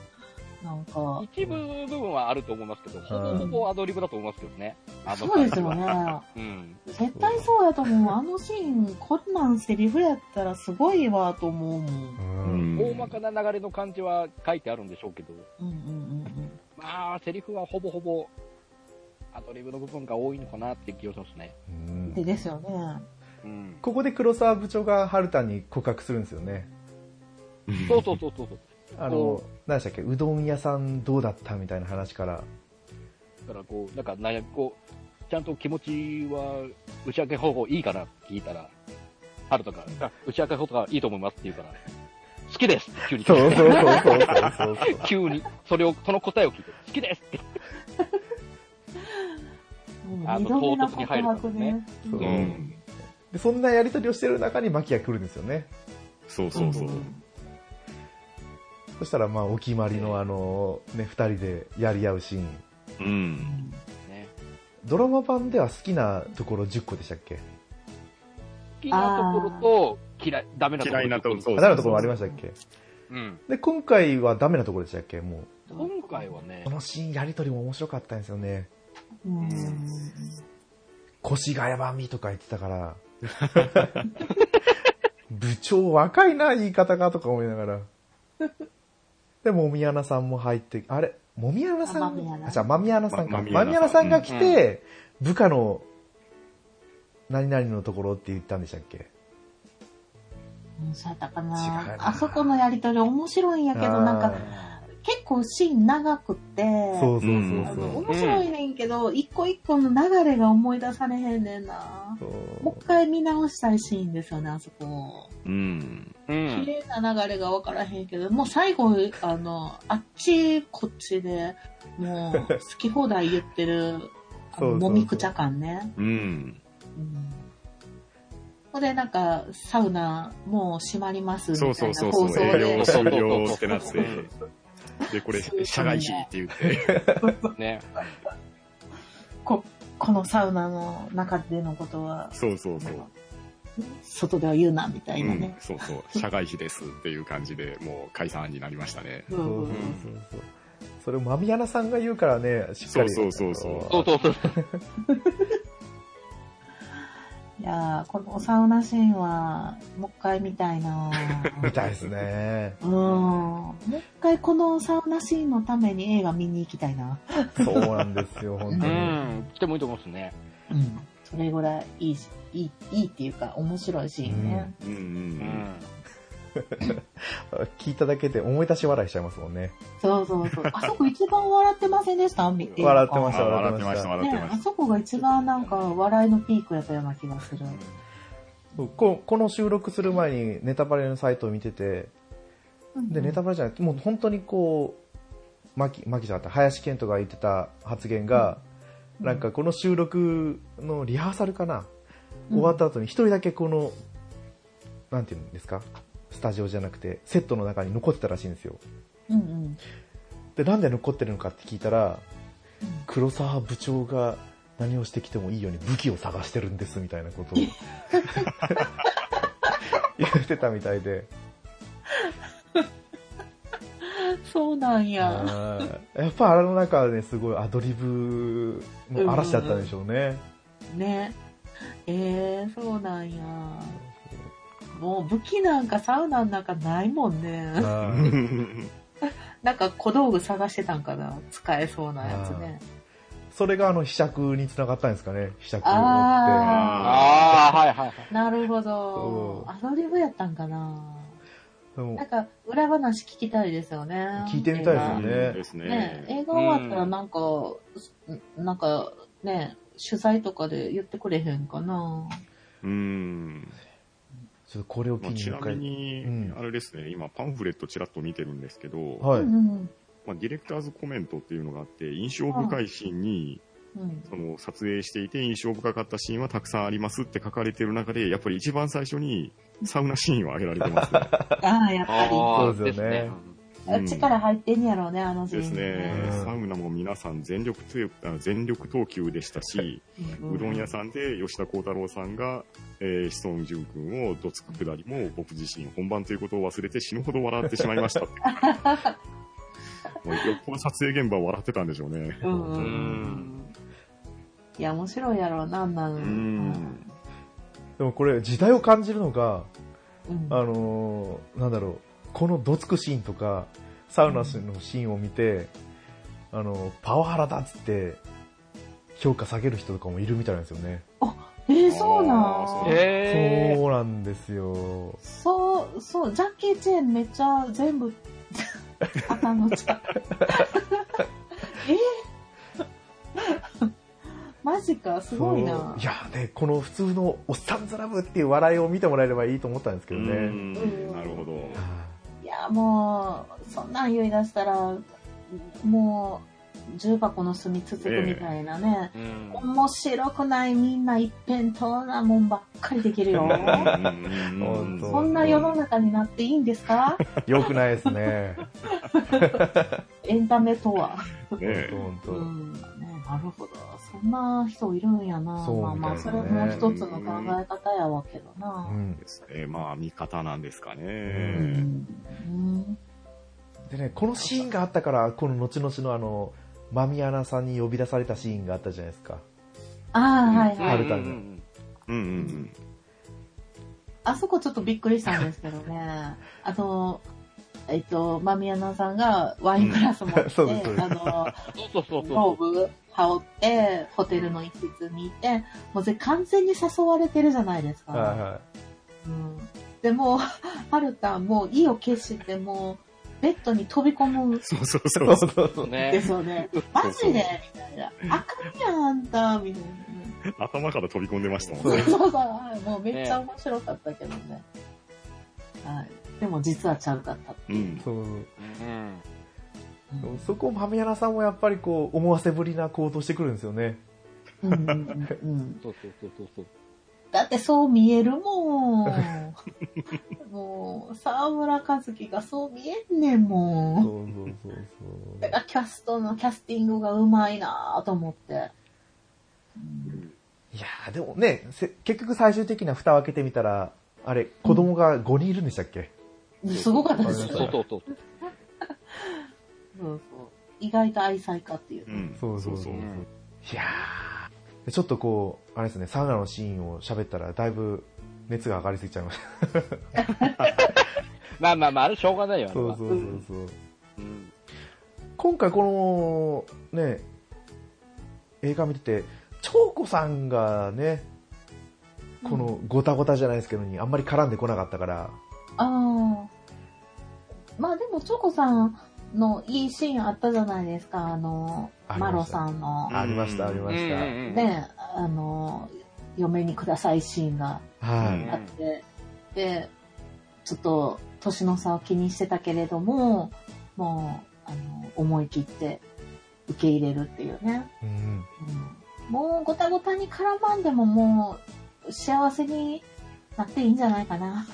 Speaker 5: なん
Speaker 6: う
Speaker 5: か、
Speaker 6: 一部部分はあると思いますけど、ほぼほぼアドリブだと思いますけどね。あの
Speaker 5: そうですよ。ね。
Speaker 6: うん。
Speaker 5: 絶対そうやと思う。あのシーン、こんなんセリフやったらすごいわと思うもん
Speaker 1: う。。
Speaker 3: うんん。
Speaker 6: 大まかな流れの感じは書いてあるんでしょうけど、
Speaker 5: うんうんうん
Speaker 6: まあ、セリフはほぼほぼ、アドリブの部分が多いのかなって気がしますね。
Speaker 1: う
Speaker 5: うん。
Speaker 1: ん
Speaker 5: でですよね。
Speaker 6: うん。
Speaker 1: ここで黒沢部長が春田に告白するんですよね。
Speaker 6: そうそうそうそうそう。
Speaker 1: あの
Speaker 6: お、
Speaker 1: 何でしたっけ、うどん屋さんどうだったみたいな話から。
Speaker 6: だからこう、なんか悩み、こう、ちゃんと気持ちは打ち明け方法いいかなって聞いたら、あるとか、あ打ち明け方がいいと思いますって言うから、好きですって急に
Speaker 1: そう
Speaker 6: 聞い
Speaker 1: そうそうそうそうそう。
Speaker 6: て、 *laughs* 急に、それを、その答えを聞いて、好きですって。
Speaker 5: も
Speaker 6: あ
Speaker 5: う
Speaker 6: の
Speaker 5: 二度目の
Speaker 6: 唐突
Speaker 5: 告
Speaker 6: に入るから
Speaker 5: 白
Speaker 6: ね
Speaker 5: ね。
Speaker 1: そううん *laughs* でそんなやりとりをしてる中に牧が来るんですよね。
Speaker 3: そうそうそう。
Speaker 1: そしたら、まあ、お決まりのあの、ね、二人でやり合うシーン。
Speaker 3: うん。
Speaker 6: ね、
Speaker 1: ドラマ版では好きなところ10個でしたっけ
Speaker 6: 好きなところと、嫌い、ダメなところ。
Speaker 3: 嫌いなところそう
Speaker 1: あダメなところもありましたっけ
Speaker 6: うん。
Speaker 1: で、今回はダメなところでしたっけも
Speaker 6: 今回はね
Speaker 1: う。こ、のシーンやりとりも面白かったんですよね。
Speaker 5: うん
Speaker 1: 腰がやばみとか言ってた *laughs* から。部長若いな、言い方がとか思いながら。で、もみやなさんも入って、あれもみやなさ
Speaker 5: あもみや
Speaker 1: ん
Speaker 5: な
Speaker 1: あ、じゃあ、まみやなさんか。
Speaker 3: ま
Speaker 1: まみやなさんが来て、部下の、何々のところって言ったんでしたっけ
Speaker 5: うんそうやったか
Speaker 1: 違う
Speaker 5: な。
Speaker 1: な
Speaker 5: あそこのやりとり面白いんやけ
Speaker 1: あ
Speaker 5: ど、
Speaker 1: ー
Speaker 5: なんか結構シーン長くって、
Speaker 1: そうそう
Speaker 3: うん
Speaker 5: あ
Speaker 1: そう
Speaker 5: の
Speaker 1: そう
Speaker 5: 面白いねんけど、一個一個の流れが思い出されへんねんな。
Speaker 1: そう
Speaker 5: もう一回見直したいシーンですよね、あそこ。
Speaker 3: うん。
Speaker 6: うん
Speaker 5: 綺。麗な流れが分からへんけど、もう最後、あの、あっち、こっちで、もう、好き放題言ってる、あ
Speaker 1: そうそうそ
Speaker 5: の、
Speaker 1: う
Speaker 5: もみくちゃ感ね。
Speaker 3: うん。
Speaker 5: うん。ここでなんか、サウナ、もう閉まります、みた
Speaker 3: そ
Speaker 5: いう
Speaker 3: そうそう
Speaker 5: な放
Speaker 3: そう、
Speaker 5: 送で。
Speaker 3: 営業終了ってなっ
Speaker 6: う
Speaker 3: て
Speaker 6: ん。
Speaker 3: で、これ、社外費って言って。
Speaker 6: ね。
Speaker 5: ここのサウナの中でのことは、
Speaker 3: そうそうそう。
Speaker 5: 外では言うな、みたいうなんね。、
Speaker 3: そうそう。社外費ですっていう感じで、もう解散になりましたね。
Speaker 5: うんうんうん
Speaker 1: そうそうそうそれをマミヤナさんが言うからね、しっかり。
Speaker 3: そうそうそう
Speaker 6: そうそうそう。
Speaker 5: いやー、このサウナシーンは、もう一回見たいな
Speaker 1: *laughs*
Speaker 5: ー
Speaker 1: みたいですね。
Speaker 5: うん。もう一回このサウナシーンのために映画見に行きたいな。
Speaker 1: そうなんですよ、本
Speaker 6: う
Speaker 1: 当に。
Speaker 6: ん。来てもいいと思いますね。
Speaker 5: うん。それぐらいいいし、いい、いいっていうか面白いシーンね。
Speaker 3: うんうん
Speaker 6: う
Speaker 3: うん。
Speaker 6: ん。
Speaker 1: 聞いただけで思い出し笑いしちゃいますもんね。
Speaker 5: そうそうそう。 *laughs* あそこ一番笑ってませんでしたみ
Speaker 1: *laughs* 笑ってま
Speaker 3: あ
Speaker 1: した
Speaker 3: 笑ってました、笑って
Speaker 5: ね
Speaker 3: ま
Speaker 5: あ
Speaker 3: し
Speaker 5: そこが一番なんか笑いのピークやったような気がする。
Speaker 1: そうここの収録する前にネタバレのサイトを見てて、で、ネタバレじゃない、もう本当にこう、マキ、マキじゃなかった、林健人が言ってた発言が、なんかこの収録のリハーサルかな、
Speaker 5: うん
Speaker 1: 終わった後に一人だけこの、なんていうんですか、スタジオじゃなくて、セットの中に残ってたらしいんですよ。
Speaker 5: うんうん。
Speaker 1: で、なんで残ってるのかって聞いたら、黒沢部長が何をしてきてもいいように武器を探してるんですみたいな
Speaker 5: *laughs*
Speaker 1: ことを言ってたみたいで。
Speaker 5: そうなんや。
Speaker 1: はいやっぱあの中で、ね、すごいアドリブの嵐だったんでしょうね。
Speaker 5: ね。えー、そうなんや。もう武器なんかサウナの中ないもんね。
Speaker 3: た。
Speaker 1: はい
Speaker 3: うん
Speaker 5: なんか小道具探してたんかな。使えそうなやつね。
Speaker 1: それがあの、被釈につながったんですかね。被釈を追って。
Speaker 5: あ
Speaker 6: ああ、はいはいはい。
Speaker 5: ー。なるほど。
Speaker 1: そう
Speaker 5: アドリブやったんかな。
Speaker 1: でも
Speaker 5: なんか、裏話聞きたいですよね。
Speaker 1: 聞いてみたいですよ
Speaker 3: うん
Speaker 1: ね
Speaker 3: です
Speaker 5: ね
Speaker 3: ね。
Speaker 5: 映画終わったらなんか、なんかね、取材とかで言ってくれへんかな。
Speaker 3: うん。
Speaker 1: ちょっとこれを
Speaker 3: ま
Speaker 1: 機
Speaker 3: あ、
Speaker 1: に
Speaker 3: ち
Speaker 1: 一
Speaker 3: なみ
Speaker 1: 回。
Speaker 3: に、
Speaker 1: うん
Speaker 3: あれですね、今パンフレットちらっと見てるんですけど、
Speaker 1: はい。
Speaker 5: うん
Speaker 3: まあ、ディレクターズコメントっていうのがあって、印象深いシーンに、
Speaker 5: うん。
Speaker 3: その撮影していて印象深かったシーンはたくさんありますって書かれてる中で、やっぱり一番最初にサウナシーンを挙げられ
Speaker 1: *laughs*
Speaker 3: てますね。
Speaker 5: ああ、やっぱ
Speaker 6: ああ、
Speaker 1: そうですよね
Speaker 5: り。あっちから入ってんやろうね、あのシーン
Speaker 3: ですね
Speaker 1: う。ん
Speaker 3: サウナも皆さん全力投あ全力投球でしたし、うどん屋さんで吉田鋼太郎さんが、えー、志尊淳君をどつくくだりも、僕自身本番ということを忘れて死ぬほど笑ってしまい
Speaker 1: *laughs*
Speaker 3: ましたって。もうよっぽど撮影現場は笑ってたんでしょうね。
Speaker 5: うんうんう。
Speaker 6: うん
Speaker 5: いや、面白いやろうな、あんなの。
Speaker 3: うん
Speaker 1: でもこれ、時代を感じるのが、
Speaker 5: うん
Speaker 1: あのーなんだろう、このどつくシーンとか、サウナのシーンを見て、あのーパワハラだっつって、評価下げる人とかもいるみたいなんですよね。
Speaker 5: えー、そうな
Speaker 3: あーそ
Speaker 5: ん
Speaker 3: う
Speaker 6: ええ。
Speaker 1: そうなんですよ。
Speaker 5: そう、そう、ジャッキー・チェーンめっちゃ全部、 *laughs* 頭の力。え *laughs* マジか、すごいな
Speaker 1: そう。いやね、この普通のおっさんずラブっていう笑いを見てもらえればいいと思ったんですけ
Speaker 3: う
Speaker 1: どね。
Speaker 3: んなるほど。
Speaker 1: はい
Speaker 5: や、もう、そんなん言い出したら、もう、重箱の隅つつくみたいなね。
Speaker 6: うん
Speaker 5: 面白くないみんな一辺倒なもんばっかりでき
Speaker 1: *laughs*
Speaker 5: るよ。
Speaker 1: *laughs* 本当
Speaker 5: そんな世の中になっていいんですか
Speaker 1: い良くないです
Speaker 5: *laughs*
Speaker 1: ね。
Speaker 5: エンタメとは。
Speaker 3: ねえ
Speaker 1: 本当
Speaker 5: う
Speaker 1: 本
Speaker 5: ん、ね、なるほど。そんな人いるんやな。
Speaker 1: そう
Speaker 5: まあまあ、
Speaker 1: み
Speaker 5: そ
Speaker 1: たい
Speaker 5: れ
Speaker 1: なね
Speaker 5: も一つの考え方やわけど
Speaker 1: 当。
Speaker 5: な
Speaker 1: う。ん。
Speaker 3: ですね。まあ、見方なんですか
Speaker 5: う
Speaker 3: ね。
Speaker 5: ん。うん
Speaker 1: でね、このシーンがあったから、この後々のあの、マミアナさんに呼び出されたシーンがあったじゃないですか。
Speaker 5: ああ、はい
Speaker 6: うん
Speaker 5: は
Speaker 1: あ
Speaker 5: い。
Speaker 1: るから
Speaker 6: うん
Speaker 3: うんうん
Speaker 5: あそこちょっとびっくりしたんですけど
Speaker 1: *laughs*
Speaker 5: ね。あの、えっと、マミヤナさんがワイングラス持って、
Speaker 1: *laughs* そうですそうです
Speaker 5: あの、
Speaker 6: そうそうそう
Speaker 5: ロ
Speaker 6: そ
Speaker 5: ーブ羽織って、ホテルの一室にいて、もうぜ完全に誘われてるじゃないですか。
Speaker 1: はいはい。
Speaker 5: うんでもう、はるたんもう意を決して、もう、ベッドに飛び込む
Speaker 3: うん。そうそうそう。 *laughs*
Speaker 1: そうそうそう
Speaker 6: う。
Speaker 5: で
Speaker 6: ね。
Speaker 5: すよね。マジでみたいな。あかんやん、あんたみたい
Speaker 3: 頭から飛び込んでましたもん
Speaker 5: な。
Speaker 3: ね。
Speaker 5: そうそう、もうめっちゃ面白かったけどね。はい。でも実はちゃうかった。
Speaker 3: うん。
Speaker 1: そう。
Speaker 6: うん。
Speaker 5: うん
Speaker 1: そこを豆柳さんもやっぱりこう、思わせぶりな行動してくるんですよね。
Speaker 5: うんうんうんうん
Speaker 4: そうそうそうそうそう。
Speaker 5: だってそう見えるもん。もう、沢村和樹がそう見えんねん
Speaker 1: そう
Speaker 5: もん。
Speaker 1: そうそう
Speaker 5: だからキャストのキャスティングがうまいなぁと思って。うん
Speaker 1: いやーでもね、せ結局最終的な蓋を開けてみたら、あれ、子供が5人いるんでしたっけ、
Speaker 5: すごかったで
Speaker 1: そ
Speaker 5: す
Speaker 1: う
Speaker 5: よ。
Speaker 1: そ
Speaker 5: そうう
Speaker 4: そうそうそう。
Speaker 5: そう。意外と愛妻家っていうう。
Speaker 3: ん。
Speaker 1: そうそうそうう。
Speaker 3: ん
Speaker 1: いやーでちょっとこう、あれですね、サウナのシーンを喋ったら、だいぶ熱が上がりすぎちゃいまし
Speaker 4: まあまあまあ、あれしょうがないよ、
Speaker 1: た。
Speaker 4: あれ
Speaker 1: *laughs* そう
Speaker 4: は。
Speaker 1: そうそうそう。
Speaker 4: うん
Speaker 1: 今回この、ね、映画見てて、蝶子さんがね、このごたごたじゃないですけどに、あんまり絡んでこなかったから、
Speaker 5: ああ。まあでも、チョコさんのいいシーンあったじゃないですか。あの、
Speaker 1: ありま
Speaker 5: マ
Speaker 1: した
Speaker 5: ロさんの
Speaker 3: うん、
Speaker 1: ありました、ありま
Speaker 6: うん
Speaker 1: し
Speaker 6: う
Speaker 1: た。
Speaker 6: んうん
Speaker 5: ね、あの、嫁にくださいシーンが
Speaker 1: は
Speaker 3: う
Speaker 1: い
Speaker 3: ん
Speaker 5: あって、で、ちょっと、年の差を気にしてたけれども、もう、あの、思い切って受け入れるっていうね。
Speaker 1: うん。
Speaker 5: うんもう、ごたごたに絡まんでももう、幸せになっていいんじゃないかな。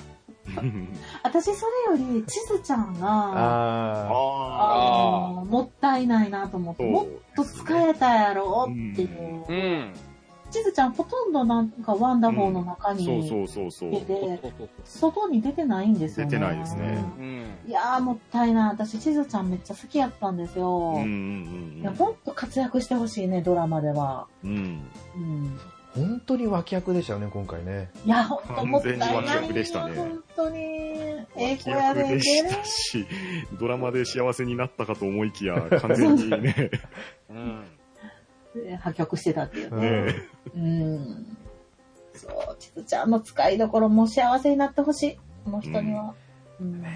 Speaker 5: 私、それより、ちずちゃんが、
Speaker 1: あー
Speaker 3: ああ。
Speaker 5: あのもったいないなと思って、もっと使えたやろっていう。
Speaker 6: うん。
Speaker 5: ちずちゃん、ほとんどなんかワンダホーの中に
Speaker 3: そう
Speaker 5: い
Speaker 3: そうそうそう。
Speaker 5: て
Speaker 4: そう
Speaker 5: て
Speaker 4: そ、うそう
Speaker 5: 外に出てないんですよね。
Speaker 3: 出てないですね
Speaker 6: うん。
Speaker 5: いやー、もったいない。私、ちずちゃんめっちゃ好きやったんですよ。
Speaker 3: うんう
Speaker 5: い
Speaker 3: ん
Speaker 5: や、ほんと活躍してほしいね、ドラマでは。
Speaker 3: うん。うん。
Speaker 5: うん。
Speaker 1: 本当に脇役でしたよね、今回ね。
Speaker 5: いや、ほんともったいないよ。
Speaker 3: 完全に脇役でしたね
Speaker 5: 本当に。ええ子や
Speaker 3: 役
Speaker 5: で、
Speaker 3: で
Speaker 5: いけ
Speaker 3: し
Speaker 5: る
Speaker 3: たし、ドラマで幸せになったかと思いきや、完全に
Speaker 5: *laughs*
Speaker 3: ね、
Speaker 6: うん。
Speaker 5: 破局してたっていう
Speaker 1: う
Speaker 5: ね。
Speaker 1: ん
Speaker 3: ね
Speaker 5: うん。そう、ちずちゃんの使いどころも幸せになってほしい。この人には。うん。
Speaker 1: だか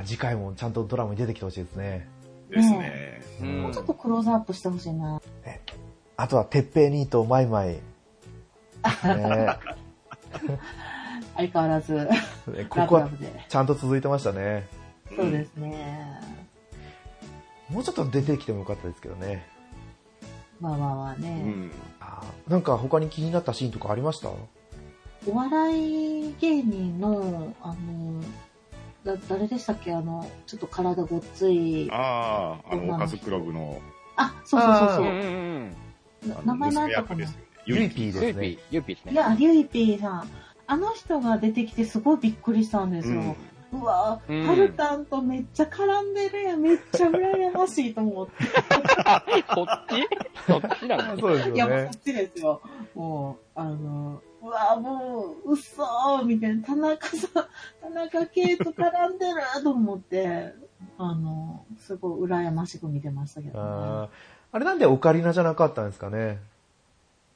Speaker 1: ら次回もちゃんとドラマに出てきてほしいですね。
Speaker 3: ですね。
Speaker 6: うん
Speaker 5: もうちょっとクローズアップしてほしいな。
Speaker 1: あとは、てっぺいにとマイマイ。ね
Speaker 5: 相変わらず、
Speaker 1: ねこ
Speaker 5: ラ
Speaker 1: こ
Speaker 5: ブラ
Speaker 1: は
Speaker 5: ブで。
Speaker 1: ちゃんと続いてましたね。
Speaker 5: そうですね。
Speaker 1: もうちょっと出てきてもよかったですけどね。
Speaker 5: まあまあまあ
Speaker 3: う
Speaker 5: ね。
Speaker 3: ん。
Speaker 1: あーなんか他に気になったシーンとかありました
Speaker 5: お笑い芸人の、あの、だ誰でしたっけあの、ちょっと体ごっつい。あ、
Speaker 3: ああ、あの、おかずクラブの、
Speaker 5: そうそ
Speaker 6: う
Speaker 5: う
Speaker 6: んう
Speaker 5: そう
Speaker 6: うん。
Speaker 5: そう
Speaker 3: あ
Speaker 5: な。
Speaker 3: の
Speaker 5: 名前なん
Speaker 3: 娘
Speaker 5: だったか
Speaker 3: 役
Speaker 5: な
Speaker 3: で
Speaker 5: い
Speaker 3: すよね。
Speaker 1: ゆい
Speaker 3: ゆ
Speaker 1: ぴー
Speaker 4: ユ
Speaker 1: です
Speaker 4: ーピ
Speaker 1: ね
Speaker 4: ー。、ユーピーですね。
Speaker 5: や、リュイピーさん。あの人が出てきてすごいびっくりしたんです
Speaker 3: う
Speaker 5: よ。
Speaker 3: ん。
Speaker 5: うわぁ、
Speaker 6: うん
Speaker 5: はるたんとめっちゃ絡んでるやん、めっちゃ羨ましいと思って。
Speaker 4: そっちそっちな
Speaker 1: あ
Speaker 4: の
Speaker 1: そうです
Speaker 5: いや、
Speaker 1: よ
Speaker 5: もう
Speaker 1: ね
Speaker 5: そ。っちですよ。もう、あの、うわぁ、もう、嘘ーみたいな、田中さん、田中圭と絡んでると思って、あの、すごい羨ましく見てましたけど、ね。
Speaker 1: あーあれなんでオカリナじゃなかったんですかね。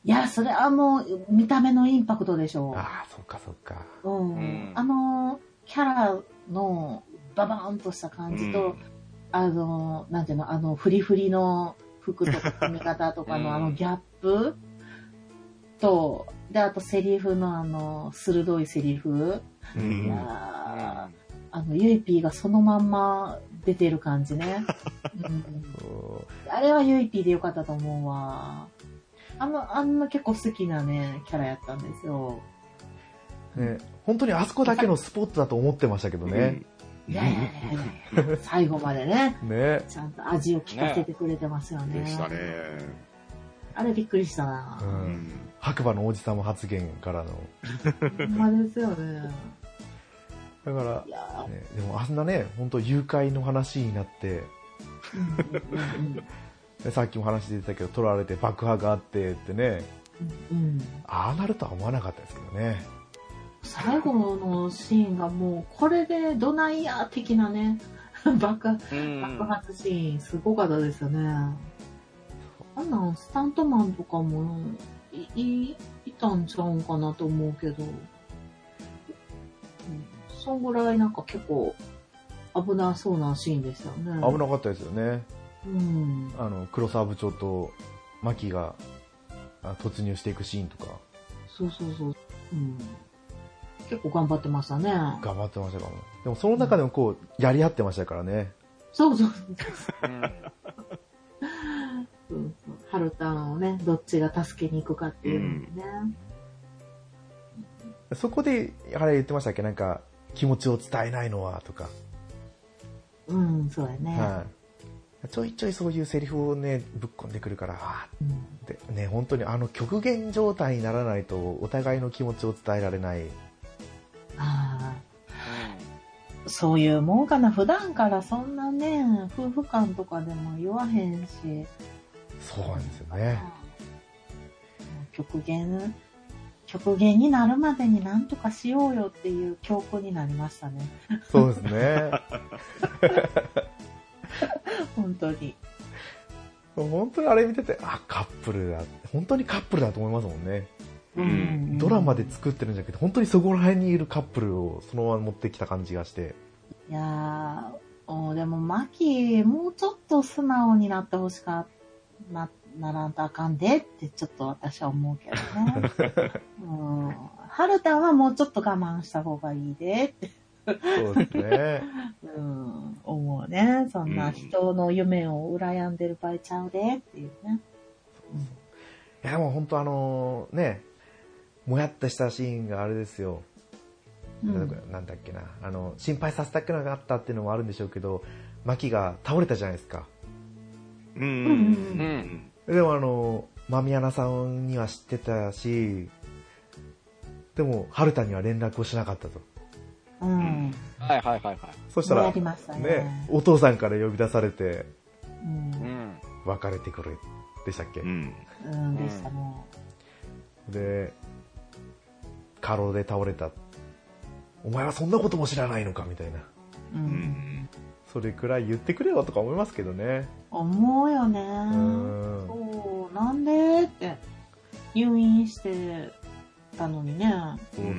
Speaker 5: いや、それはもう、見た目のインパクトでしょ
Speaker 1: ああ、そっかそっか。
Speaker 5: う。うん。
Speaker 6: うん
Speaker 5: あの、キャラの、ババーンとした感じと、あの、なんていうの、あの、フリフリの服とか髪型とか *laughs*
Speaker 6: うん
Speaker 5: のあのギャップと、で、あとセリフのあの、鋭いセリフ。
Speaker 1: う
Speaker 5: い
Speaker 3: ん
Speaker 5: やー
Speaker 1: ん。
Speaker 5: あの、ゆいぴーがそのまんま出てる感じ *laughs* ね。うん
Speaker 1: そう
Speaker 5: あれはゆいぴーでよかったと思うわ。あの、あんな結構好きなね、キャラやったんですよ。
Speaker 1: ね、本当にあそこだけのスポットだと思ってましたけどね。
Speaker 5: いやいやいやいや最後までね、
Speaker 1: ね。
Speaker 5: ちゃんと味を聞かせてくれてますよね。
Speaker 3: でしたね。
Speaker 5: あれびっくりした
Speaker 1: う
Speaker 5: な。
Speaker 1: ん。白馬の王子様発言からの。
Speaker 5: *laughs* ほんまですよね。
Speaker 1: だから
Speaker 5: い、や
Speaker 1: ね、でもあんなね、本当誘拐の話になって、
Speaker 5: ー
Speaker 1: でさっきも話出てたけど、取られて爆破があってってね、
Speaker 5: うんうん
Speaker 1: ああなるとは思わなかったですけどね。
Speaker 5: 最後のシーンがもうこれでどないや的なね *laughs* 爆
Speaker 6: うん
Speaker 5: 爆。発シーンすごかったですよね、あんなんスタントマンとかもいいいたんちゃうんかなと思うけど、うん、そんぐらいなんか結構危なそうなシーンでしたよね
Speaker 1: 危なかったですよね。
Speaker 5: うん
Speaker 1: あの、黒沢部長と牧があ突入していくシーンとか。
Speaker 5: そうそうそううん結構頑張ってましたね。
Speaker 1: 頑張ってましたからね。でもその中でもこう、やり合ってましたからね。
Speaker 5: そうそう。
Speaker 6: うん
Speaker 5: そうそうハルタンをね、どっちが助けに行くかっていうのもね。
Speaker 1: そこで、あれ言ってましたっけなんか、気持ちを伝えないのは、とか。
Speaker 5: うん、そうやね。
Speaker 1: はい。ちょいちょいそういうセリフをね、ぶっ込んでくるから、あ
Speaker 5: うん
Speaker 1: ーって、ね、本当にあの極限状態にならないと、お互いの気持ちを伝えられない。
Speaker 5: ああ、そういうもんかな。普段からそんなね、夫婦間とかでも言わへんし、
Speaker 1: そうなんですよね。
Speaker 5: 極限、極限になるまでになんとかしようよっていう教訓になりましたね。
Speaker 1: そうですね。
Speaker 5: 本当に。
Speaker 1: 本当にあれ見てて、あ、カップルだ。本当にカップルだと思いますもんね。
Speaker 3: うん
Speaker 1: ドラマで作ってるんじゃなくて、本当にそこら辺にいるカップルをそのまま持ってきた感じがして。
Speaker 5: いやー、おでも、マキ、もうちょっと素直になってほしかな、ならんとあかんでって、ちょっと私は思うけどね。 *laughs* うん。はるたんはもうちょっと我慢した方がいいでって、
Speaker 1: そうですね。
Speaker 5: うん、思うね。そんな人の夢を羨んでる場合ちゃうでっていうね。
Speaker 1: いや、もう本当あのね、もやっとしたシーンがあれですよ。
Speaker 5: うん
Speaker 1: なんだっけな。あの、心配させたくなかったっていうのもあるんでしょうけど、マキが倒れたじゃないですか。
Speaker 3: うん
Speaker 5: うん
Speaker 3: うん
Speaker 1: でもあの、マミアナさんには知ってたし、でも、ハルタには連絡をしなかったと。
Speaker 5: うん。
Speaker 4: はいはいはいはい。
Speaker 1: そしたら、
Speaker 5: やりましたね。
Speaker 1: ね、お父さんから呼び出されて、
Speaker 5: うん。
Speaker 1: 別れてくれ、でしたっけ、
Speaker 3: うん
Speaker 5: うん、でしたね。
Speaker 1: で、過労で倒れた。お前はそんなことも知らないのかみたいな。
Speaker 5: う。
Speaker 3: うんん
Speaker 1: それくらい言ってくれよとか思いますけどね。
Speaker 5: 思うよね。
Speaker 1: うーん。
Speaker 5: そう、なんでって入院してたのにね。
Speaker 1: そうそう。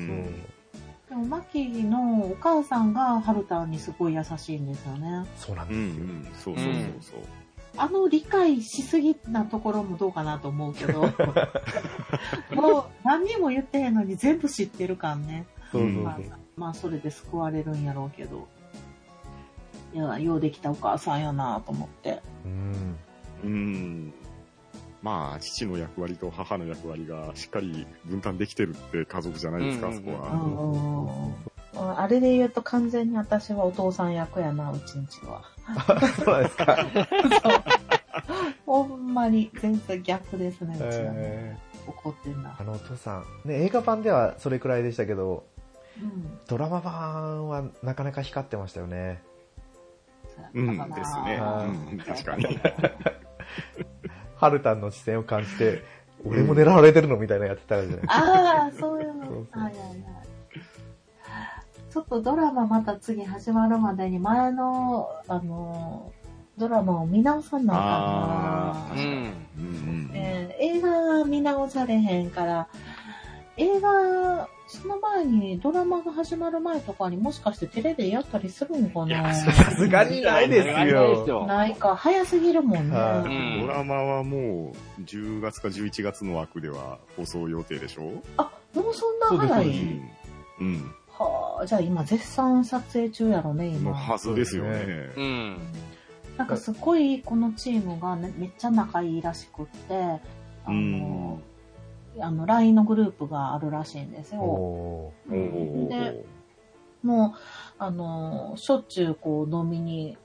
Speaker 5: でも、マキのお母さんがハルタンにすごい優しいんですよね。
Speaker 1: そうなん
Speaker 3: う
Speaker 1: ですよ。
Speaker 3: んそうそうそう
Speaker 5: あの理解しすぎなところもどうかなと思うけど。もう何にも言ってへんのに全部知ってる感ね。
Speaker 1: そうそうそう。
Speaker 5: まあ、まあそれで救われるんやろうけど。いや、ようできたお母さんやなと思って。
Speaker 1: うん。
Speaker 3: そううんまあ父の役割と母の役割がしっかり分担できてるって家族じゃないですか、
Speaker 6: うん
Speaker 3: そこ
Speaker 5: う
Speaker 3: は、
Speaker 5: んうんうんうんあれで言うと完全に私はお父さん役やな、うちんちは。
Speaker 1: そうなんですか。
Speaker 5: ほんまに全然逆ですね、うちはね、
Speaker 1: え
Speaker 5: 怒ってんだ
Speaker 1: ー、あ。のお父さん、ね、映画版ではそれくらいでしたけど、
Speaker 5: うん。
Speaker 1: ドラマ版はなかなか光ってましたよね。
Speaker 5: そうやったか
Speaker 3: うん
Speaker 5: な
Speaker 3: ですね
Speaker 1: うん
Speaker 3: 確かに。
Speaker 1: ハルタンの視線を感じて、俺も狙われてるのみたいなやってたじゃないですか。
Speaker 5: *laughs* ああ、そういう
Speaker 1: そう
Speaker 5: の。
Speaker 1: そう
Speaker 5: はいはいはい。ちょっとドラマまた次始まるまでに前の、あの、ドラマを見直さなあかんな。
Speaker 6: うん
Speaker 3: うんうん
Speaker 5: えー映画見直されへんから、映画、その前にドラマが始まる前とかにもしかしてテレビやったりするのか
Speaker 3: い
Speaker 5: な
Speaker 3: や
Speaker 1: さすがにないです
Speaker 4: ないで
Speaker 1: よ
Speaker 4: す。よ。
Speaker 5: ないか、早すぎるもんね。
Speaker 1: は
Speaker 6: う
Speaker 1: い
Speaker 6: ん
Speaker 3: ドラマはもう10月か11月の枠では放送予定でしょ
Speaker 5: あ、もうそんな
Speaker 1: は
Speaker 5: 早
Speaker 1: い
Speaker 5: い
Speaker 3: うん。うん。
Speaker 5: はあ、じゃあ今絶賛撮影中やろね、
Speaker 3: の
Speaker 5: 今。
Speaker 3: はずですよ
Speaker 1: そう
Speaker 3: ね。
Speaker 6: うん。
Speaker 5: なんかすごいこのチームが、ね、めっちゃ仲いいらしくって、あの、あの、LINE のグループがあるらしいんですよ。
Speaker 1: お
Speaker 3: お
Speaker 5: で、もう、あの、しょっちゅうこう飲みに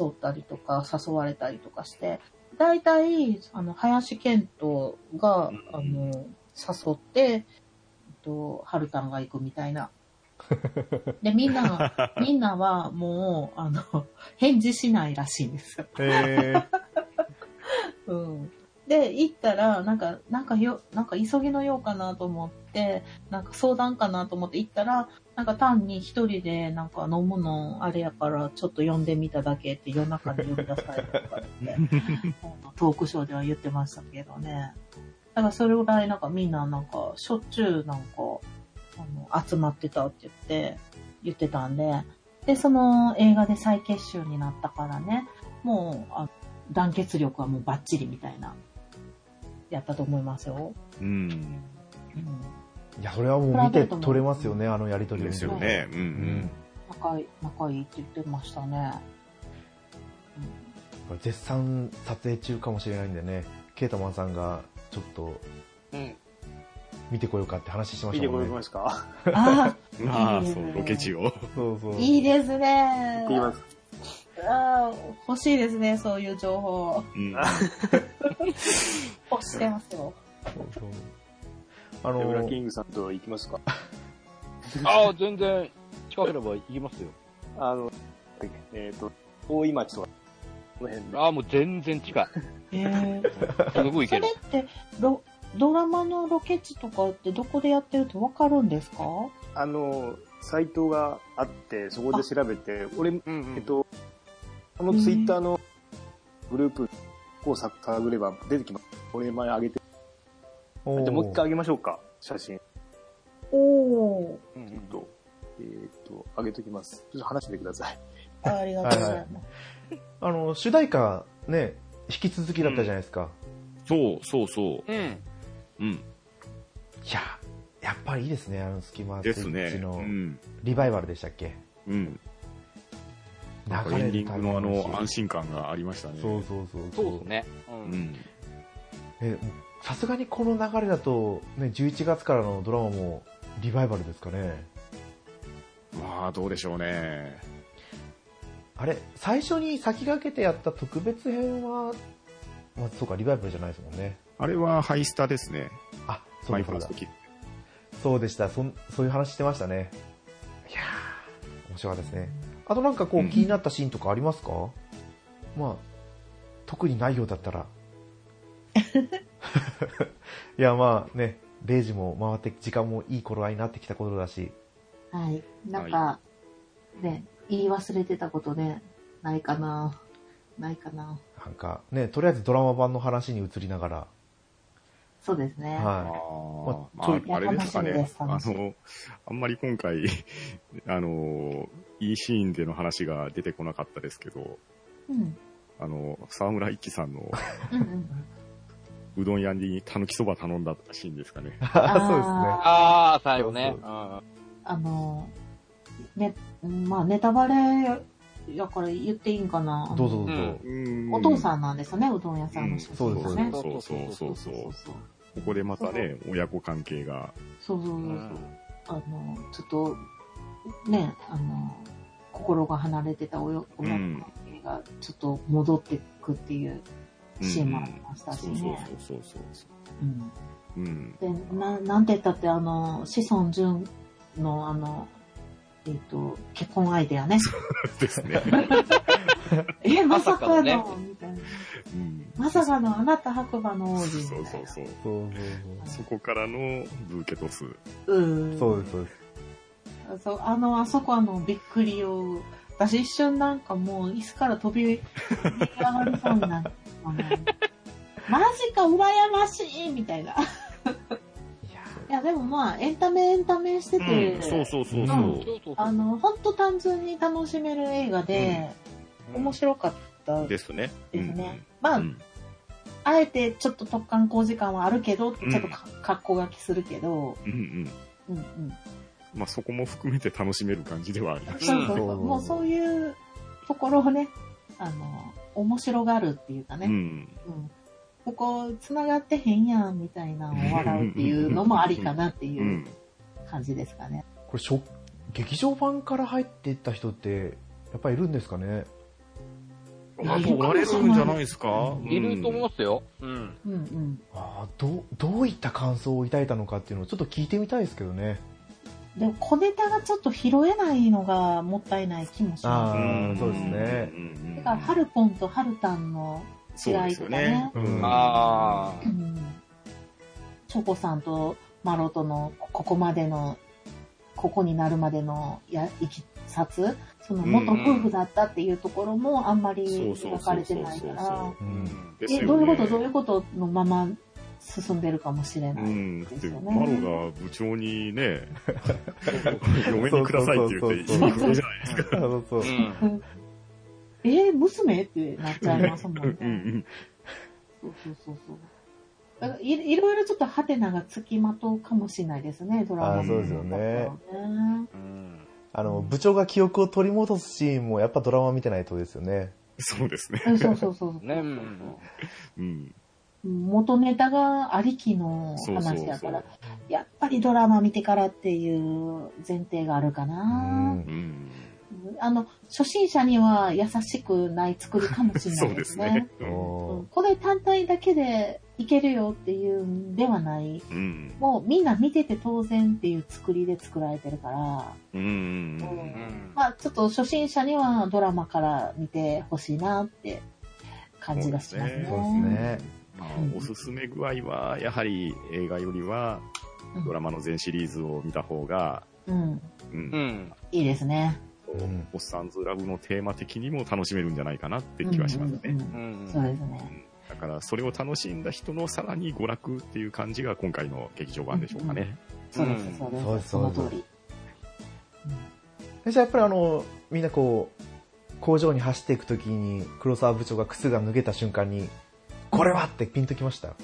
Speaker 5: 誘ったりとか、誘われたりとかして、大体、あの、林健人が、あの、誘って、えっと、春たんが行くみたいな。で、みんな、みんなはもう、あの、返事しないらしいんですよ。
Speaker 1: ー。えー、
Speaker 5: うん。で、行ったら、なんか、なんかよ、なんか急ぎのようかなと思って、なんか相談かなと思って行ったら、なんか単に一人でなんか飲むのあれやからちょっと呼んでみただけって夜中に呼び出されたとかって、あのトークショーでは言ってましたけどね。だからそれぐらいなんかみんななんかしょっちゅうなんかあの集まってたって言って、言ってたんで、で、その映画で再結集になったからね、もうあ団結力はもうバッチリみたいな、やったと思いますよ。
Speaker 3: うん。
Speaker 5: うん
Speaker 1: いや、それはもう見て取れますよね、あのやりとりを見
Speaker 3: で
Speaker 1: て
Speaker 3: す
Speaker 1: る
Speaker 3: よ
Speaker 1: と
Speaker 3: ね。うんう
Speaker 1: うん
Speaker 3: ん。。
Speaker 5: 仲いい、仲いいって言ってましたね。
Speaker 1: これ絶賛撮影中かもしれないんでね、ケータマンさんがちょっと
Speaker 6: うん。
Speaker 1: 見てこようかって話してま
Speaker 2: 見
Speaker 1: してた
Speaker 2: こ
Speaker 1: も
Speaker 2: れ
Speaker 1: んね。
Speaker 2: ますか
Speaker 5: あ
Speaker 3: まあ、そう、ロケ地を。
Speaker 1: そうそ
Speaker 5: あ、
Speaker 1: う。
Speaker 5: いいですね
Speaker 2: 見。てみます。
Speaker 5: あー欲しいですね、そういう情報。
Speaker 3: うん。
Speaker 5: 欲してますよ。
Speaker 1: そうそうあ
Speaker 2: レブラ
Speaker 1: の
Speaker 2: キ、ングさんと行きますか
Speaker 6: ああ、全然、近ければ行きますよ。
Speaker 2: あの、えっと、大井町とか、この辺で。
Speaker 6: ああ、もう全然近い。
Speaker 5: へえ。
Speaker 6: すごい行
Speaker 5: そ
Speaker 6: け
Speaker 5: れ
Speaker 6: る。
Speaker 5: ってロ、ドラマのロケ地とかってどこでやってるってわかるんですか
Speaker 2: あの、サイトがあって、そこで調べて、俺、
Speaker 6: うんう
Speaker 2: えっ
Speaker 6: ん。
Speaker 2: と、あのツイッターのグループをさ探れば出てきます。俺前上げて。
Speaker 1: お
Speaker 2: じゃ
Speaker 1: ー
Speaker 2: あもう一回上げましょうか、写真。
Speaker 5: おお
Speaker 6: うん
Speaker 2: えっと、えーっと、上げときます。ちょっと話してください。
Speaker 5: ー。ありがとうございます。
Speaker 1: あの、主題歌、ね、引き続きだったじゃないですか。
Speaker 3: そう、そう、そ
Speaker 6: うん。
Speaker 3: う。うん。
Speaker 1: いや、やっぱりいいですね、あの、スキマスイ
Speaker 3: です
Speaker 1: ッ
Speaker 3: ね。
Speaker 1: チ
Speaker 3: う
Speaker 1: の
Speaker 3: ん。
Speaker 1: リバイバルでしたっけ
Speaker 3: うん。なん
Speaker 1: 流
Speaker 3: かエ
Speaker 1: れ
Speaker 3: ンデ
Speaker 1: る
Speaker 3: ィ
Speaker 1: た
Speaker 3: ン
Speaker 1: び
Speaker 3: グのあ
Speaker 1: に
Speaker 3: の、安心感がありましたね。
Speaker 1: そうそうそう。
Speaker 6: そうですね。う。
Speaker 3: うんん。
Speaker 1: えもうさすがにこの流れだと、ね、11月からのドラマもリバイバルですかね。
Speaker 3: まあ、どうでしょうね。
Speaker 1: あれ、最初に先駆けてやった特別編は、まあ、そうか、リバイバルじゃないですもんね。
Speaker 3: あれはハイスタですね。
Speaker 1: あ、そ
Speaker 3: マ
Speaker 1: う
Speaker 3: イ
Speaker 1: だそう
Speaker 3: クロ
Speaker 1: だ
Speaker 3: ス。キッ
Speaker 1: そうでした。そん、そういう話してましたね。いやー、面白かったですね。あとなんかこ
Speaker 3: う
Speaker 1: う、
Speaker 3: ん
Speaker 1: 気になったシーンとかありますか、まあ、特にないようだったら。いや、まあね、0時も回って、時間もいい頃合いになってきたことだし、
Speaker 5: はい。なんか、
Speaker 3: は
Speaker 5: ね、言い忘れてたことね、ないかな。ないかな。
Speaker 1: なんかね、とりあえずドラマ版の話に移りながら、
Speaker 5: そうですね。
Speaker 3: あ
Speaker 1: は
Speaker 3: ー
Speaker 1: まあちょい
Speaker 3: まあ、あれですか
Speaker 5: いや楽しみで
Speaker 3: ね
Speaker 5: す。
Speaker 3: あの、あんまり今回、 *laughs* あの、いいシーンでの話が出てこなかったですけど、
Speaker 5: うん。
Speaker 3: あの、沢村一樹さんの
Speaker 5: うんうん。
Speaker 3: うどん屋にたぬきそば頼んだシーンです
Speaker 1: *laughs*
Speaker 3: かね。
Speaker 1: い。あ
Speaker 6: ああ、最後ね。
Speaker 1: そう
Speaker 6: うん。
Speaker 5: *laughs* あの、ね、まあ、ネタバレやから言っていいんかな。
Speaker 1: そうですね。どうぞどうぞ。
Speaker 5: お父
Speaker 3: ん。
Speaker 5: さんなんですよね、うどん屋さんの出身ですね。
Speaker 3: そうそうそうそう。こ
Speaker 5: そう
Speaker 3: こでまたね、親子関係が。
Speaker 5: そうそうう。
Speaker 6: ん
Speaker 5: あの、ちょっと、ね、あの、心が離れてたおよ
Speaker 3: う
Speaker 5: 親
Speaker 3: ん
Speaker 5: がちょっと戻ってくっていう
Speaker 3: うん
Speaker 5: シーンもありましたし
Speaker 3: そうそう
Speaker 5: ね。
Speaker 3: そうそうそ
Speaker 5: うん
Speaker 3: う。うん。
Speaker 5: で、ななんて言ったって、あの、志尊淳の、あの、えっ、と、結婚相手やね。
Speaker 3: です
Speaker 5: *laughs*
Speaker 3: ね。
Speaker 5: え、ま
Speaker 6: ま
Speaker 5: さ
Speaker 6: さ
Speaker 5: か
Speaker 6: か
Speaker 5: の、
Speaker 6: のね
Speaker 5: みたいな。
Speaker 3: うん。
Speaker 5: まさかのあなた白馬の王
Speaker 3: そう
Speaker 5: 子みたい
Speaker 3: そう
Speaker 5: な。
Speaker 3: そう。
Speaker 1: そう
Speaker 3: そこからのブーケトス。
Speaker 5: うん。
Speaker 1: そうそう。そうです、そうです。
Speaker 5: そう、あの、あそこあの、びっくりを、私一瞬なんかもう椅子から飛び上がりそうになるもんね。マジか、羨ましいみたいな。いや、でもまあ、エンタメエンタメしてて、
Speaker 3: うんそうそうそう
Speaker 1: そ
Speaker 3: うそう
Speaker 6: そううそうそ
Speaker 5: あ
Speaker 6: う。
Speaker 5: の、本当単純に楽しめる映画で、面白かった
Speaker 3: ん。
Speaker 5: で
Speaker 3: ですね。
Speaker 5: すね。
Speaker 3: う
Speaker 5: まあ、
Speaker 3: ん。うん
Speaker 5: あえてちょっと突貫工時間はあるけど、ちょっとか格好書きするけど、
Speaker 3: うんうん。
Speaker 5: うんうん。
Speaker 3: まあそこも含めて楽しめる感じではありまし
Speaker 5: そうそう
Speaker 1: そ
Speaker 5: そうう。もうそういうところをね、あの、面白がるっていうか
Speaker 3: た。
Speaker 5: ね、
Speaker 3: うん。
Speaker 5: うんここ繋がってへんやんみたいなのを笑うっていうのもありかなって
Speaker 3: う。
Speaker 5: いうん感じですかね。
Speaker 1: これしょ、劇場版から入っていった人って、やっぱりいるんですかね
Speaker 3: あと割れるんじゃないですか
Speaker 6: いると思
Speaker 3: う
Speaker 6: い
Speaker 3: ん
Speaker 6: ますよ。うん。
Speaker 5: うんうん。
Speaker 1: ああ、どう、どういった感想を抱いたのかっていうのをちょっと聞いてみたいですけどね。
Speaker 5: でも小ネタがちょっと拾えないのがもったいない気もし
Speaker 1: あ
Speaker 5: ま
Speaker 1: ーそうですね。
Speaker 3: うんうんうん
Speaker 5: す。だから、ハルポンとハルタンの
Speaker 3: そうですよね。
Speaker 1: 違いとかねうん
Speaker 6: あ
Speaker 5: う
Speaker 6: あ。
Speaker 5: んチョコさんとマロとのここまでの、ここになるまでのやいきさつ、その元夫婦だったっていうところもあんまり
Speaker 3: そうそう
Speaker 5: 描か
Speaker 3: そ
Speaker 5: れ
Speaker 3: う
Speaker 5: て
Speaker 3: そう
Speaker 5: ないか
Speaker 3: そう
Speaker 5: ら、
Speaker 1: う。
Speaker 6: うんん。
Speaker 3: ですよ
Speaker 5: え、
Speaker 3: ね
Speaker 5: どういうことどういうことのまま進んでるかもしれな
Speaker 3: う
Speaker 5: い。
Speaker 3: ん。だって、
Speaker 5: ですよね
Speaker 3: マロが部長に
Speaker 5: *laughs*
Speaker 3: ね、嫁にくださいって言って、
Speaker 1: そうそうそうそう
Speaker 3: いい子
Speaker 5: *laughs*
Speaker 3: じゃないです
Speaker 1: *laughs*
Speaker 3: か。
Speaker 1: そうそう
Speaker 6: う。ん。
Speaker 5: えー娘ってなっちゃいますもんね。
Speaker 3: うん
Speaker 5: そうそうそうそう。だからいいろいろちょっとハテナがつきまとうかもしれないですね、ドラマ
Speaker 1: あーそうですよね
Speaker 5: だったらね
Speaker 3: うん
Speaker 1: あの、部長が記憶を取り戻すシーンもやっぱドラマ見てないとですよね。
Speaker 3: *laughs* そうですね。
Speaker 5: うんそうそうそうそう。
Speaker 6: ねうん
Speaker 3: うん。
Speaker 5: 元ネタがありきの
Speaker 3: そうそう
Speaker 5: 話
Speaker 3: そ
Speaker 5: だから、
Speaker 3: う。
Speaker 5: やっぱりドラマ見てからっていう前提があるか
Speaker 1: う
Speaker 5: な。
Speaker 1: ん。
Speaker 3: うん。
Speaker 5: あの、初心者には優しくない作りかもしれ
Speaker 3: *laughs*
Speaker 5: な
Speaker 3: そう
Speaker 5: いで
Speaker 3: ですす
Speaker 5: ね
Speaker 3: ね。。うん
Speaker 5: う
Speaker 1: お
Speaker 5: んこれ単体だけでいけるよっていうんではない。
Speaker 3: うん。
Speaker 5: もうみんな見てて当然っていう作りで作られてるから、
Speaker 3: うん。うん
Speaker 5: うん
Speaker 6: うん
Speaker 5: まあちょっと初心者にはドラマから見てほしいなって感じがしますね。
Speaker 1: ーそうですね。
Speaker 3: まあ、おすすめ具合は、やはり映画よりは、ドラマの全シリーズを見た方が、
Speaker 5: うん。
Speaker 3: う、
Speaker 6: うんん。
Speaker 5: いいですね。
Speaker 1: うん
Speaker 3: おっさんずラブのテーマ的にも楽しめるんじゃないかなって気はしますね。
Speaker 5: うんうん
Speaker 6: う
Speaker 5: うん
Speaker 6: ん
Speaker 5: そうですね。
Speaker 3: だから、それを楽しんだ人のさらに娯楽っていう感じが今回の劇場版でしょうかね。
Speaker 5: そうです、そ
Speaker 1: そう
Speaker 5: うで
Speaker 1: です
Speaker 5: す。
Speaker 1: そ
Speaker 5: そうの
Speaker 1: です
Speaker 5: 通り。
Speaker 1: そしてやっぱりあの、みんなこう、工場に走っていくときに、黒沢部長が靴が脱げた瞬間に、これはってピンときましたよ。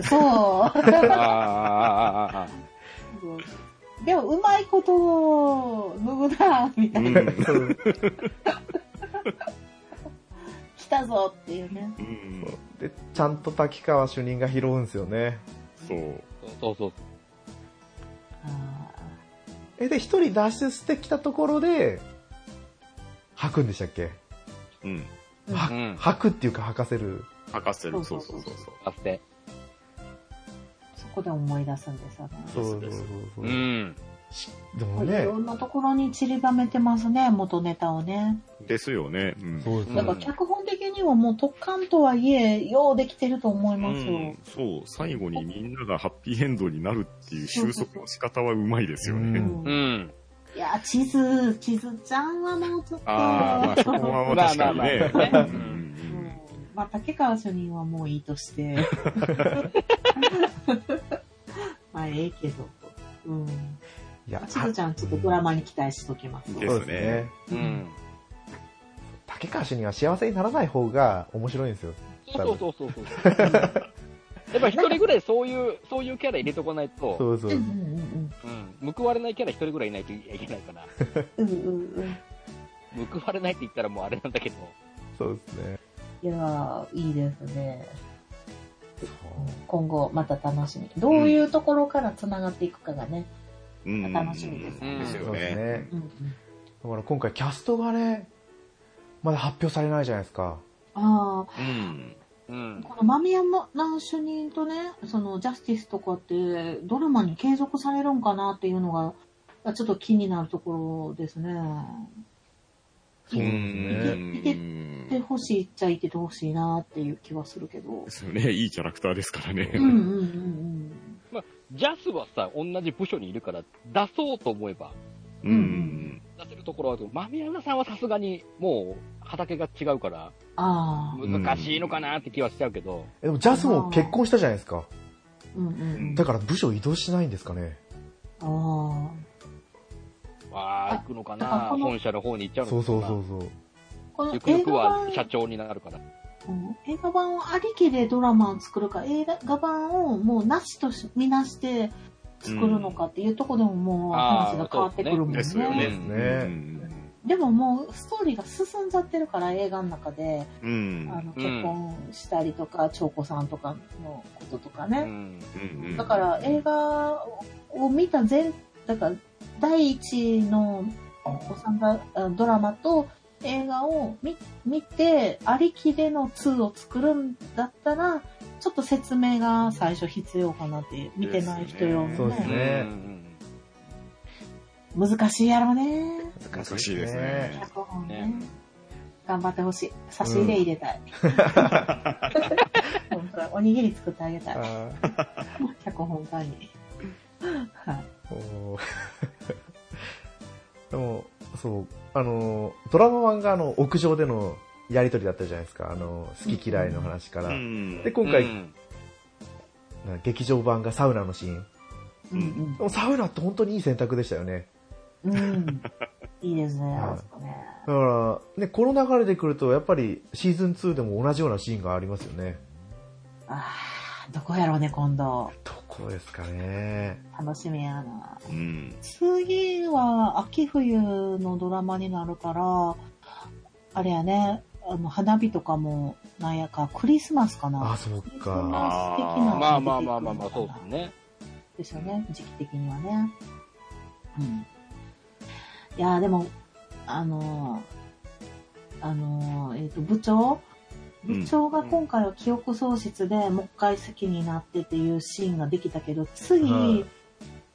Speaker 5: そう。
Speaker 6: あーあーあーあーあ
Speaker 5: でも、うまいことを脱ぐな、みた
Speaker 3: う
Speaker 5: い
Speaker 3: ん。
Speaker 5: な。
Speaker 3: うん
Speaker 5: 来たぞっていうね。
Speaker 1: *laughs* で、ちゃんと滝川主任が拾うんですよね。
Speaker 3: そう。
Speaker 6: ーそうそう
Speaker 5: あ
Speaker 1: え、で、一人脱出してきたところで、吐くんでしたっけ
Speaker 3: うん。
Speaker 5: ー
Speaker 6: そう。うん。
Speaker 1: 吐くっていうか吐かせる。
Speaker 3: 吐かせる。
Speaker 5: そ
Speaker 3: そうう
Speaker 5: そ
Speaker 3: そうう
Speaker 5: そ
Speaker 3: そうう
Speaker 6: あって。
Speaker 5: そこで思い出すんですよね。
Speaker 3: そう
Speaker 1: そうそうそう
Speaker 6: う。ん。
Speaker 1: でも
Speaker 5: い
Speaker 1: ね
Speaker 5: ろ、んなところに散りばめてますね、元ネタをね。
Speaker 3: ですよね。うん。
Speaker 1: そうです
Speaker 5: だから
Speaker 1: ね。
Speaker 5: 脚本的にはもう突貫とはいえ、ようできてると思いますよ。
Speaker 3: うんそう、最後にみんながハッピーエンドになるっていう収束の仕方はうまいですよ
Speaker 1: う
Speaker 3: ね。
Speaker 1: ん
Speaker 5: うん
Speaker 6: うん。
Speaker 5: いや、地図、地図ちゃんはもうちょっと。
Speaker 3: ああ、まあそこは確かにね。
Speaker 6: まあまあまあ
Speaker 3: うん
Speaker 5: うんまあ、竹川主任はもういいとして。まあ、ええけど。うん。
Speaker 1: いや
Speaker 5: ちずちゃん、ちょっとドラマに期待しときます。
Speaker 3: うん
Speaker 5: う
Speaker 3: で
Speaker 1: そう
Speaker 3: す
Speaker 1: です
Speaker 3: ね
Speaker 1: ね。
Speaker 6: うん。
Speaker 1: 竹川主任は幸せにならない方が面白いんですよ。
Speaker 6: そうそうそうそうそう。やっぱ一人ぐらいそういう、そういうキャラ入れとかないと、
Speaker 1: そうそ
Speaker 5: んう。
Speaker 1: うん
Speaker 5: うん
Speaker 6: うん、報われないキャラ一人ぐらいいないといけないから、
Speaker 5: うん。うんうんうん。
Speaker 6: 報われないって言ったらもうあれなんだけど、
Speaker 1: そうですね。
Speaker 5: いやー、いいですね。
Speaker 1: そう
Speaker 5: 今後、また楽しみ。どういうところから繋がっていくかがね。
Speaker 3: うんうん
Speaker 5: 楽しみですね
Speaker 3: ですよ
Speaker 1: そうですね
Speaker 3: ね。
Speaker 5: うんうん。
Speaker 1: だから今回キャストがね、まだ発表されないじゃないですか。
Speaker 5: ああ、
Speaker 3: うん。
Speaker 6: うん。
Speaker 5: この間宮の主任とね、そのジャスティスとかって、ドラマに継続されるんかなっていうのが、ちょっと気になるところですね。
Speaker 1: そうですね。
Speaker 5: いていってほしいっちゃいててほしいなっていう気はするけど
Speaker 3: で。すよね。いいキャラクターですからね。
Speaker 5: うんうんうんうん。
Speaker 6: ジャスはさ、同じ部署にいるから、出そうと思えば、
Speaker 3: うん。
Speaker 6: 出せるところはあるけど、マミヤナさんはさすがに、もう、畑が違うから、
Speaker 5: ああ。
Speaker 6: 難しいのかなって気はしちゃうけど、
Speaker 1: えでもジャスも結婚したじゃないですか。
Speaker 5: うんうん。
Speaker 1: だから部署移動しないんですかね。
Speaker 5: あ
Speaker 6: わあ、行くのか
Speaker 5: だから
Speaker 6: な
Speaker 5: この
Speaker 6: 本社の方に行っちゃうのか
Speaker 1: そ
Speaker 6: な
Speaker 1: うそうそうそう。
Speaker 5: あ。この
Speaker 6: ゆ
Speaker 5: 映
Speaker 6: くゆく
Speaker 5: 画
Speaker 6: は
Speaker 5: 版、
Speaker 6: 社長になるから。
Speaker 5: うん映画版をありきでドラマを作るか、映画版をもうなしとしみなして作るのかっていうところでももう話が変わってくるもんね。
Speaker 3: ですよね。
Speaker 5: でももうストーリーが進んじゃってるから映画の中で、
Speaker 3: う
Speaker 5: あ
Speaker 3: ん。
Speaker 5: の結婚したりとか、長子さんとかのこととかね。
Speaker 6: うん。
Speaker 3: うん。
Speaker 5: だから映画を見た前、だから第一のお子さんがあドラマと映画を見見て、ありきでの2を作るんだったら、ちょっと説明が最初必要かなって、見てない人用
Speaker 3: です
Speaker 1: ね
Speaker 5: の
Speaker 1: そうです
Speaker 5: ね。
Speaker 1: ね
Speaker 6: うん
Speaker 5: 難しいやろね。
Speaker 3: 難しいですね。
Speaker 5: 脚本ね。
Speaker 6: ね
Speaker 5: 頑張ってほしい。差し入れ入れたい。 *laughs* 本当だおにぎり作ってあげたい。
Speaker 1: あ
Speaker 5: 脚本家に。はい。
Speaker 1: ーおー *laughs* でも、そう、あの、ドラマ版があの、屋上でのやりとりだったじゃないですか。あの、好き嫌いの話から。で、今
Speaker 6: う
Speaker 1: 回、
Speaker 6: ん
Speaker 1: な劇場版がサウナのシーン。
Speaker 5: うんうん
Speaker 1: でもサウナって本当にいい選択でしたよね。
Speaker 5: うん。いいですね、
Speaker 1: はい
Speaker 5: あそこね。
Speaker 1: だから、ね、この流れで来ると、やっぱりシーズン2でも同じようなシーンがありますよね。
Speaker 5: あどこやろうね、今度。
Speaker 1: どこですかね。
Speaker 5: 楽しみやな。
Speaker 3: うん。
Speaker 5: 次は秋冬のドラマになるから、あれやね、あの、花火とかも、なんやか、クリスマスかな。
Speaker 1: あ、そっ
Speaker 5: クリス
Speaker 1: か。
Speaker 5: マス的なの
Speaker 4: まあ
Speaker 5: が
Speaker 4: まあ
Speaker 5: 出てくる
Speaker 4: まあ
Speaker 5: のかな
Speaker 4: まあまあ、そうですね。
Speaker 5: ですよね、時期的にはね。うん。いやーでも、あのーあのーえっ、と、部長
Speaker 3: うん
Speaker 5: 部長が今回は記憶喪失で、もう一回好きになってっていうシーンができたけど、次、
Speaker 1: はい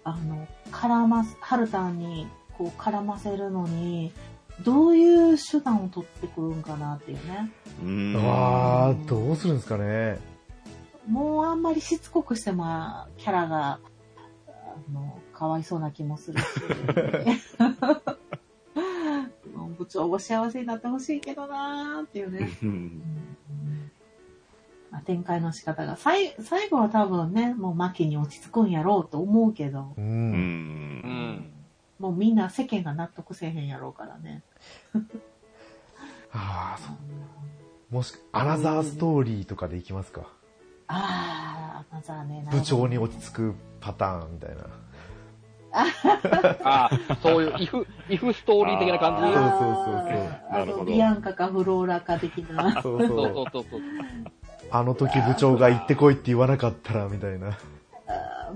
Speaker 5: あの、絡ます、ハルタンにこう絡ませるのに、どういう手段を取ってくるんかなっていうね。
Speaker 3: うん。
Speaker 1: わー、どうするんですかね。
Speaker 5: もうあんまりしつこくしても、キャラが、あの、かわいそうな気も
Speaker 1: *laughs*
Speaker 5: するし。もう部長も幸せになってほしいけどなーっていうね。
Speaker 3: うん
Speaker 5: まあ展開の仕方が。最最後は多分ね、もう巻に落ち着くんやろうと思うけど、
Speaker 1: う。
Speaker 3: うんん
Speaker 6: う。ん。
Speaker 5: もうみんな世間が納得せえへんやろうからね。
Speaker 1: あー、そう。もし、アナザーストーリーとかでいきますか。
Speaker 5: あー、まずはね、
Speaker 1: 部長に落ち着くパターンみたいな。
Speaker 4: ああ、そういう、イフ、イフストーリー的な
Speaker 5: あ
Speaker 4: 感
Speaker 5: ー
Speaker 4: じ
Speaker 1: そう
Speaker 4: で。
Speaker 5: あ
Speaker 3: なるほ
Speaker 5: の、
Speaker 3: ど
Speaker 5: ビアンカかフローラか的な。
Speaker 1: そう
Speaker 4: そうそうう
Speaker 1: そ。
Speaker 4: そうそう。
Speaker 1: あの時部長が行ってこいって言わなかったら、みたいな。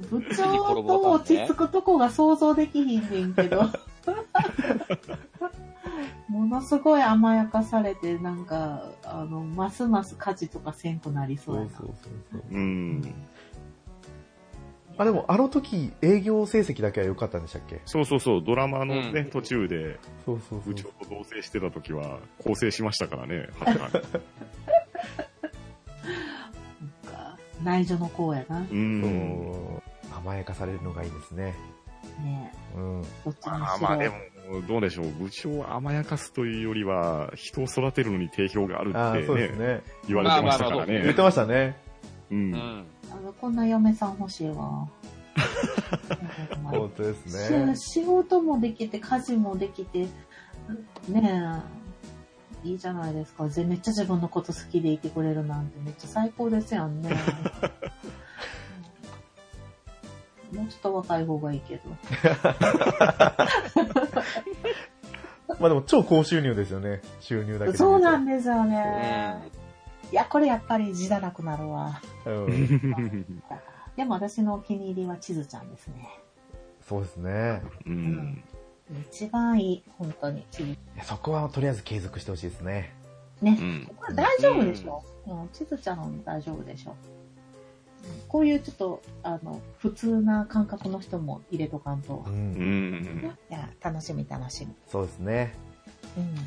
Speaker 5: 部長と落ち着くとこが想像できひんねんけど。ものすごい甘やかされて、なんか、あの、ますます家事とかせんくなりそ
Speaker 1: そう
Speaker 5: うや
Speaker 1: そうそう
Speaker 5: な。
Speaker 1: そう。
Speaker 3: うん。
Speaker 1: あ、でもあの時営業成績だけは良かったんでしたっけ
Speaker 3: そうそうそう、ドラマのね、
Speaker 6: うん
Speaker 3: 途中で、
Speaker 1: そうそうそう。
Speaker 3: 部長と同棲してた時は、構成しましたから
Speaker 1: *laughs*
Speaker 3: ね、はっ
Speaker 5: なんか内助の子やな。
Speaker 3: う
Speaker 1: そ
Speaker 3: ん。
Speaker 1: う甘やかされるのがいいですね。
Speaker 5: ね
Speaker 1: うん。
Speaker 5: えどっちにしろ。
Speaker 3: まあまあでも、どうでしょう、部長を甘やかすというよりは、人を育てるのに定評がある
Speaker 1: ああ
Speaker 3: っ
Speaker 1: ー、そうで
Speaker 3: て
Speaker 1: す
Speaker 3: ね、
Speaker 1: ね。
Speaker 3: 言われてましたから
Speaker 1: 言っ
Speaker 3: ね
Speaker 1: て。ましたね。
Speaker 3: う。
Speaker 6: うんん。
Speaker 5: あのこんな嫁さん欲しい
Speaker 3: *laughs*
Speaker 5: わ。ほんまに
Speaker 1: 本当ですね。
Speaker 5: し仕事もできて、家事もできて、ねえ、いいじゃないですか。ぜめっちゃ自分のこと好きでいてくれるなんて、めっちゃ最高ですや
Speaker 1: *laughs*
Speaker 5: んね。うんもうちょっと若い方がいいけど。
Speaker 1: まあでも超高収入ですよね。収入だけで。
Speaker 5: そうなんんですよね。いや、これやっぱり字だらくなるわ。
Speaker 1: うん。
Speaker 5: でも私のお気に入りは地図ちゃんですね。
Speaker 1: そうですね。
Speaker 3: うん。
Speaker 5: 一番いい、本当に。地図
Speaker 1: いやそこはとりあえず継続してほしいですね。
Speaker 5: ね
Speaker 3: う。ん。
Speaker 5: これ大丈夫でしょ、うん、ちずちゃん大丈夫でしょこういうちょっと、あの、普通な感覚の人も入れとかんと
Speaker 1: う。。
Speaker 3: うんん。
Speaker 5: いや、楽しみ楽しみ。
Speaker 1: そうですね。
Speaker 5: うん。
Speaker 1: で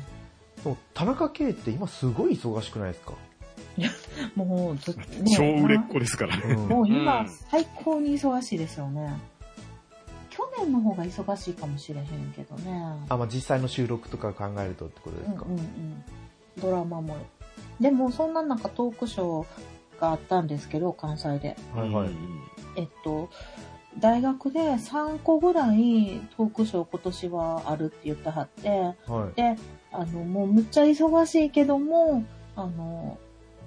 Speaker 1: も田中圭って今すごい忙しくないですか
Speaker 5: もうずっと、ね
Speaker 3: 超売れっ子ですから
Speaker 1: う
Speaker 3: ね。
Speaker 1: ん。
Speaker 5: もう今、
Speaker 6: うん
Speaker 5: 最高に忙しいですよね。去年の方が忙しいかもしれへんけどね。
Speaker 1: あ、まあ実際の収録とか考えるとってことですか
Speaker 5: うんうんうん、ドラマも。でも、そんな中トークショーがあったんですけど、関西で。
Speaker 1: はいはい。
Speaker 5: えっと、大学で3個ぐらいトークショー今年はあるって言ってはって、
Speaker 1: はい。
Speaker 5: で、あの、もうむっちゃ忙しいけども、あの、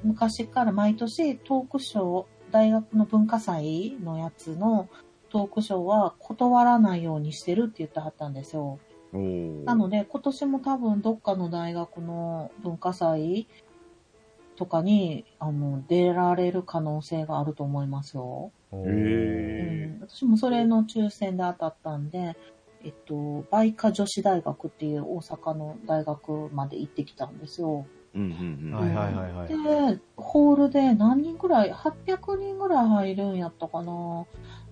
Speaker 5: 昔から毎年トークショー、大学の文化祭のやつのトークショーは断らないようにしてるって言ってはったんですよ。
Speaker 3: おー
Speaker 5: なので、今年も多分どっかの大学の文化祭とかに、あの、出られる可能性があると思いますよ。
Speaker 1: おー
Speaker 3: へ
Speaker 5: うん私もそれの抽選で当たったんで、えっと、梅花女子大学っていう大阪の大学まで行ってきたんです
Speaker 3: ー。
Speaker 5: よ。
Speaker 3: うん
Speaker 1: はいはいはいはい。
Speaker 5: で、ホールで何人ぐらい、800人ぐらい入るんやったかな。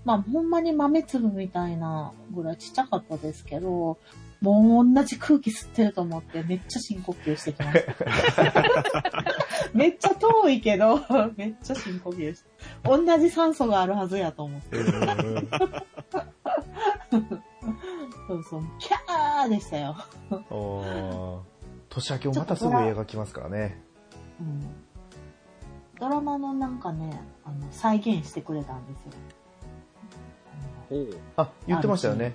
Speaker 5: まあ、ほんまに豆粒みたいなぐらいちっちゃかったですけど、もう同じ空気吸ってると思って、めっちゃ深呼吸してきま
Speaker 1: *laughs*
Speaker 5: した。めっちゃ遠いけど、めっちゃ深呼吸して。同じ酸素があるはずやと思って。
Speaker 1: うん
Speaker 5: そうそう、キャーでしたよ。
Speaker 1: おー年明けもまたすぐ映画来ますからね。
Speaker 5: うん。ドラマのなんかね、あの、再現してくれたんですよ。
Speaker 6: ほう。
Speaker 1: あ、言ってましたよね。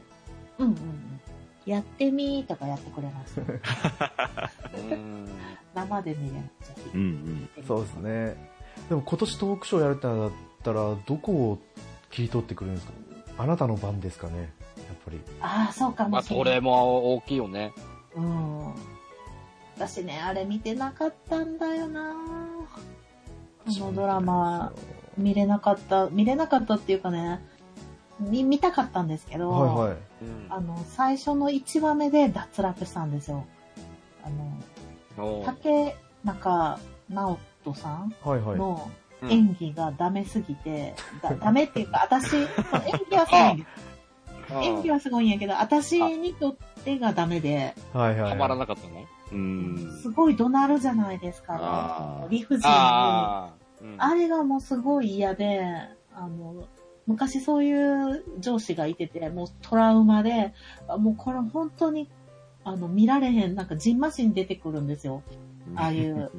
Speaker 5: うんうんうん。やってみーとかやってくれました。
Speaker 6: うん。
Speaker 5: *laughs* 生で見れます。ぜ
Speaker 3: う
Speaker 5: ひ
Speaker 3: んうん。
Speaker 1: そうですね。でも今年トークショーやるってなったらったらどこを切り取ってくるんですかあなたの番ですかねやっぱり
Speaker 5: ああ、そうか
Speaker 4: ま
Speaker 5: も
Speaker 4: あ、
Speaker 5: しれ
Speaker 4: そ
Speaker 5: ない。
Speaker 4: れも大きいよね。
Speaker 5: うん。私ね、あれ見てなかったんだよなこのドラマ、見れなかった、見れなかったっていうかね、み見たかったんですけど、
Speaker 1: はいはい
Speaker 5: あの、最初の1話目で脱落したんですよ。あの、
Speaker 4: おー
Speaker 5: 竹中直人さん
Speaker 1: はいはい
Speaker 5: の
Speaker 4: うん
Speaker 5: 演技がダメすぎて、だダメっていうか、私、その演技はすごいんです。演技はすごいんやけど、私にとってがダメで、
Speaker 1: はいはい
Speaker 4: はまらなかったの
Speaker 3: うん
Speaker 5: す。ごい怒鳴るじゃないですか、
Speaker 3: あ
Speaker 5: ね
Speaker 3: あ。。
Speaker 5: 理不尽に。あ
Speaker 4: ああ。うん
Speaker 5: れがもうすごい嫌で、あの、昔そういう上司がいてて、もうトラウマで、あもうこれ本当に、あの、見られへん、なんかジンマシン出てくるんですよ。あ *laughs* あいう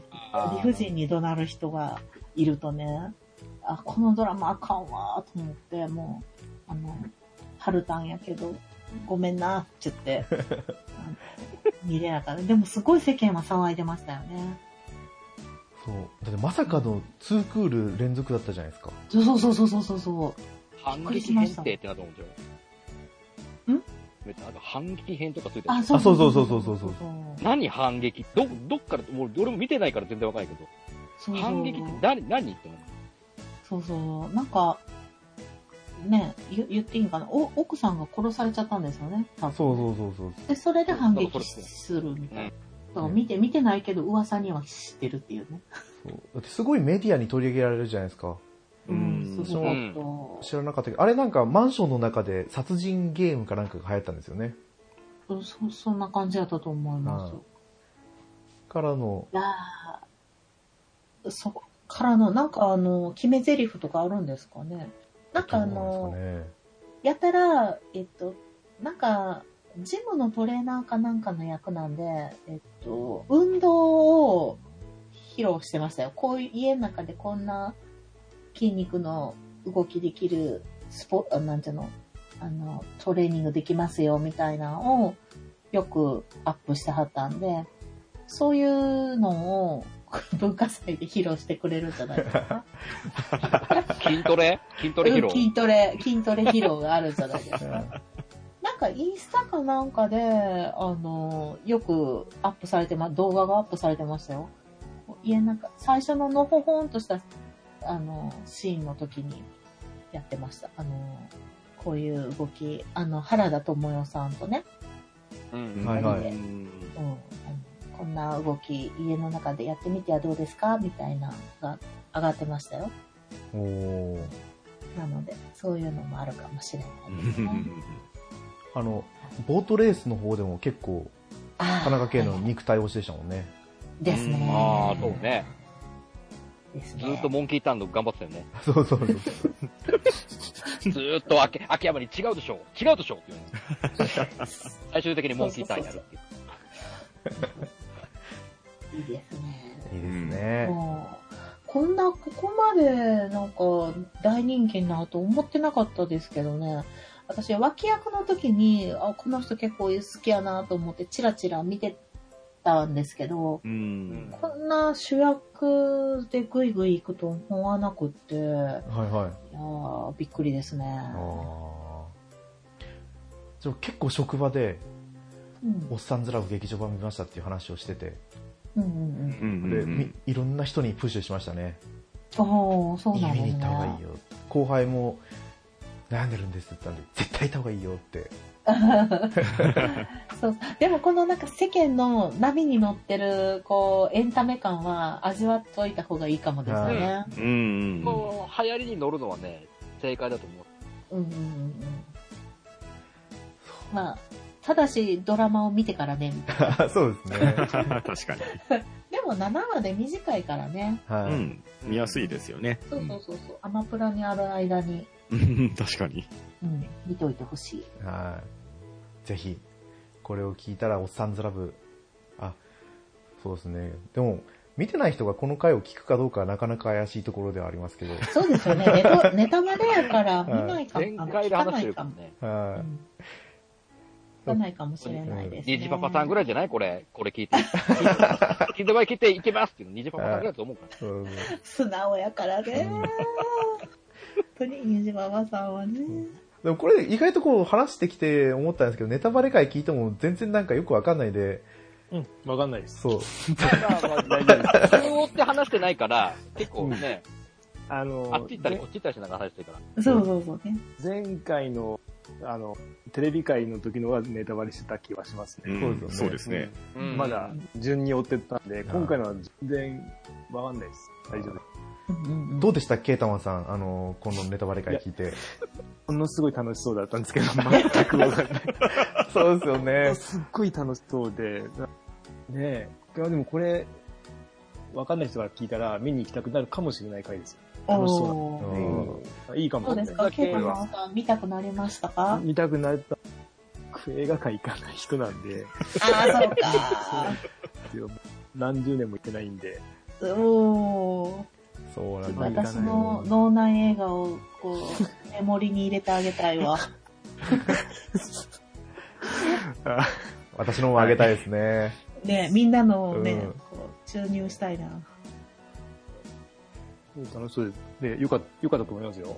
Speaker 5: 理不尽に怒鳴る人がいるとね、あ、このドラマあかんわーと思って、もう、あの、春たんやけど、ごめんなって言 *laughs* って、あの見れなかった。でもすごい世間は騒いでましたよね。
Speaker 1: そうだってまさかの2クール連続だったじゃないですか
Speaker 5: そうそうそうそうそうそう。
Speaker 4: 反
Speaker 5: くりし
Speaker 4: 撃
Speaker 5: ま
Speaker 4: 編
Speaker 5: した
Speaker 4: ってってなと思うんですよ。
Speaker 5: ん
Speaker 4: 別になんか反撃編とかついてる
Speaker 5: あ、そう
Speaker 1: そうそうそうそうそう
Speaker 5: そう
Speaker 4: 何反撃ど、どっから、もう俺も見てないから全然わかんないけ
Speaker 5: そう
Speaker 4: ど、反撃って何、何って思う。
Speaker 5: そうそう。なんか、ね、言言っていいんかな。お奥さんが殺されちゃったんですよね。多分
Speaker 1: そうそうそうそう
Speaker 5: で、それで反
Speaker 4: なんか
Speaker 5: 撃
Speaker 4: それ
Speaker 5: するみたいな。だから
Speaker 1: うん
Speaker 5: 見て、見てないけど、噂には知ってるっていうね。
Speaker 1: そうだってすごいメディアに取り上げられるじゃないですか
Speaker 5: うん、すごかっ
Speaker 4: う
Speaker 1: 知らなかったけどあれなんかマンションの中で殺人ゲームかなんかが流行ったんですよね
Speaker 5: た。うんそ、そんな感じやったと思います。
Speaker 1: はい
Speaker 5: い
Speaker 1: からの
Speaker 5: やーそこからの、なんかあの、決め台詞とかあるんですかね。なんかあ
Speaker 1: どう
Speaker 5: の、
Speaker 1: なんですかね
Speaker 5: やたら、えっと、なんか、ジムのトレーナーかなんかの役なんで、えっと、運動を披露してましたよ。こういう家の中でこんな筋肉の動きできるスポ、あなんていうの、あの、トレーニングできますよみたいなのをよくアップしてはったんで、そういうのを *laughs* 文化祭で披露してくれるんじゃないですか。
Speaker 4: 筋ト
Speaker 5: *laughs*
Speaker 4: レ筋トレ披
Speaker 5: うん
Speaker 4: 露。
Speaker 5: 筋トレ、筋トレ披露があるじゃな
Speaker 1: *laughs*
Speaker 5: いですか。なんかインスタかなんかで、あの、よくアップされてま、動画がアップされてましたよ。家なんか、最初ののほほんとした、あの、シーンの時にやってました。あの、こういう動き、あの、原田知世さんとね、
Speaker 4: うん
Speaker 1: はいはい
Speaker 5: うんあのこんな動き、家の中でやってみてはどうですかみたいなのが上がってましたよ。
Speaker 1: おー
Speaker 5: なので、そういうのもあるかもし
Speaker 1: *laughs*
Speaker 5: れないですね。
Speaker 3: う
Speaker 1: あのボートレースの方でも結構
Speaker 5: あー
Speaker 1: 田中圭の肉体推しでしたもんね *laughs*
Speaker 5: ですね。
Speaker 4: ああ、そうね。
Speaker 5: ですね。
Speaker 4: ずっとモンキーターンの頑張ってたよね。
Speaker 1: そうそうそう
Speaker 4: ずーっと秋秋山に違うでしょ違うでしょって言うの。
Speaker 1: *laughs*
Speaker 4: 最終的にモンキーターンやるっていう。
Speaker 5: いいですね。
Speaker 1: いいですね
Speaker 5: もう、こんな、ここまで、なんか、大人気になると思ってなかったですけどね。私、脇役の時に、あ、この人結構好きやなと思って、チラチラ見てたんですけど、
Speaker 3: ん。
Speaker 5: こんな主役でグイグイ行くと思わなくって、いや
Speaker 1: はいはい
Speaker 5: ーびっくりですね。
Speaker 1: あーでも結構職場で
Speaker 5: うん
Speaker 1: おっさんずラブ劇場版見ましたっていう話をしてて
Speaker 5: うんうん
Speaker 3: うん
Speaker 1: で、みいろんな人にプッシュしましたね
Speaker 5: うん。ああ、そう
Speaker 1: 見
Speaker 5: なんですね。
Speaker 1: に行った方がいいよ後輩も悩んでるんですって言ったんで絶対行った方がいいよっ
Speaker 3: *laughs*
Speaker 1: て
Speaker 5: そうでもこのなんか世間の波に乗ってるこうエンタメ感は味わっといた方がいいかもですね。
Speaker 3: うんうん。
Speaker 4: もう流行りに乗るのはね、正解だと思う。
Speaker 5: うんうんうんうん。まあただしドラマを見てからねみたいな。
Speaker 1: あそうですね
Speaker 3: *laughs* 確か
Speaker 5: でも7話で短いからね。
Speaker 1: *laughs* は
Speaker 3: に。う
Speaker 1: い、
Speaker 3: ん。見やすいですよね。
Speaker 5: そうそうそうそう。アマプラにある間に、
Speaker 3: うん *laughs* 確かに。
Speaker 5: うん、見といてほしい。
Speaker 1: はいぜひこれを聞いたらおっさんずラブあそうですねでも見てない人がこの回を聞くかどうかはなかなか怪しいところではありますけど *laughs*
Speaker 5: そうですよね。ネタネタバレやから見ないかも、
Speaker 4: 前
Speaker 5: あの
Speaker 4: 回
Speaker 5: 聞
Speaker 4: で
Speaker 5: か
Speaker 4: 話
Speaker 5: な
Speaker 4: してる
Speaker 5: い
Speaker 4: か
Speaker 5: からも。
Speaker 4: ね。
Speaker 5: う
Speaker 1: はい
Speaker 5: ん聞かないかもしれないですね。
Speaker 4: ニジパパさんぐらいじゃないこれ、これ聞いて。聞いてば
Speaker 1: *laughs*
Speaker 4: 切っていけますっていうの、ニジパパさんぐらいだと思うから。
Speaker 1: そうそう
Speaker 5: 素直やからね。プリンジババさんはね。
Speaker 1: でもこれ意外とこう話してきて思ったんですけど、ネタバレ回聞いても全然なんかよくわかんないで、
Speaker 2: うん、わかんないです。
Speaker 1: そう。
Speaker 6: まあまあ大丈夫です
Speaker 7: そう追って話してないから、結構ね、
Speaker 2: あ
Speaker 7: あ
Speaker 2: の
Speaker 7: っち行ったりこっち行ったりしながら話してるから。
Speaker 5: そうそうそうね。
Speaker 2: 前前回の、あの、テレビ会の時のはネタバレしてた気はしますね。
Speaker 1: ん
Speaker 3: そうですね。
Speaker 7: うん
Speaker 2: まだ順に追ってったんで、今回のは全然わかんないです。大丈夫です。
Speaker 1: どうでしたケータマンさん、あの、今度のネタバレ回聞いて。
Speaker 2: ものすごい楽しそうだったんですけど、全くわかんない。
Speaker 1: そうですよね。
Speaker 2: すっごい楽しそうで、ねえ、いやでもこれ、わかんない人が聞いたら見に行きたくなるかもしれない回ですよ。楽し
Speaker 5: お
Speaker 2: そ
Speaker 5: ー
Speaker 2: うだ。いいか
Speaker 5: ど
Speaker 2: も
Speaker 5: う
Speaker 2: しれ
Speaker 5: で
Speaker 2: な
Speaker 5: す
Speaker 2: い。
Speaker 5: かケイタマンさん見たくなりましたか
Speaker 2: 見たくなった。映画館行かない人なん *laughs* で、
Speaker 5: ああ、そうか
Speaker 2: 何十年も行ってないんで、
Speaker 5: ー。おー。
Speaker 1: そうなんだ。
Speaker 5: 私の脳内映画をこう、メモリに入れてあげたいわ。
Speaker 1: 私のもあげたいですね。
Speaker 5: ねみんなのをね、
Speaker 1: うん
Speaker 5: こう注入したいな。
Speaker 2: 楽しそうです。で、よかった、よかったと思いますよ。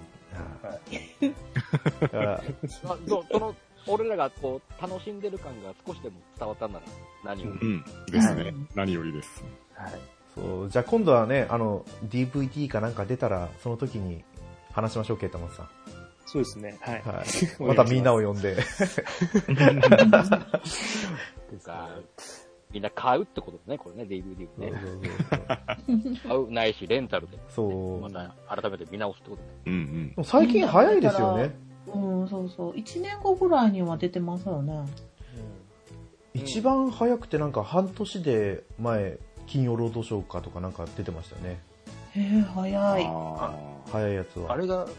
Speaker 1: だから
Speaker 6: あそうその俺らがこう楽しんでる感が少しでも伝わったんなら何より
Speaker 3: うん。です
Speaker 5: はい
Speaker 3: ね。何よりです。
Speaker 2: はい。
Speaker 1: そう、じゃあ今度はね、あの、DVD かなんか出たら、その時に話しましょう、ケータマンさん。
Speaker 2: そうですね。はい。
Speaker 1: はい。
Speaker 2: お願
Speaker 1: ま
Speaker 2: いします
Speaker 1: たみんなを呼んで。
Speaker 6: か、みんな買うってことですね、これね、DVD を
Speaker 1: そう
Speaker 6: ね。
Speaker 1: そう
Speaker 6: 買う、ないし、レンタルで、
Speaker 1: そうそ
Speaker 6: ま
Speaker 1: う。
Speaker 6: た改めて見直すってことね。
Speaker 3: うんうん。
Speaker 1: でも最近早いですよね。
Speaker 5: うん、そうそう。1年後ぐらいには出てますよね。
Speaker 7: ん
Speaker 1: 一番早くてなんか半年で前、金曜ロードショーかとかなんか出てましたよね。
Speaker 5: へえ、早い。
Speaker 3: ああ。
Speaker 1: 早いやつは。
Speaker 2: あれが、うん。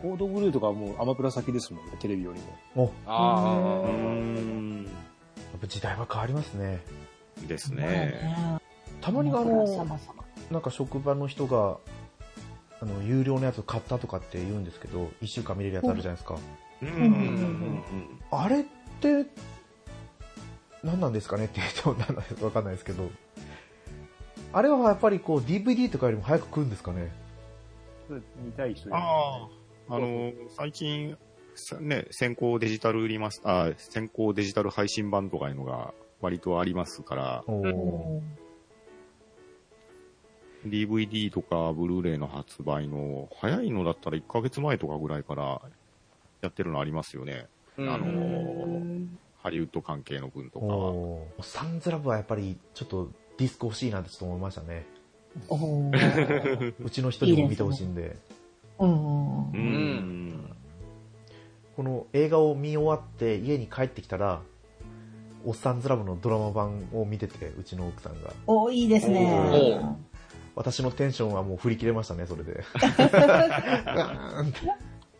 Speaker 2: コードブルーとかはもうアマプラ先ですもんね、テレビより
Speaker 1: お、
Speaker 2: も。
Speaker 1: や
Speaker 5: あ
Speaker 3: うー
Speaker 5: ー
Speaker 3: ん。
Speaker 1: っぱ時代は変わりますね。
Speaker 3: です
Speaker 5: そうだ
Speaker 3: ね。
Speaker 5: ね
Speaker 1: たまにあ
Speaker 5: ほ
Speaker 1: の、
Speaker 5: ら様々
Speaker 1: なんか職場の人が、あの、有料のやつ買ったとかって言うんですけど、一週間見れるやつあるじゃないですか。
Speaker 3: うんうん
Speaker 5: ん
Speaker 3: う
Speaker 5: うんん
Speaker 1: あれって、何なんですかねって言っても何なんですかわかんないですけど。あれはやっぱりこう DVD とかよりも早く来るんですかね
Speaker 2: 見たい人です
Speaker 3: ああ。あの、最近、さね、先行デジタルリマス、あー先行デジタル配信版とかいうのが割とありますから、
Speaker 1: おー
Speaker 5: お
Speaker 3: DVD とかブルーレイの発売の、早いのだったら1ヶ月前とかぐらいからやってるのありますよね。
Speaker 7: うん
Speaker 3: あの
Speaker 5: ーうん
Speaker 3: ハリウッド関係の分とかは。
Speaker 1: おーサンズラブはやっぱりちょっとディスク欲しいなってちょっと思いましたね。
Speaker 5: おー
Speaker 1: うちの人にも見てほしいんで
Speaker 5: うん
Speaker 3: う
Speaker 1: *laughs*
Speaker 5: うん
Speaker 3: ん。
Speaker 1: この映画を見終わって家に帰ってきたら、おっさんずラブのドラマ版を見てて、うちの奥さんが。
Speaker 5: おーいいですね。
Speaker 1: 私のテンションはもう振り切れましたね、それで。
Speaker 5: *laughs*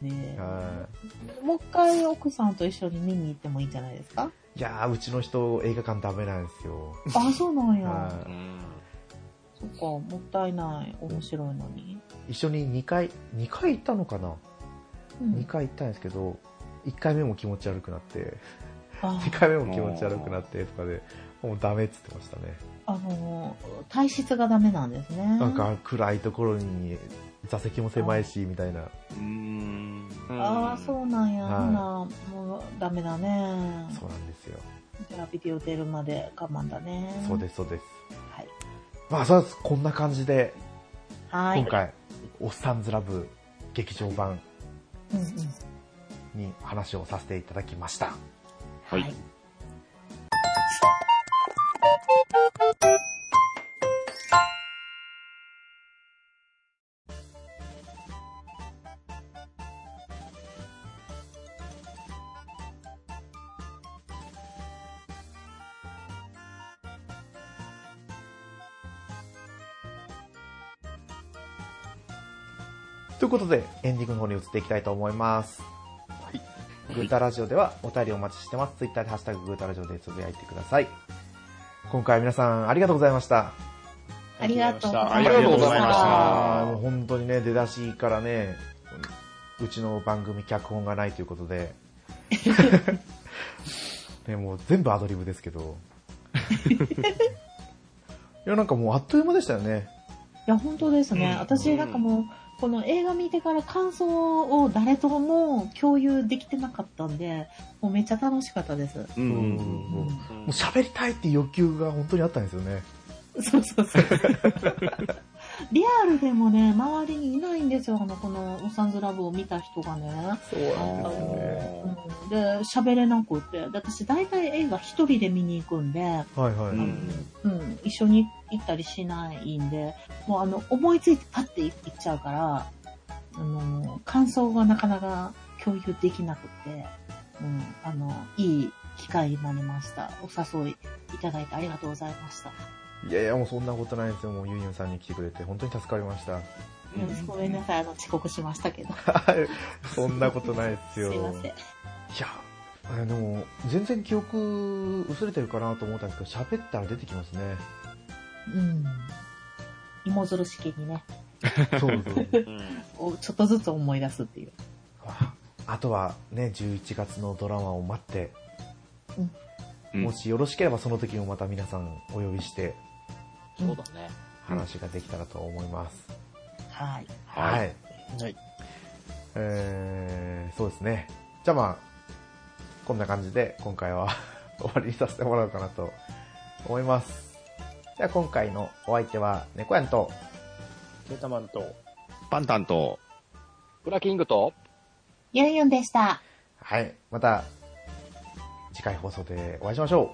Speaker 5: ね
Speaker 1: は
Speaker 5: もう一回奥さんと一緒に見に行ってもいいんじゃないですか
Speaker 1: いいやー、うちの人映画館ダメなんですよ。
Speaker 5: あ、そうなんや。
Speaker 1: は
Speaker 5: そっか、もったいない。面白いのに。
Speaker 1: い一緒に2回、2回行ったのかな
Speaker 5: う
Speaker 1: ?2
Speaker 5: ん、
Speaker 1: 回行ったんですけど、1回目も気持ち悪くなって、
Speaker 5: あ
Speaker 1: 2回目も気持ち悪くなってとかで、もうダメって言ってましたね。
Speaker 5: あのー、体質がダメなんですね。
Speaker 1: なんか暗いところに座席も狭いし、みたいな。
Speaker 3: うん。
Speaker 5: ああ、そうなんや。
Speaker 1: はい
Speaker 5: ほな、もうダメだね。
Speaker 1: そうなんですよ。
Speaker 5: じゃあ、ビデオ出るまで我慢だね。
Speaker 1: そうです、そうです。
Speaker 5: はい。
Speaker 1: まあ、そうです。こんな感じで、
Speaker 5: は
Speaker 1: 今
Speaker 5: い。
Speaker 1: 回、おっさんずラブ劇場版
Speaker 5: うんうん。
Speaker 1: に話をさせていただきました。
Speaker 3: はい
Speaker 5: はい。
Speaker 1: ということで、エンディングの方に移っていきたいと思います。はい。グータラジオではお便りお待ちしてます。ツイッターでハッシュタググータラジオでつぶやいてください。今回は皆さんありがとうございました。
Speaker 5: ありがとうございました。
Speaker 3: ありがとうございまし
Speaker 1: あーもう
Speaker 3: た。
Speaker 1: 本当にね、出だしからね、うちの番組脚本がないということで、 *laughs* ね、もう全部アドリブですけ *laughs* ど。いや、なんかもうあっという間でしたよね。
Speaker 5: いや、本当ですね。私、なんかもう、この映画見てから感想を誰とも共有できてなかったんで、もうめっちゃ楽しかったです。
Speaker 3: うんうんうん
Speaker 1: もう喋りたいっていう欲求が本当にあったんですよね。
Speaker 5: そうそうそう。リアルでもね、周りにいないんですよ、あの、このおさんずラブを見た人がね。
Speaker 1: そうなん
Speaker 5: で
Speaker 1: ですす
Speaker 5: ね
Speaker 1: ね。
Speaker 5: うん、で、喋れなくって。で私、大体映画一人で見に行くんで、
Speaker 1: はいはい。
Speaker 3: うん
Speaker 5: うん、一緒に行ったりしないんで、もうあの、思いついてパッて行っちゃうから、あの、感想がなかなか共有できなくて、うん、あの、いい機会になりました。お誘いいただいてありがとうございました。
Speaker 1: いやいや、もうそんなことないですよ。もうユンユンさんに来てくれて、本当に助かりました。 *laughs*
Speaker 5: ごめんなさい、あの、遅刻しましたけど。
Speaker 1: そんなことないですよ。
Speaker 5: *laughs* すいません。
Speaker 1: いや、あれでも、全然記憶薄れてるかなと思ったんですけど、喋ったら出てきますね。
Speaker 5: うん。芋づる式にね、
Speaker 1: そう
Speaker 5: *laughs*
Speaker 1: そう。
Speaker 5: おちょっとずつ思い出すっていう。
Speaker 1: ああとはね、11月のドラマを待って、
Speaker 3: うん
Speaker 1: もしよろしければその時もまた皆さんお呼びして
Speaker 4: そうだね。
Speaker 1: 話ができたらと思います。
Speaker 5: はい。
Speaker 1: はい。
Speaker 8: はい。
Speaker 1: えー、そうですね。じゃあまあ、こんな感じで今回は *laughs* 終わりにさせてもらおうかなと思います。じゃあ今回のお相手は猫やんと、
Speaker 8: ケータマンと、
Speaker 3: パンタンと、
Speaker 4: ブラキングと、
Speaker 5: ゆんゆんでした。
Speaker 1: はい、また次回放送でお会いしましょう。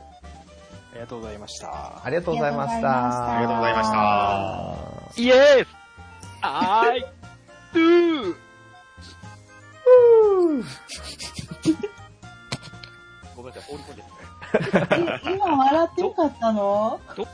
Speaker 8: ありがとうございました。
Speaker 1: ありがとうございました。
Speaker 5: ありがとうございました
Speaker 3: あ
Speaker 4: イエスはーいトゥー
Speaker 6: *laughs* ごめんなさい、放り込んじゃった。
Speaker 5: え今笑ってよかったの
Speaker 6: ど